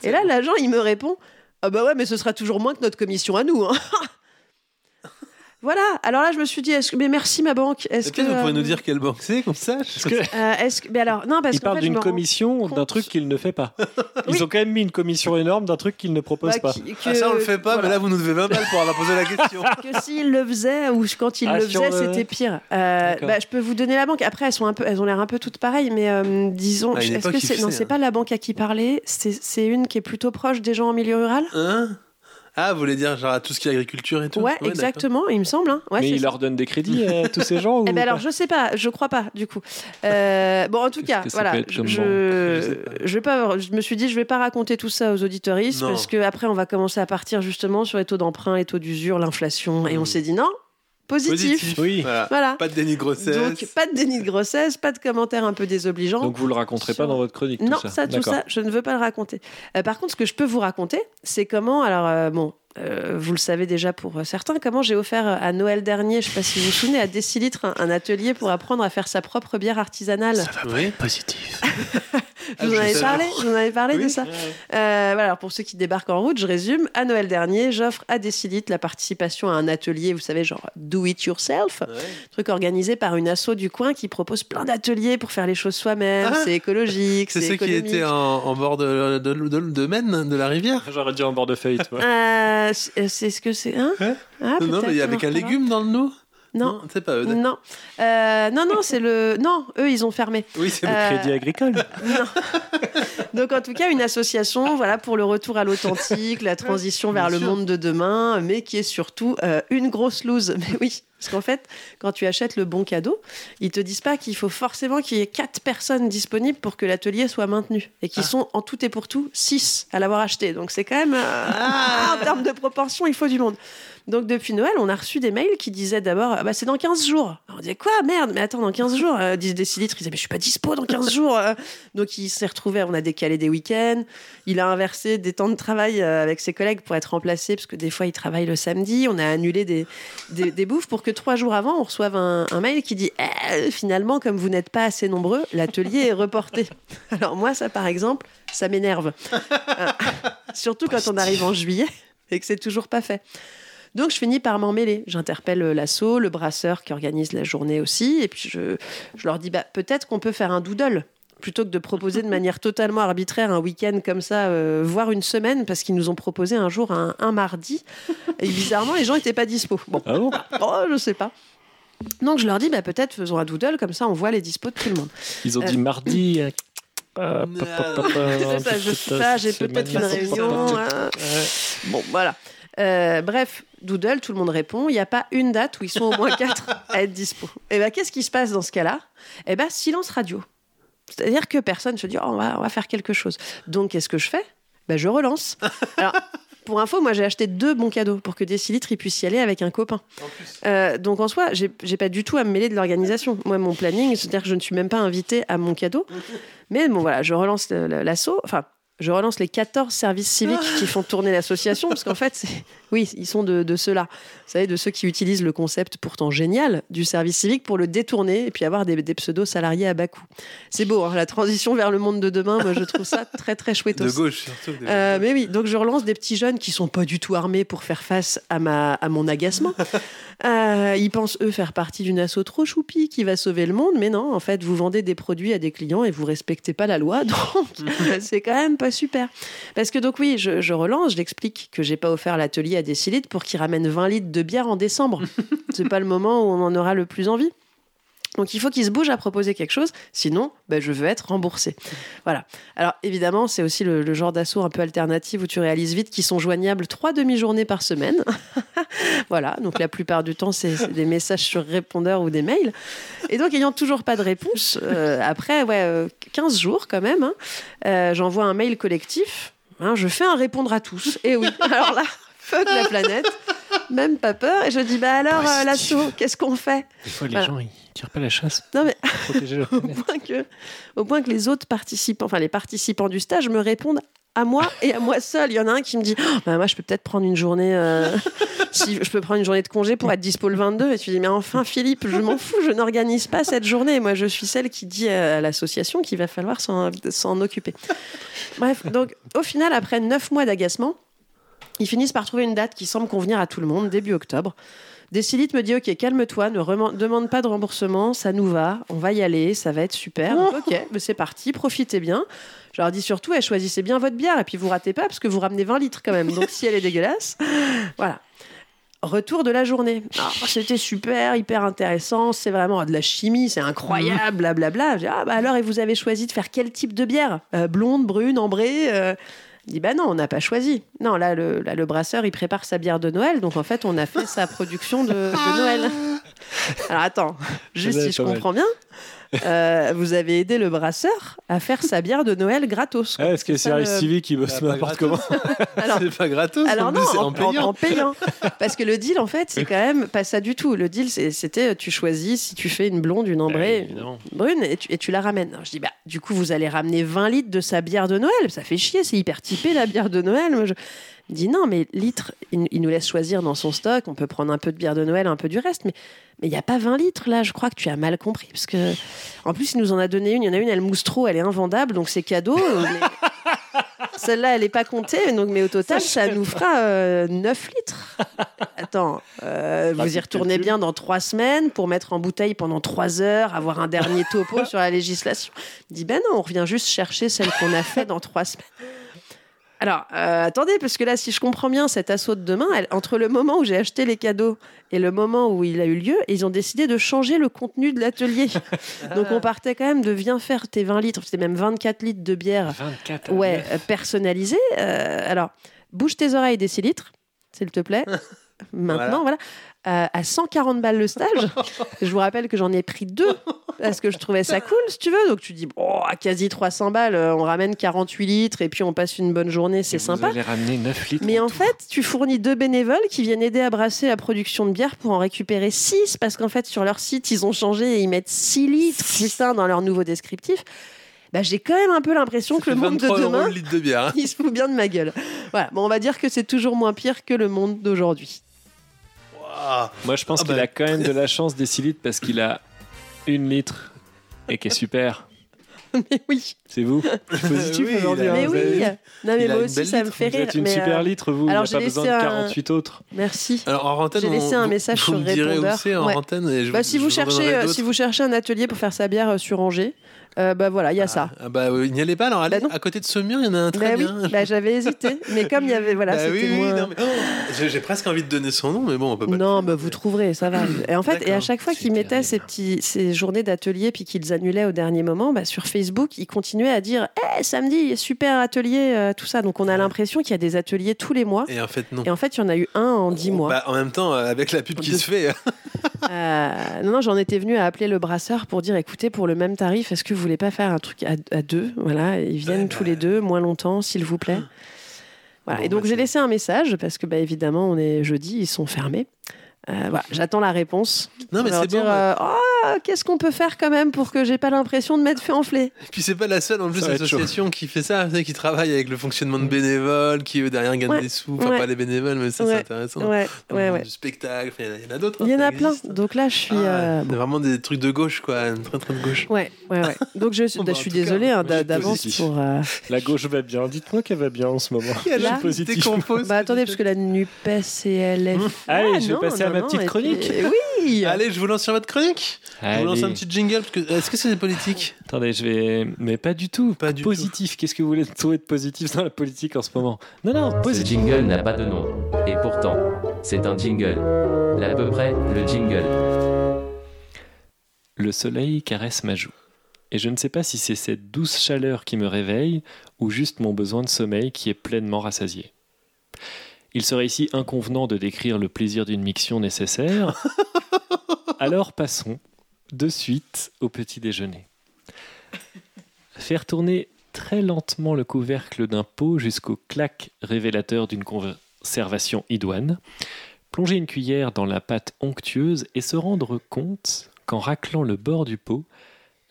Speaker 1: Et là, l'agent, il me répond, ah bah ouais, mais ce sera toujours moins que notre commission à nous. hein. voilà, alors là, je me suis dit, est-ce que, mais merci ma banque. Est-ce
Speaker 2: Peut-être
Speaker 1: que,
Speaker 2: vous pouvez
Speaker 1: euh,
Speaker 2: nous dire quelle banque c'est, qu'on sache.
Speaker 10: Parce que
Speaker 1: euh, est-ce que, mais alors, non, parce
Speaker 10: il
Speaker 1: qu'en
Speaker 10: parle
Speaker 1: fait, je
Speaker 10: d'une
Speaker 1: me rends-
Speaker 10: commission d'un
Speaker 1: compte.
Speaker 10: truc qu'il ne fait pas. Ils
Speaker 1: Oui.
Speaker 10: ont quand même mis une commission énorme d'un truc qu'ils ne proposent
Speaker 1: bah,
Speaker 10: pas.
Speaker 1: qui- que-
Speaker 2: Ah, ça, on le fait pas,
Speaker 1: voilà.
Speaker 2: mais là, vous nous devez 20 balles pour avoir posé la question.
Speaker 1: que s'il le faisait ou quand il
Speaker 10: Ah,
Speaker 1: le
Speaker 10: si on
Speaker 1: faisait,
Speaker 10: le-
Speaker 1: c'était pire. Euh,
Speaker 10: D'accord.
Speaker 1: bah, je peux vous donner la banque. Après, elles sont un peu, elles ont l'air un peu toutes pareilles, mais euh, disons,
Speaker 2: À une
Speaker 1: est-ce
Speaker 2: époque,
Speaker 1: que
Speaker 2: il
Speaker 1: c'est non,
Speaker 2: faisait,
Speaker 1: c'est
Speaker 2: hein.
Speaker 1: pas la banque à qui parler, c'est c'est une qui est plutôt proche des gens en milieu rural.
Speaker 2: Hein ah, vous voulez dire genre à tout ce qui est agriculture et tout
Speaker 1: ouais,
Speaker 2: d'accord.
Speaker 1: exactement, il me semble. hein. Ouais,
Speaker 10: Mais
Speaker 1: c'est
Speaker 10: il
Speaker 1: ça.
Speaker 10: leur donne des crédits à tous ces gens ou
Speaker 1: Eh ben
Speaker 10: pas
Speaker 1: alors, je sais pas, je crois pas, du coup. Euh, bon, en tout
Speaker 10: Qu'est-ce
Speaker 1: cas,
Speaker 10: que ça
Speaker 1: voilà,
Speaker 10: peut être
Speaker 1: je,
Speaker 10: comme
Speaker 2: Je sais pas.
Speaker 1: je, vais pas, je me suis dit, je vais pas raconter tout ça aux auditoristes
Speaker 2: Non.
Speaker 1: parce que après, on va commencer à partir justement sur les taux d'emprunt, les taux d'usure, l'inflation, et on
Speaker 2: Mm.
Speaker 1: s'est dit non, positif.
Speaker 2: Positif.
Speaker 10: Oui.
Speaker 2: Voilà.
Speaker 1: Voilà.
Speaker 2: Pas de déni de grossesse.
Speaker 1: Donc, pas de déni de grossesse, pas de commentaires un peu désobligeants.
Speaker 10: Donc vous le raconterez pas
Speaker 1: Sur-
Speaker 10: dans votre chronique
Speaker 1: non,
Speaker 10: tout ça.
Speaker 1: ça, tout
Speaker 10: D'accord.
Speaker 1: ça, je ne veux pas le raconter. Euh, par contre, ce que je peux vous raconter, c'est comment, alors euh, bon, euh, vous le savez déjà pour euh, certains, comment j'ai offert euh, à Noël dernier, je ne sais pas si vous vous souvenez, à Décilitre, un, un atelier pour apprendre à faire sa propre bière artisanale.
Speaker 2: oui.
Speaker 10: Positif.
Speaker 1: Je vous en
Speaker 2: Ah, je
Speaker 1: avais
Speaker 2: savais.
Speaker 1: parlé, je vous en avais parlé
Speaker 2: Oui.
Speaker 1: de ça. Euh, voilà, alors pour ceux qui débarquent en route, je résume. À Noël dernier, j'offre à Décilitre la participation à un atelier, vous savez, genre do it yourself
Speaker 2: Ouais.
Speaker 1: truc organisé par une asso du coin qui propose plein d'ateliers pour faire les choses soi-même.
Speaker 2: Ah
Speaker 1: c'est écologique,
Speaker 2: C'est
Speaker 1: c'est
Speaker 2: ceux qui
Speaker 1: économique.
Speaker 2: étaient en, en bord de, de, de, de Maine, de la rivière
Speaker 10: J'aurais dit en bord de feuille, toi.
Speaker 1: Euh, c'est c'est ce que c'est, hein
Speaker 2: Hein
Speaker 1: Ah,
Speaker 2: Non, non,
Speaker 1: peut-être
Speaker 2: mais il y
Speaker 1: qu'on en
Speaker 2: avait un
Speaker 1: reparlera.
Speaker 2: légume dans le lot.
Speaker 1: Non.
Speaker 2: c'est pas eux. d'accord.
Speaker 1: Non, Euh, non, non, c'est le. Non, eux, ils ont fermé.
Speaker 2: Oui, c'est
Speaker 1: Euh,
Speaker 2: vrai.
Speaker 10: Crédit agricole.
Speaker 1: Donc, en tout cas, une association voilà, pour le retour à l'authentique, la transition vers le monde de demain, mais qui est surtout euh, une grosse loose. Mais oui, parce qu'en fait, quand tu achètes le bon cadeau, ils te disent pas qu'il faut forcément qu'il y ait quatre personnes disponibles pour que l'atelier soit maintenu. Et qu'ils sont en tout et pour tout six à l'avoir acheté. Donc, c'est quand même. euh, en termes de proportion, il faut du monde. Donc, depuis Noël, on a reçu des mails qui disaient d'abord Ah bah, c'est dans 15 jours. Alors, on disait Quoi Merde, mais attends, dans 15 jours euh, disent des six litres, ils disaient Mais je suis pas dispo dans 15 jours. euh. Donc il s'est retrouvé, on a décalé des week-ends, il a inversé des temps de travail euh, avec ses collègues pour être remplacé, parce que des fois il travaille le samedi, on a annulé des, des, des bouffes pour que trois jours avant on reçoive un, un mail qui dit Eh, finalement, comme vous n'êtes pas assez nombreux, l'atelier est reporté. Alors moi, ça par exemple, ça m'énerve. Euh, surtout quand on arrive en juillet et que c'est toujours pas fait. Donc je finis par m'emmêler. J'interpelle euh, l'assaut, le brasseur qui organise la journée aussi, et puis je, je leur dis bah, peut-être qu'on peut faire un doodle plutôt que de proposer de manière totalement arbitraire un week-end comme ça, euh, voire une semaine, parce qu'ils nous ont proposé un jour un, un mardi. Et bizarrement, les gens n'étaient pas dispo. Bon,
Speaker 10: Ah bon
Speaker 1: oh, je sais pas. Donc je leur dis, bah, peut-être faisons un doodle, comme ça on voit les dispos de tout le monde.
Speaker 10: Ils ont dit
Speaker 1: Euh,
Speaker 10: mardi. euh, euh,
Speaker 2: Non.
Speaker 10: pa- pa- pa- pa-
Speaker 1: Ah, C'est ça, je suis pas, j'ai
Speaker 10: semaine.
Speaker 1: peut-être une réunion. hein. Bon, voilà. Euh, bref, Doodle, tout le monde répond. Il n'y a pas une date où ils sont au moins quatre à être dispo. Et ben, qu'est-ce qui se passe dans ce cas-là Eh ben, silence radio. C'est-à-dire que personne se dit Oh, on, va, on va faire quelque chose. Donc, qu'est-ce que je fais ben, Je relance. Alors, pour info, moi, j'ai acheté deux bons cadeaux pour que Décilitre il puisse y aller avec un copain. Euh, donc, en soi, j'ai j'ai pas du tout à me mêler de l'organisation. Moi, mon planning, c'est-à-dire que je ne suis même pas invitée à mon cadeau. Mais bon, voilà, je relance le- le- l'assaut. Enfin, je relance les 14 services civiques qui font tourner l'association, parce qu'en fait, c'est- oui, ils sont de, de ceux-là. Vous savez, de ceux qui utilisent le concept pourtant génial du service civique pour le détourner et puis avoir des, des pseudo-salariés à bas coût. C'est beau, hein, la transition vers le monde de demain, moi je trouve ça très très chouette
Speaker 2: De gauche, surtout. des-
Speaker 1: euh, mais oui, donc je relance des petits jeunes qui sont pas du tout armés pour faire face à, ma, à mon agacement. Euh, ils pensent, eux, faire partie d'une asso trop choupie qui va sauver le monde, mais non, en fait, vous vendez des produits à des clients et vous respectez pas la loi, donc c'est quand même pas super. Parce que donc oui, je, je relance, j'explique que j'ai pas offert l'atelier à des litres pour qu'ils ramènent 20 litres de bière en décembre. c'est pas le moment où on en aura le plus envie. Donc il faut qu'ils se bougent à proposer quelque chose, sinon ben, je veux être remboursé. Alors évidemment, c'est aussi le, le genre d'assaut un peu alternatif où tu réalises vite qu'ils sont joignables trois demi-journées par semaine. voilà, donc la plupart du temps, c'est c'est des messages sur répondeur ou des mails. Et donc, ayant toujours pas de réponse, euh, après ouais, euh, 15 jours quand même, hein, euh, j'envoie un mail collectif. Hein, je fais un répondre à tous. Et oui, alors là, fuck la planète. Même pas peur. Et je dis, bah alors, euh, l'assaut, qu'est-ce qu'on fait
Speaker 10: Des fois, les
Speaker 1: Voilà.
Speaker 10: gens, ils tirent pas la chasse
Speaker 1: Non, mais
Speaker 10: pour protéger leur
Speaker 1: au point que, au point que les autres participants, enfin les participants du stage me répondent à moi et à moi seul. Il y en a un qui me dit Oh, bah, Moi, je peux peut-être prendre une journée. euh, si je peux prendre une journée de congé pour être dispo le 22. Et tu dis Mais enfin, Philippe, je m'en fous, je n'organise pas cette journée. Moi, je suis celle qui dit à l'association qu'il va falloir s'en s'en occuper. Bref, donc au final, après neuf mois d'agacement, ils finissent par trouver une date qui semble convenir à tout le monde, début octobre. Décilite me dit Ok, calme-toi, ne reman- demande pas de remboursement, ça nous va, on va y aller, ça va être super. Donc, ok, mais c'est parti, profitez bien. Je leur dis surtout eh, Choisissez bien votre bière et puis vous ratez pas parce que vous ramenez 20 litres quand même. Donc si elle est dégueulasse, voilà. Retour de la journée. Ah, C'était super, hyper intéressant, c'est vraiment de la chimie, c'est incroyable, blablabla. Je dis, ah, bah alors, et vous avez choisi de faire quel type de bière Euh, Blonde, brune, ambrée euh, il dit bah non, on n'a pas choisi. Non, là le, là, le brasseur, il prépare sa bière de Noël, donc en fait, on a fait sa production de,
Speaker 2: Ah.
Speaker 1: de Noël. Alors attends, juste
Speaker 10: Celle-là
Speaker 1: si
Speaker 10: est
Speaker 1: je
Speaker 10: pas mal.
Speaker 1: comprends bien, euh, vous avez aidé le brasseur à faire sa bière de Noël gratos. quoi.
Speaker 10: Ah, Est-ce que les
Speaker 1: C'est ça,
Speaker 10: services
Speaker 1: le-
Speaker 10: civiques, ils bossent
Speaker 2: Bah, pas
Speaker 10: n'importe comment
Speaker 2: gratos.
Speaker 1: Alors-
Speaker 2: c'est pas gratos. en
Speaker 1: Alors non,
Speaker 2: plus, c'est
Speaker 1: en,
Speaker 2: en payant.
Speaker 1: en payant. Parce que le deal, en fait, c'est quand même pas ça du tout. Le deal, c'est- c'était euh, tu choisis si tu fais une blonde, une ambrée,
Speaker 10: Évidemment.
Speaker 1: une brune, et tu, et tu la ramènes. Alors, je dis, bah, du coup, vous allez ramener 20 litres de sa bière de Noël. Ça fait chier, c'est hyper typé la bière de Noël. Moi, je il dit, non, mais litres, il, il nous laisse choisir dans son stock. On peut prendre un peu de bière de Noël, un peu du reste. Mais mais il n'y a pas 20 litres là. Je crois que tu as mal compris. Parce que, en plus, il nous en a donné une. Il y en a une, elle mousse trop, elle est invendable, donc c'est cadeau. mais- Celle-là, elle n'est pas comptée, donc, mais au total, ça, nous fera euh, 9 litres. Attends, euh, vous y
Speaker 10: Rapide
Speaker 1: retournez
Speaker 10: calcul.
Speaker 1: bien dans 3 semaines pour mettre en bouteille pendant 3 heures, avoir un dernier topo sur la législation. Il dit, ben non, on revient juste chercher celle qu'on a fait dans 3 semaines. Alors, euh, attendez, parce que là, si je comprends bien, cette assaut de demain, elle- entre le moment où j'ai acheté les cadeaux et le moment où il a eu lieu, ils ont décidé de changer le contenu de l'atelier. Donc, on partait quand même de viens faire tes 20 litres, c'était même 24 litres de bière
Speaker 3: 24
Speaker 1: ouais, euh, personnalisée. Euh, alors, bouge tes oreilles des 6 litres, s'il te plaît. Maintenant, voilà. Euh, à 140 balles le stage. je vous rappelle que j'en ai pris deux parce que je trouvais ça cool, si tu veux. Donc tu dis, bon, à quasi 300 balles, euh, on ramène 48 litres et puis on passe une bonne journée, c'est sympa.
Speaker 3: Vous allez ramener 9 litres.
Speaker 1: Mais en fait, tu fournis deux bénévoles qui viennent aider à brasser la production de bière pour en récupérer 6 parce qu'en fait, sur leur site, ils ont changé et ils mettent 6 litres, putain, dans leur nouveau descriptif. Bah, j'ai quand même un peu l'impression que le monde de
Speaker 2: 23 euros
Speaker 1: demain,
Speaker 2: le litre de bière. hein.
Speaker 1: il se fout bien de ma gueule. Voilà, bon, on va dire que c'est toujours moins pire que le monde d'aujourd'hui.
Speaker 2: Waouh.
Speaker 3: Moi, je pense
Speaker 2: Ah
Speaker 3: qu'il
Speaker 2: bah.
Speaker 3: a quand même de la chance des 6 litres parce qu'il a une litre et qui est super.
Speaker 1: Mais Eh oui,
Speaker 3: C'est vous Je suis positif
Speaker 2: Euh, Oui,
Speaker 3: aujourd'hui.
Speaker 2: il a-
Speaker 3: hein,
Speaker 1: mais
Speaker 3: vous
Speaker 1: oui.
Speaker 3: avez vu
Speaker 1: Non, mais
Speaker 2: il a
Speaker 1: moi
Speaker 2: une
Speaker 1: aussi,
Speaker 2: belle
Speaker 1: ça me
Speaker 2: litre,
Speaker 1: fait
Speaker 3: Vous
Speaker 1: rire.
Speaker 3: êtes une
Speaker 1: mais,
Speaker 3: super
Speaker 1: euh,
Speaker 3: litre, vous.
Speaker 1: alors,
Speaker 3: il n'y
Speaker 1: j'ai
Speaker 3: a pas besoin
Speaker 1: laissé
Speaker 3: de
Speaker 1: un-
Speaker 3: 48 autres.
Speaker 1: Merci.
Speaker 2: Alors en antenne,
Speaker 1: J'ai laissé
Speaker 2: on-
Speaker 1: un
Speaker 2: vous-
Speaker 1: message
Speaker 2: vous
Speaker 1: sur
Speaker 2: me direz où
Speaker 1: répondeur.
Speaker 2: c'est en
Speaker 1: Ouais.
Speaker 2: antenne. Et je,
Speaker 1: Bah,
Speaker 2: vous-
Speaker 1: si,
Speaker 2: je
Speaker 1: vous
Speaker 2: donnerai
Speaker 1: cherchez, euh,
Speaker 2: d'autres.
Speaker 1: si vous cherchez un atelier pour faire sa bière euh, sur Angers, euh, bah voilà, il y a ça.
Speaker 2: Ah bah oui, n'y allez pas alors allez,
Speaker 1: Bah non.
Speaker 2: à côté de ce mur il y en a un
Speaker 1: Bah
Speaker 2: très
Speaker 1: oui,
Speaker 2: bien.
Speaker 1: bah, j'avais hésité, mais comme il y avait voilà,
Speaker 2: Bah
Speaker 1: c'était
Speaker 2: oui, oui,
Speaker 1: moins-
Speaker 2: non, mais- Oh, j'ai- j'ai presque envie de donner son nom hein, mais bon on peut pas. le
Speaker 1: Non,
Speaker 2: faire.
Speaker 1: bah, vous trouverez, ça va. Et en fait, et à
Speaker 2: D'accord.
Speaker 1: chaque fois
Speaker 2: C'est
Speaker 1: qu'ils mettaient
Speaker 2: terrible.
Speaker 1: ces, petits, ces journées d'atelier puis qu'ils annulaient au dernier moment, bah, sur Facebook, ils continuaient à dire Eh, samedi, super atelier, euh, tout ça. Donc on a l'impression qu'il y a des ateliers tous les mois.
Speaker 2: Et en fait non.
Speaker 1: Et en fait, il y en a eu un en dix mois.
Speaker 2: Bah, en même temps euh, avec la pub qui se fait. bah.
Speaker 1: Euh, non, non, j'en étais venue à appeler le brasseur pour dire écoutez, pour le même tarif, est-ce que vous voulez pas faire un truc à, à deux Voilà, ils
Speaker 2: Ah
Speaker 1: viennent tous les deux, moins longtemps, s'il vous plaît. Voilà.
Speaker 2: bah. Bon,
Speaker 1: et donc,
Speaker 2: bah,
Speaker 1: j'ai
Speaker 2: c'est-
Speaker 1: laissé un message parce que, bah, évidemment, on est jeudi, ils sont fermés. Euh, voilà, j'attends la réponse.
Speaker 2: Non
Speaker 1: Pour
Speaker 2: mais
Speaker 1: leur
Speaker 2: c'est
Speaker 1: dire,
Speaker 2: bon.
Speaker 1: euh, Oh, qu'est-ce qu'on peut faire quand même pour que j'ai pas l'impression de m'être fait enfler
Speaker 2: Et puis c'est pas la seule en plus
Speaker 3: Ça va être chaud. Mm.
Speaker 2: association qui fait ça, tu sais, qui travaille avec le fonctionnement de bénévoles, qui eux derrière gagnent
Speaker 1: Ouais,
Speaker 2: des sous, enfin
Speaker 1: ouais.
Speaker 2: pas les bénévoles mais ça
Speaker 1: Ouais,
Speaker 2: c'est intéressant.
Speaker 1: Ouais,
Speaker 2: Dans le
Speaker 1: ouais,
Speaker 2: monde
Speaker 1: ouais.
Speaker 2: Du spectacle, enfin, il y en a- il y en a d'autres.
Speaker 1: Il y
Speaker 2: hein,
Speaker 1: en
Speaker 2: ça
Speaker 1: a plein.
Speaker 2: existe.
Speaker 1: Donc là, je suis.
Speaker 2: Ah,
Speaker 1: euh, bon.
Speaker 2: Vraiment des trucs de gauche quoi, très très de gauche.
Speaker 1: Ouais, ouais, ouais. Donc je,
Speaker 2: Bon, bah,
Speaker 1: je suis
Speaker 2: en tout cas,
Speaker 1: désolée hein,
Speaker 2: moi, j'ai
Speaker 1: d'avance
Speaker 3: positif.
Speaker 1: pour. euh,
Speaker 3: La gauche va bien. Dites-moi qu'elle va bien en ce moment.
Speaker 1: a Là,
Speaker 3: positif.
Speaker 1: Bah attendez, parce que la NUPES et LF.
Speaker 3: Allez,
Speaker 1: Ah,
Speaker 3: je vais
Speaker 1: non,
Speaker 3: passer à
Speaker 1: non,
Speaker 3: ma
Speaker 1: non,
Speaker 3: petite
Speaker 1: et puis-
Speaker 3: chronique.
Speaker 1: et oui
Speaker 2: Allez, je vous lance sur votre chronique. Je vous lance un
Speaker 3: Allez.
Speaker 2: petit jingle. parce que- euh, Est-ce que c'est politique
Speaker 3: Attendez, je vais. Mais pas du tout.
Speaker 2: Pas du
Speaker 3: Ah, positif. Qu'est-ce que vous voulez trouver de positif dans la politique en ce moment Non, non,
Speaker 11: Ce
Speaker 3: positif.
Speaker 11: jingle n'a pas de nom. Et pourtant, c'est un jingle. L'à peu près, le jingle.
Speaker 3: Le soleil caresse ma joue. Et je ne sais pas si c'est cette douce chaleur qui me réveille ou juste mon besoin de sommeil qui est pleinement rassasié. Il serait ici inconvenant de décrire le plaisir d'une miction nécessaire. Alors passons de suite au petit déjeuner. Faire tourner très lentement le couvercle d'un pot jusqu'au clac révélateur d'une conservation idoine, plonger une cuillère dans la pâte onctueuse et se rendre compte qu'en raclant le bord du pot,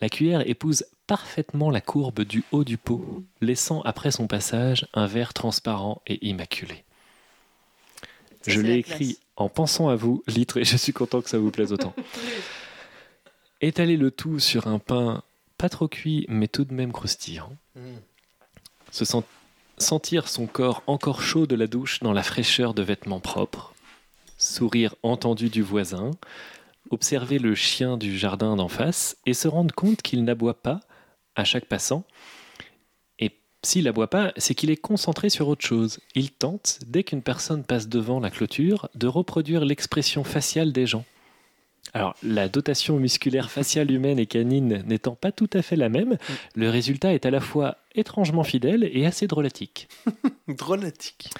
Speaker 3: la cuillère épouse parfaitement la courbe du haut du pot, laissant après son passage un verre transparent et immaculé.
Speaker 1: Ça,
Speaker 3: je
Speaker 1: c'est
Speaker 3: l'ai
Speaker 1: la
Speaker 3: écrit
Speaker 1: classe.
Speaker 3: en pensant à vous, litre, et je suis content que ça vous plaise autant. Étaler le tout sur un pain pas trop cuit, mais tout de même croustillant.
Speaker 1: Mm.
Speaker 3: Se sent- sentir son corps encore chaud de la douche dans la fraîcheur de vêtements propres. Sourire entendu du voisin. Observer le chien du jardin d'en face et se rendre compte qu'il n'aboie pas à chaque passant. Et s'il n'aboie pas, c'est qu'il est concentré sur autre chose. Il tente, dès qu'une personne passe devant la clôture, de reproduire l'expression faciale des gens. Alors, la dotation musculaire faciale humaine et canine n'étant pas tout à fait la même, le résultat est à la fois étrangement fidèle et assez drôlatique.
Speaker 2: Drôlatique.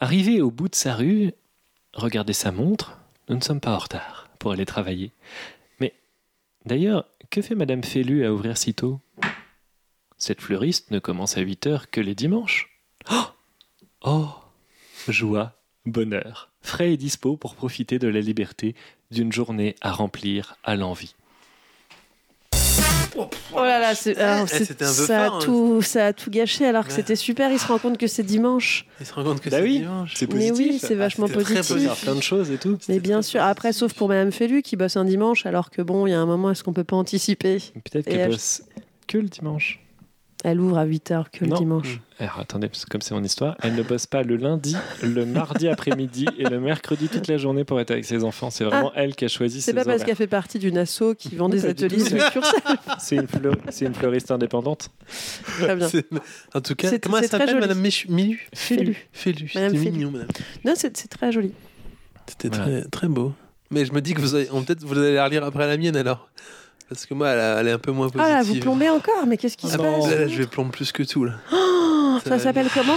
Speaker 3: Arrivé au bout de sa rue, regardez sa montre, nous ne sommes pas en retard pour aller travailler. Mais d'ailleurs, que fait Madame Félu à ouvrir si tôt Cette fleuriste ne commence à 8 heures que les dimanches. Oh, oh Joie, bonheur, frais et dispo pour profiter de la liberté d'une journée à remplir à l'envie.
Speaker 1: Oh là là, c'est- alors,
Speaker 2: Eh,
Speaker 1: c'est-
Speaker 2: c'était un peu
Speaker 1: ça,
Speaker 2: fort,
Speaker 1: a
Speaker 2: hein.
Speaker 1: tout, ça a tout gâché alors que
Speaker 2: Ouais.
Speaker 1: c'était super. Il se rend compte que c'est dimanche.
Speaker 2: Il se rend compte que
Speaker 3: Bah
Speaker 2: c'est
Speaker 3: oui,
Speaker 2: dimanche.
Speaker 3: c'est
Speaker 1: Mais oui,
Speaker 3: Positif. Ah,
Speaker 1: c'est vachement
Speaker 2: c'était très
Speaker 1: positif.
Speaker 2: positif.
Speaker 3: Plein de choses et tout.
Speaker 1: Mais bien sûr, après, sauf pour Madame Félu qui bosse un dimanche, alors que bon, il y a un moment, est-ce qu'on peut pas anticiper
Speaker 3: Peut-être
Speaker 1: Et
Speaker 3: qu'elle
Speaker 1: elle-
Speaker 3: bosse que le dimanche.
Speaker 1: Elle ouvre à 8h que le
Speaker 10: Non.
Speaker 1: dimanche.
Speaker 10: Alors, attendez, parce que comme c'est mon histoire, elle ne bosse pas le lundi, le mardi après-midi et le mercredi toute la journée pour être avec ses enfants. C'est vraiment elle qui a choisi
Speaker 1: Ah, C'est
Speaker 10: ses
Speaker 1: pas parce
Speaker 10: horaires.
Speaker 1: qu'elle fait partie d'une asso qui vend des
Speaker 10: pas du
Speaker 1: ateliers
Speaker 10: tout,
Speaker 1: sur
Speaker 10: c'est-
Speaker 1: Cursa.
Speaker 10: C'est une, fleur- c'est une fleuriste indépendante.
Speaker 1: Très bien.
Speaker 2: C'est- En tout cas,
Speaker 1: C'est-
Speaker 2: comment elle
Speaker 1: c'est très
Speaker 2: s'appelle,
Speaker 1: joli.
Speaker 2: Madame Michu- Milu
Speaker 1: Félu.
Speaker 2: Félu.
Speaker 1: Madame
Speaker 2: C'était
Speaker 1: Félu.
Speaker 2: mignon, madame.
Speaker 1: Non, c'est c'est très joli.
Speaker 2: C'était
Speaker 10: Voilà.
Speaker 2: très, très beau. Mais je me dis que vous allez, peut-être vous allez la relire après la mienne alors. Parce que moi, elle, a- elle est un peu moins
Speaker 1: Ah
Speaker 2: positive.
Speaker 1: là, vous plombez encore, mais qu'est-ce qui
Speaker 2: Ah,
Speaker 1: se
Speaker 10: non.
Speaker 1: passe
Speaker 2: là, je vais plomber plus que tout. Là.
Speaker 1: Oh,
Speaker 2: Ça va
Speaker 1: Ça s'appelle comment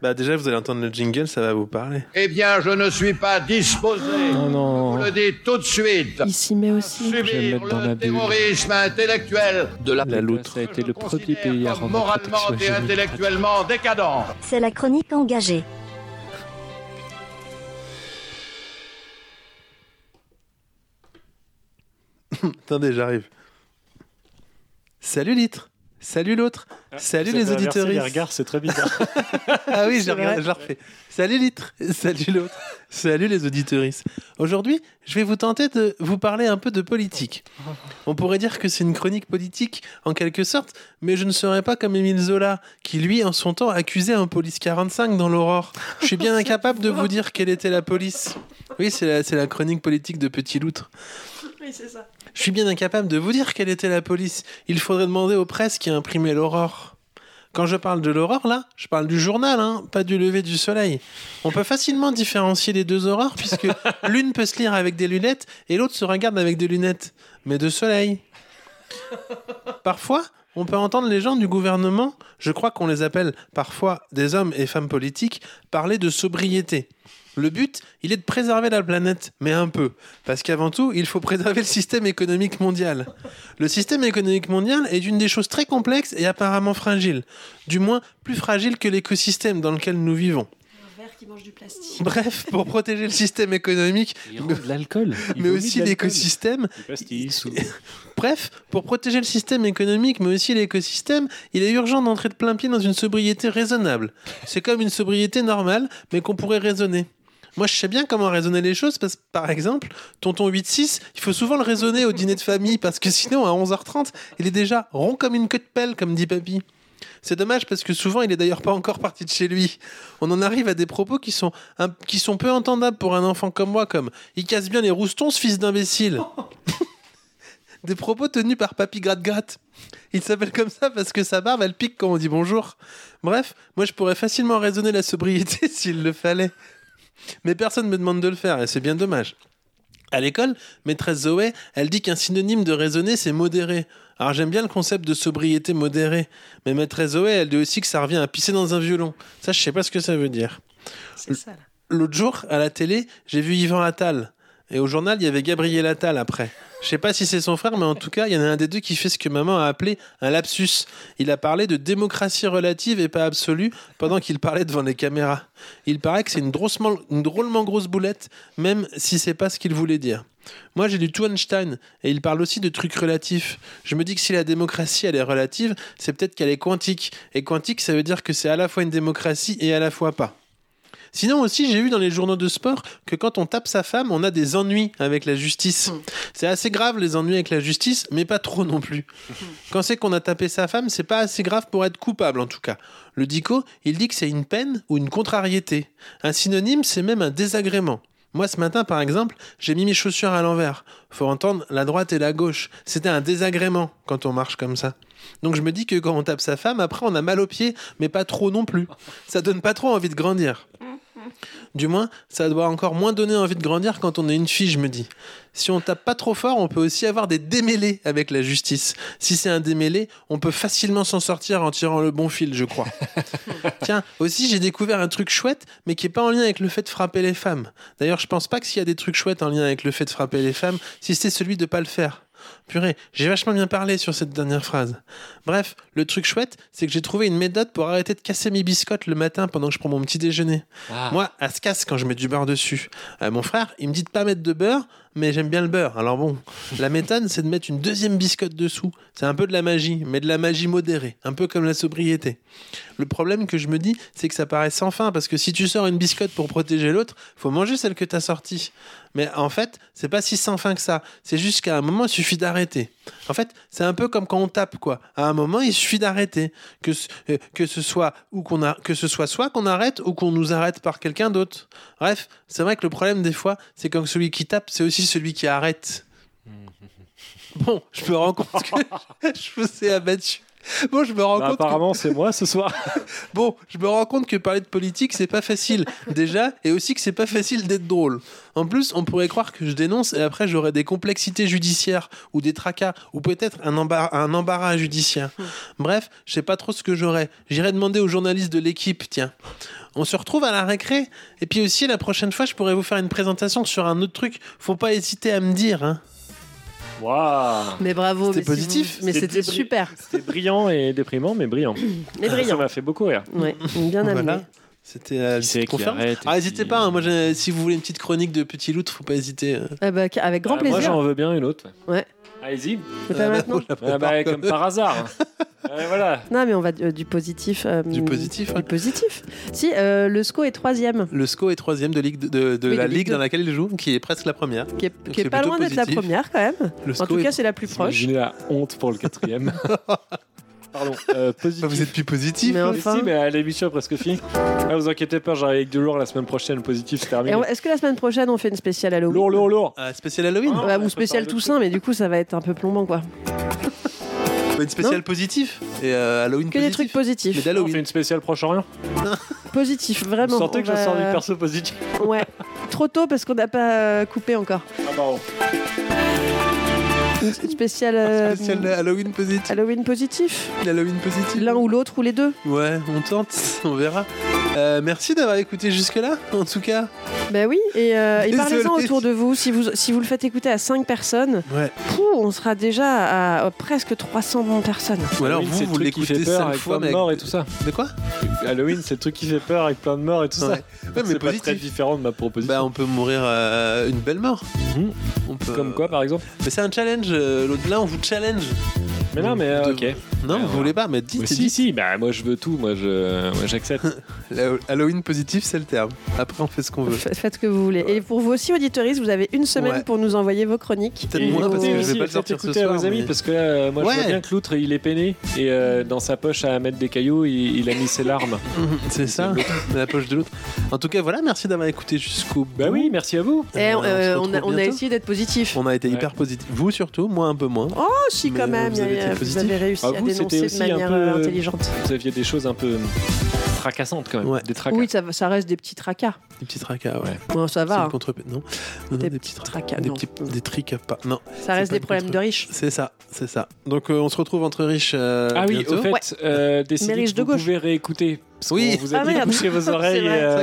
Speaker 2: Bah, déjà, vous allez entendre le jingle, ça va vous parler.
Speaker 11: Eh bien, je ne suis pas disposé.
Speaker 10: Oh Non, non.
Speaker 11: Je le dis tout de
Speaker 2: Ah.
Speaker 11: suite.
Speaker 1: Il s'y met aussi.
Speaker 10: vais me
Speaker 11: Subir
Speaker 10: mettre dans ma
Speaker 11: le
Speaker 10: bulle.
Speaker 11: terrorisme intellectuel de la
Speaker 10: La loutre a été le premier pays à rendre la
Speaker 11: moralement
Speaker 10: protection
Speaker 11: et
Speaker 10: hégémonique.
Speaker 11: intellectuellement décadent.
Speaker 12: C'est la chronique engagée.
Speaker 2: Attendez, j'arrive. Salut Litre. Salut l'autre. Salut
Speaker 10: Vous
Speaker 2: les
Speaker 10: avez inversé
Speaker 2: auditeurs.
Speaker 10: Les regards, c'est très bizarre.
Speaker 2: Ah oui,
Speaker 1: C'est
Speaker 2: j'ai regardé,
Speaker 1: vrai.
Speaker 2: je la refais. Salut Litre, salut l'autre, salut les auditeuristes. Aujourd'hui, je vais vous tenter de vous parler un peu de politique. On pourrait dire que c'est une chronique politique en quelque sorte, mais je ne serai pas comme Émile Zola, qui lui, en son temps, accusait un police 45 dans l'aurore. Je suis bien incapable de vous dire quelle était la police. Oui, c'est la, c'est la chronique politique de Petit Loutre.
Speaker 1: Oui, c'est ça.
Speaker 2: Je suis bien incapable de vous dire quelle était la police. Il faudrait demander aux presses qui a imprimé l'aurore. Quand je parle de l'aurore, là, je parle du journal, hein, pas du lever du soleil. On peut facilement différencier les deux aurores, puisque l'une peut se lire avec des lunettes et l'autre se regarde avec des lunettes, mais de soleil. Parfois, on peut entendre les gens du gouvernement, je crois qu'on les appelle parfois des hommes et femmes politiques, parler de sobriété. Le but, il est de préserver la planète, mais un peu. Parce qu'avant tout, il faut préserver le système économique mondial. Le système économique mondial est une des choses très complexes et apparemment fragile. Du moins, plus fragile que l'écosystème dans lequel nous vivons.
Speaker 1: Un verre qui mange du plastique.
Speaker 2: Bref, pour protéger le système économique,
Speaker 10: Ils rendent de l'alcool. Ils
Speaker 2: mais
Speaker 10: vomissent
Speaker 2: aussi
Speaker 10: de l'alcool.
Speaker 2: l'écosystème,
Speaker 10: Des pastilles sous-
Speaker 2: Bref, pour protéger le système économique mais aussi l'écosystème, il est urgent d'entrer de plein pied dans une sobriété raisonnable. C'est comme une sobriété normale, mais qu'on pourrait raisonner. Moi, je sais bien comment raisonner les choses, parce que, par exemple, tonton 8-6, il faut souvent le raisonner au dîner de famille, parce que sinon, à 11h30, il est déjà rond comme une queue de pelle, comme dit papy. C'est dommage parce que souvent il est d'ailleurs pas encore parti de chez lui. On en arrive à des propos qui sont, un- qui sont peu entendables pour un enfant comme moi, comme il casse bien les roustons, ce fils d'imbécile. des propos tenus par Papy Gratte Gratte. Il s'appelle comme ça parce que sa barbe elle pique quand on dit bonjour. Bref, moi je pourrais facilement raisonner la sobriété s'il le fallait. Mais personne me demande de le faire et c'est bien dommage. À l'école, maîtresse Zoé, elle dit qu'un synonyme de raisonner, c'est modéré. Alors j'aime bien le concept de sobriété modérée, mais maîtresse Zoé, elle dit aussi que ça revient à pisser dans un violon. Ça, je sais pas ce que ça veut dire.
Speaker 1: C'est ça, là.
Speaker 2: L'autre jour, à la télé, j'ai vu Yvan Attal. Et au journal, il y avait Gabriel Attal après. Je sais pas si c'est son frère, mais en tout cas, il y en a un des deux qui fait ce que maman a appelé un lapsus. Il a parlé de démocratie relative et pas absolue pendant qu'il parlait devant les caméras. Il paraît que c'est une, drôlement- une drôlement grosse boulette, même si c'est pas ce qu'il voulait dire. Moi, j'ai lu tout Einstein, et il parle aussi de trucs relatifs. Je me dis que si la démocratie, elle est relative, c'est peut-être qu'elle est quantique. Et quantique, ça veut dire que c'est à la fois une démocratie et à la fois pas. Sinon aussi, j'ai vu dans les journaux de sport que quand on tape sa femme, on a des ennuis avec la justice. C'est assez grave les ennuis avec la justice, mais pas trop non plus. Quand c'est qu'on a tapé sa femme, c'est pas assez grave pour être coupable en tout cas. Le dico, il dit que c'est une peine ou une contrariété. Un synonyme, c'est même un désagrément. Moi ce matin par exemple, j'ai mis mes chaussures à l'envers. Faut entendre la droite et la gauche. C'était un désagrément quand on marche comme ça. Donc je me dis que quand on tape sa femme, après on a mal aux pieds, mais pas trop non plus. Ça donne pas trop envie de grandir. Du moins, ça doit encore moins donner envie de grandir quand on est une fille, je me dis. Si on tape pas trop fort, on peut aussi avoir des démêlés avec la justice. Si c'est un démêlé, on peut facilement s'en sortir en tirant le bon fil, je crois. Tiens, aussi j'ai découvert un truc chouette, mais qui est pas en lien avec le fait de frapper les femmes. D'ailleurs, je pense pas que s'il y a des trucs chouettes en lien avec le fait de frapper les femmes, si c'est celui de pas le faire. Purée, j'ai vachement bien parlé sur cette dernière phrase. Bref, le truc chouette, c'est que j'ai trouvé une méthode pour arrêter de casser mes biscottes le matin pendant que je prends mon petit déjeuner.
Speaker 10: Ah.
Speaker 2: Moi, elle se casse quand je mets du beurre dessus. Euh, mon frère, il me dit de pas mettre de beurre, mais j'aime bien le beurre. Alors bon, la méthode, c'est de mettre une deuxième biscotte dessous. C'est un peu de la magie, mais de la magie modérée, un peu comme la sobriété. Le problème que je me dis, c'est que ça paraît sans fin parce que si tu sors une biscotte pour protéger l'autre, faut manger celle que t'as sortie. Mais en fait, c'est pas si sans fin que ça. C'est juste qu'à un moment, il suffit d'arrêter d'arrêter. En fait, c'est un peu comme quand on tape, quoi. À un moment, il suffit d'arrêter. Que, ce- euh, que ce soit ou qu'on a, que ce soit soit qu'on arrête ou qu'on nous arrête par quelqu'un d'autre. Bref, c'est vrai que le problème des fois, c'est quand celui qui tape, c'est aussi celui qui arrête. Bon, je me rends compte que je me suis abattu. Bon, je me rends compte.
Speaker 3: Bah, apparemment, c'est moi ce soir.
Speaker 2: bon, je me rends compte que parler de politique, c'est pas facile déjà, et aussi que c'est pas facile d'être drôle. En plus, on pourrait croire que je dénonce et après j'aurais des complexités judiciaires ou des tracas ou peut-être un, embar- un embarras judiciaire. Bref, je sais pas trop ce que j'aurais. J'irai demander aux journalistes de l'équipe, tiens. On se retrouve à la récré. Et puis aussi, la prochaine fois, je pourrais vous faire une présentation sur un autre truc. Faut pas hésiter à me dire. Hein.
Speaker 3: Waouh
Speaker 1: Mais bravo.
Speaker 2: C'était
Speaker 1: mais si
Speaker 2: positif.
Speaker 1: vous- Mais
Speaker 3: C'était
Speaker 1: c'était
Speaker 3: bri-
Speaker 1: super.
Speaker 3: C'était brillant et déprimant, mais brillant.
Speaker 1: Mais
Speaker 3: Ça
Speaker 1: brillant.
Speaker 3: m'a fait beaucoup rire.
Speaker 1: Ouais, bien amené.
Speaker 2: Voilà. C'était la
Speaker 3: Qui c'est
Speaker 2: petite
Speaker 3: qui
Speaker 2: conférence.
Speaker 3: arrête et
Speaker 2: Ah, n'hésitez pas. hein. Moi, j'ai- si vous voulez une petite chronique de Petit Loutre, faut pas hésiter. euh.
Speaker 1: Ah bah, avec grand
Speaker 3: Ah, Moi, j'en
Speaker 1: plaisir.
Speaker 3: veux bien une autre.
Speaker 1: Ouais.
Speaker 3: Allez-y.
Speaker 1: C'est pas
Speaker 2: Ah bah,
Speaker 1: maintenant.
Speaker 2: on la
Speaker 3: Ah
Speaker 2: prépare
Speaker 3: bah,
Speaker 2: comme-
Speaker 3: comme par hasard. Ouais, voilà.
Speaker 1: Non, mais on va euh, du positif. euh,
Speaker 2: Du positif, hein.
Speaker 1: Du
Speaker 2: ouais.
Speaker 1: positif. Si, euh, le SCO est troisième,
Speaker 2: Le SCO est troisième de, ligue de, de- de
Speaker 1: Oui,
Speaker 2: la
Speaker 1: de Ligue
Speaker 2: ligue dans
Speaker 1: deux.
Speaker 2: laquelle il joue, qui est presque la première.
Speaker 1: qui est, qui est
Speaker 2: c'est
Speaker 1: pas
Speaker 2: plutôt
Speaker 1: loin d'être la
Speaker 2: positif.
Speaker 1: première quand même.
Speaker 2: Le
Speaker 1: En
Speaker 2: SCO
Speaker 1: tout
Speaker 2: est-
Speaker 1: cas, c'est la plus proche.
Speaker 3: Imaginez la honte pour le quatrième. Pardon. euh, positif.
Speaker 2: Bah, vous êtes plus positif.
Speaker 1: Mais
Speaker 2: hein.
Speaker 3: Mais
Speaker 1: enfin.
Speaker 3: si, mais à l'émission presque finie. Ah, vous inquiétez pas, j'arrive avec du lourd la semaine prochaine, positif, c'est
Speaker 1: Et
Speaker 3: terminé.
Speaker 1: on- Est-ce que la semaine prochaine, on fait une spéciale Halloween
Speaker 3: Lourd, lourd, lourd.
Speaker 2: Euh, spécial Halloween.
Speaker 3: Ah,
Speaker 1: Bah,
Speaker 3: on
Speaker 1: Ou
Speaker 3: peut
Speaker 1: spéciale
Speaker 3: parler de
Speaker 1: Toussaint, mais du coup, ça va être un peu plombant, quoi.
Speaker 3: Ah,
Speaker 2: Une spéciale positif. Et euh, Halloween
Speaker 1: Que des
Speaker 2: positif.
Speaker 1: trucs
Speaker 2: Mais
Speaker 1: positifs.
Speaker 3: On fait
Speaker 2: d'Halloween.
Speaker 3: une spéciale Proche-Orient.
Speaker 1: Positifs,
Speaker 3: Vous
Speaker 2: Ah
Speaker 1: vraiment.
Speaker 3: sentez que
Speaker 1: On
Speaker 3: je
Speaker 1: va-
Speaker 3: sors du perso positif
Speaker 1: Ouais. Trop tôt parce qu'on n'a pas euh, coupé encore.
Speaker 3: Ah, pardon.
Speaker 2: Bah
Speaker 1: Une spéciale euh,
Speaker 2: Spécial Halloween positif.
Speaker 1: Halloween positif.
Speaker 2: Halloween positif.
Speaker 1: L'un ou l'autre ou les deux.
Speaker 2: Ouais, on tente, on verra. Euh, merci d'avoir écouté jusque-là, en tout cas.
Speaker 1: Bah oui, et, euh, et
Speaker 2: Désolé.
Speaker 1: parlez-en autour de vous. Si, vous. si vous le faites écouter à 5 personnes,
Speaker 2: Ouais.
Speaker 1: pouh, on sera déjà à, euh, presque 300 personnes.
Speaker 2: Ou alors
Speaker 3: Halloween,
Speaker 2: vous,
Speaker 3: c'est le
Speaker 2: vous
Speaker 3: truc qui fait
Speaker 2: l'écoutez
Speaker 3: peur
Speaker 2: cinq
Speaker 3: avec plein
Speaker 2: fois,
Speaker 3: de
Speaker 2: mais avec-
Speaker 3: morts et tout ça.
Speaker 2: De quoi
Speaker 3: Halloween, c'est le truc qui fait peur avec plein de morts et tout ça.
Speaker 2: Ouais. Ouais, mais
Speaker 3: c'est pas très
Speaker 2: positif.
Speaker 3: différent de ma proposition.
Speaker 2: Bah, on peut mourir euh, une belle mort.
Speaker 3: Mhm.
Speaker 2: On peut-
Speaker 3: Comme quoi, par exemple
Speaker 2: Mais c'est un challenge. euh, l'autre là, on vous challenge.
Speaker 3: Mais non, mais euh,
Speaker 2: Mm, De-
Speaker 3: ok.
Speaker 2: Non,
Speaker 3: Ouais,
Speaker 2: vous
Speaker 3: ouais.
Speaker 2: voulez pas, mais dites.
Speaker 3: Mais
Speaker 2: dites.
Speaker 3: si, si, bah moi je veux tout, moi je- moi, j'accepte.
Speaker 2: La- Halloween positif, c'est le terme. Après, on fait ce qu'on veut.
Speaker 1: F- Faites ce que vous voulez. Et pour vous aussi, auditoristes, vous avez une semaine
Speaker 2: Ouais.
Speaker 1: pour nous envoyer vos chroniques.
Speaker 2: Peut-être
Speaker 3: Et
Speaker 2: moins parce
Speaker 3: écoutez
Speaker 2: que je
Speaker 3: aussi,
Speaker 2: vais pas le
Speaker 3: faites
Speaker 2: sortir ce
Speaker 3: écouter à
Speaker 2: soir.
Speaker 3: vos amis
Speaker 2: mais-
Speaker 3: parce que là, euh, moi je
Speaker 2: Ouais.
Speaker 3: vois bien que l'outre il est peiné et euh, dans sa poche à mettre des cailloux il, il a mis ses larmes.
Speaker 2: Mhm, C'est ça, la poche de l'autre. En tout cas, voilà, merci d'avoir écouté jusqu'au bout.
Speaker 3: bah oui, merci à vous.
Speaker 1: Et
Speaker 2: Euh, on se
Speaker 1: euh, on,
Speaker 2: retrouve
Speaker 1: a, on a
Speaker 2: bientôt.
Speaker 1: essayé d'être positif.
Speaker 2: On a été
Speaker 3: Ouais.
Speaker 2: hyper positif. Vous surtout, moi un peu moins.
Speaker 1: Oh, si,
Speaker 2: Mais
Speaker 1: quand même,
Speaker 2: vous avez
Speaker 1: il y a-
Speaker 2: été
Speaker 1: vous
Speaker 2: positif.
Speaker 1: avez réussi
Speaker 3: Ah,
Speaker 1: à
Speaker 3: vous,
Speaker 1: dénoncer
Speaker 3: c'était
Speaker 1: de
Speaker 3: aussi un
Speaker 1: manière
Speaker 3: peu,
Speaker 1: euh,
Speaker 3: euh,
Speaker 1: intelligente.
Speaker 3: Vous aviez des choses un peu tracassantes quand même,
Speaker 2: Ouais.
Speaker 3: des tracas.
Speaker 1: Oui, ça, va- ça reste des petits tracas.
Speaker 2: Des petits tracas, ouais.
Speaker 3: Ouais.
Speaker 1: Bon, ça
Speaker 2: C'est
Speaker 1: va. hein.
Speaker 2: une contre... non. non, non,
Speaker 1: Des
Speaker 2: des,
Speaker 1: petits
Speaker 2: petits
Speaker 1: tracas,
Speaker 2: tracas. Des,
Speaker 1: non.
Speaker 2: petits... des tricks pas. Non,
Speaker 1: Ça reste
Speaker 2: pas
Speaker 1: des
Speaker 2: une
Speaker 1: problèmes de
Speaker 2: contre-
Speaker 1: riches.
Speaker 2: c'est ça, c'est ça. Donc euh, on se retrouve entre riches. euh,
Speaker 3: Ah oui,
Speaker 2: bientôt.
Speaker 3: au fait,
Speaker 1: Ouais.
Speaker 3: euh,
Speaker 1: Mais
Speaker 3: décidez
Speaker 1: riche
Speaker 3: que
Speaker 1: de
Speaker 3: vous
Speaker 1: gauche.
Speaker 3: pouvez réécouter. Parce qu'on
Speaker 2: Oui.
Speaker 3: vous
Speaker 1: Ah,
Speaker 3: a dit
Speaker 1: merde.
Speaker 3: bouchez vos
Speaker 1: C'est
Speaker 3: oreilles.
Speaker 1: vrai.
Speaker 3: et, euh,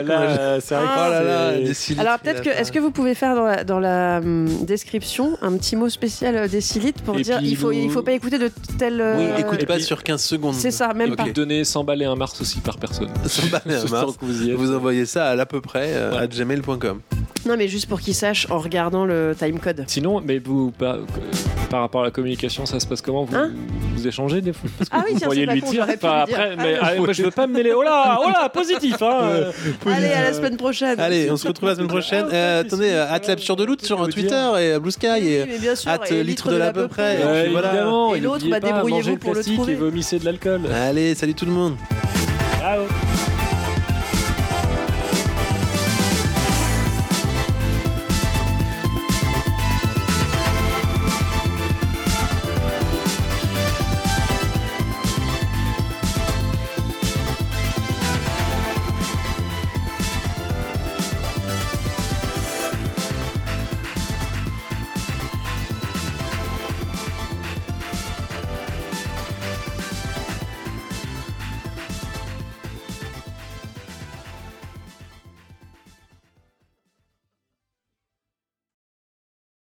Speaker 2: C'est
Speaker 3: là, euh, c'est vrai
Speaker 2: vrai qu'on a-
Speaker 3: que
Speaker 2: Oh là là,
Speaker 3: c'est-
Speaker 2: des silites,
Speaker 1: Alors peut-être
Speaker 2: là,
Speaker 1: que,
Speaker 2: ça-
Speaker 1: est-ce que vous pouvez faire dans la, dans la hum, description un petit mot spécial euh, des silites pour
Speaker 3: Et
Speaker 1: dire
Speaker 3: puis
Speaker 1: il faut,
Speaker 3: vous-
Speaker 1: il faut pas écouter de telles...
Speaker 2: Oui,
Speaker 1: euh,
Speaker 2: écoute
Speaker 3: et
Speaker 2: pas
Speaker 3: puis-
Speaker 2: sur 15 secondes.
Speaker 1: C'est ça, même
Speaker 2: Ok.
Speaker 1: pas.
Speaker 3: Vous donnez 100 balles et un mars aussi par personne.
Speaker 2: 100 balles et un
Speaker 3: Sans
Speaker 2: mars.
Speaker 3: que vous y êtes.
Speaker 2: Vous envoyez ça à l'à peu près euh,
Speaker 3: Ouais.
Speaker 2: à gmail.com.
Speaker 1: Non, mais juste pour qu'ils sachent en regardant le timecode.
Speaker 3: Sinon, mais vous, par, euh, par rapport à la communication, ça se passe comment vous,
Speaker 1: Hein
Speaker 3: vous échangez des fois Parce que
Speaker 1: Ah oui,
Speaker 3: vous
Speaker 1: tiens,
Speaker 3: pourriez
Speaker 1: c'est pas
Speaker 3: lui
Speaker 1: con,
Speaker 3: dire.
Speaker 1: j'aurais pu
Speaker 3: enfin,
Speaker 1: lui dire.
Speaker 3: après, mais,
Speaker 1: Ah,
Speaker 3: ah, moi, je veux pas me mêler. Oh là, oh là, positif. Hein, euh.
Speaker 1: Allez, à la semaine prochaine.
Speaker 2: Allez, on se retrouve la semaine prochaine. Euh, attendez, euh, at sur de loot sur Twitter et euh, Blue Sky et
Speaker 1: Oui, mais bien sûr,
Speaker 2: at,
Speaker 1: et litre
Speaker 2: euh, litre de
Speaker 1: l'à
Speaker 2: l'à peu près.
Speaker 1: près.
Speaker 3: Euh,
Speaker 2: puis voilà.
Speaker 3: Évidemment,
Speaker 1: Et l'autre,
Speaker 3: n'oubliez
Speaker 1: bah,
Speaker 3: pas,
Speaker 1: débrouillez-vous
Speaker 3: mangez le
Speaker 1: pour le
Speaker 3: plastique
Speaker 1: trouver.
Speaker 3: Et vomissez de l'alcool.
Speaker 2: Allez, salut tout le monde.
Speaker 3: Ciao.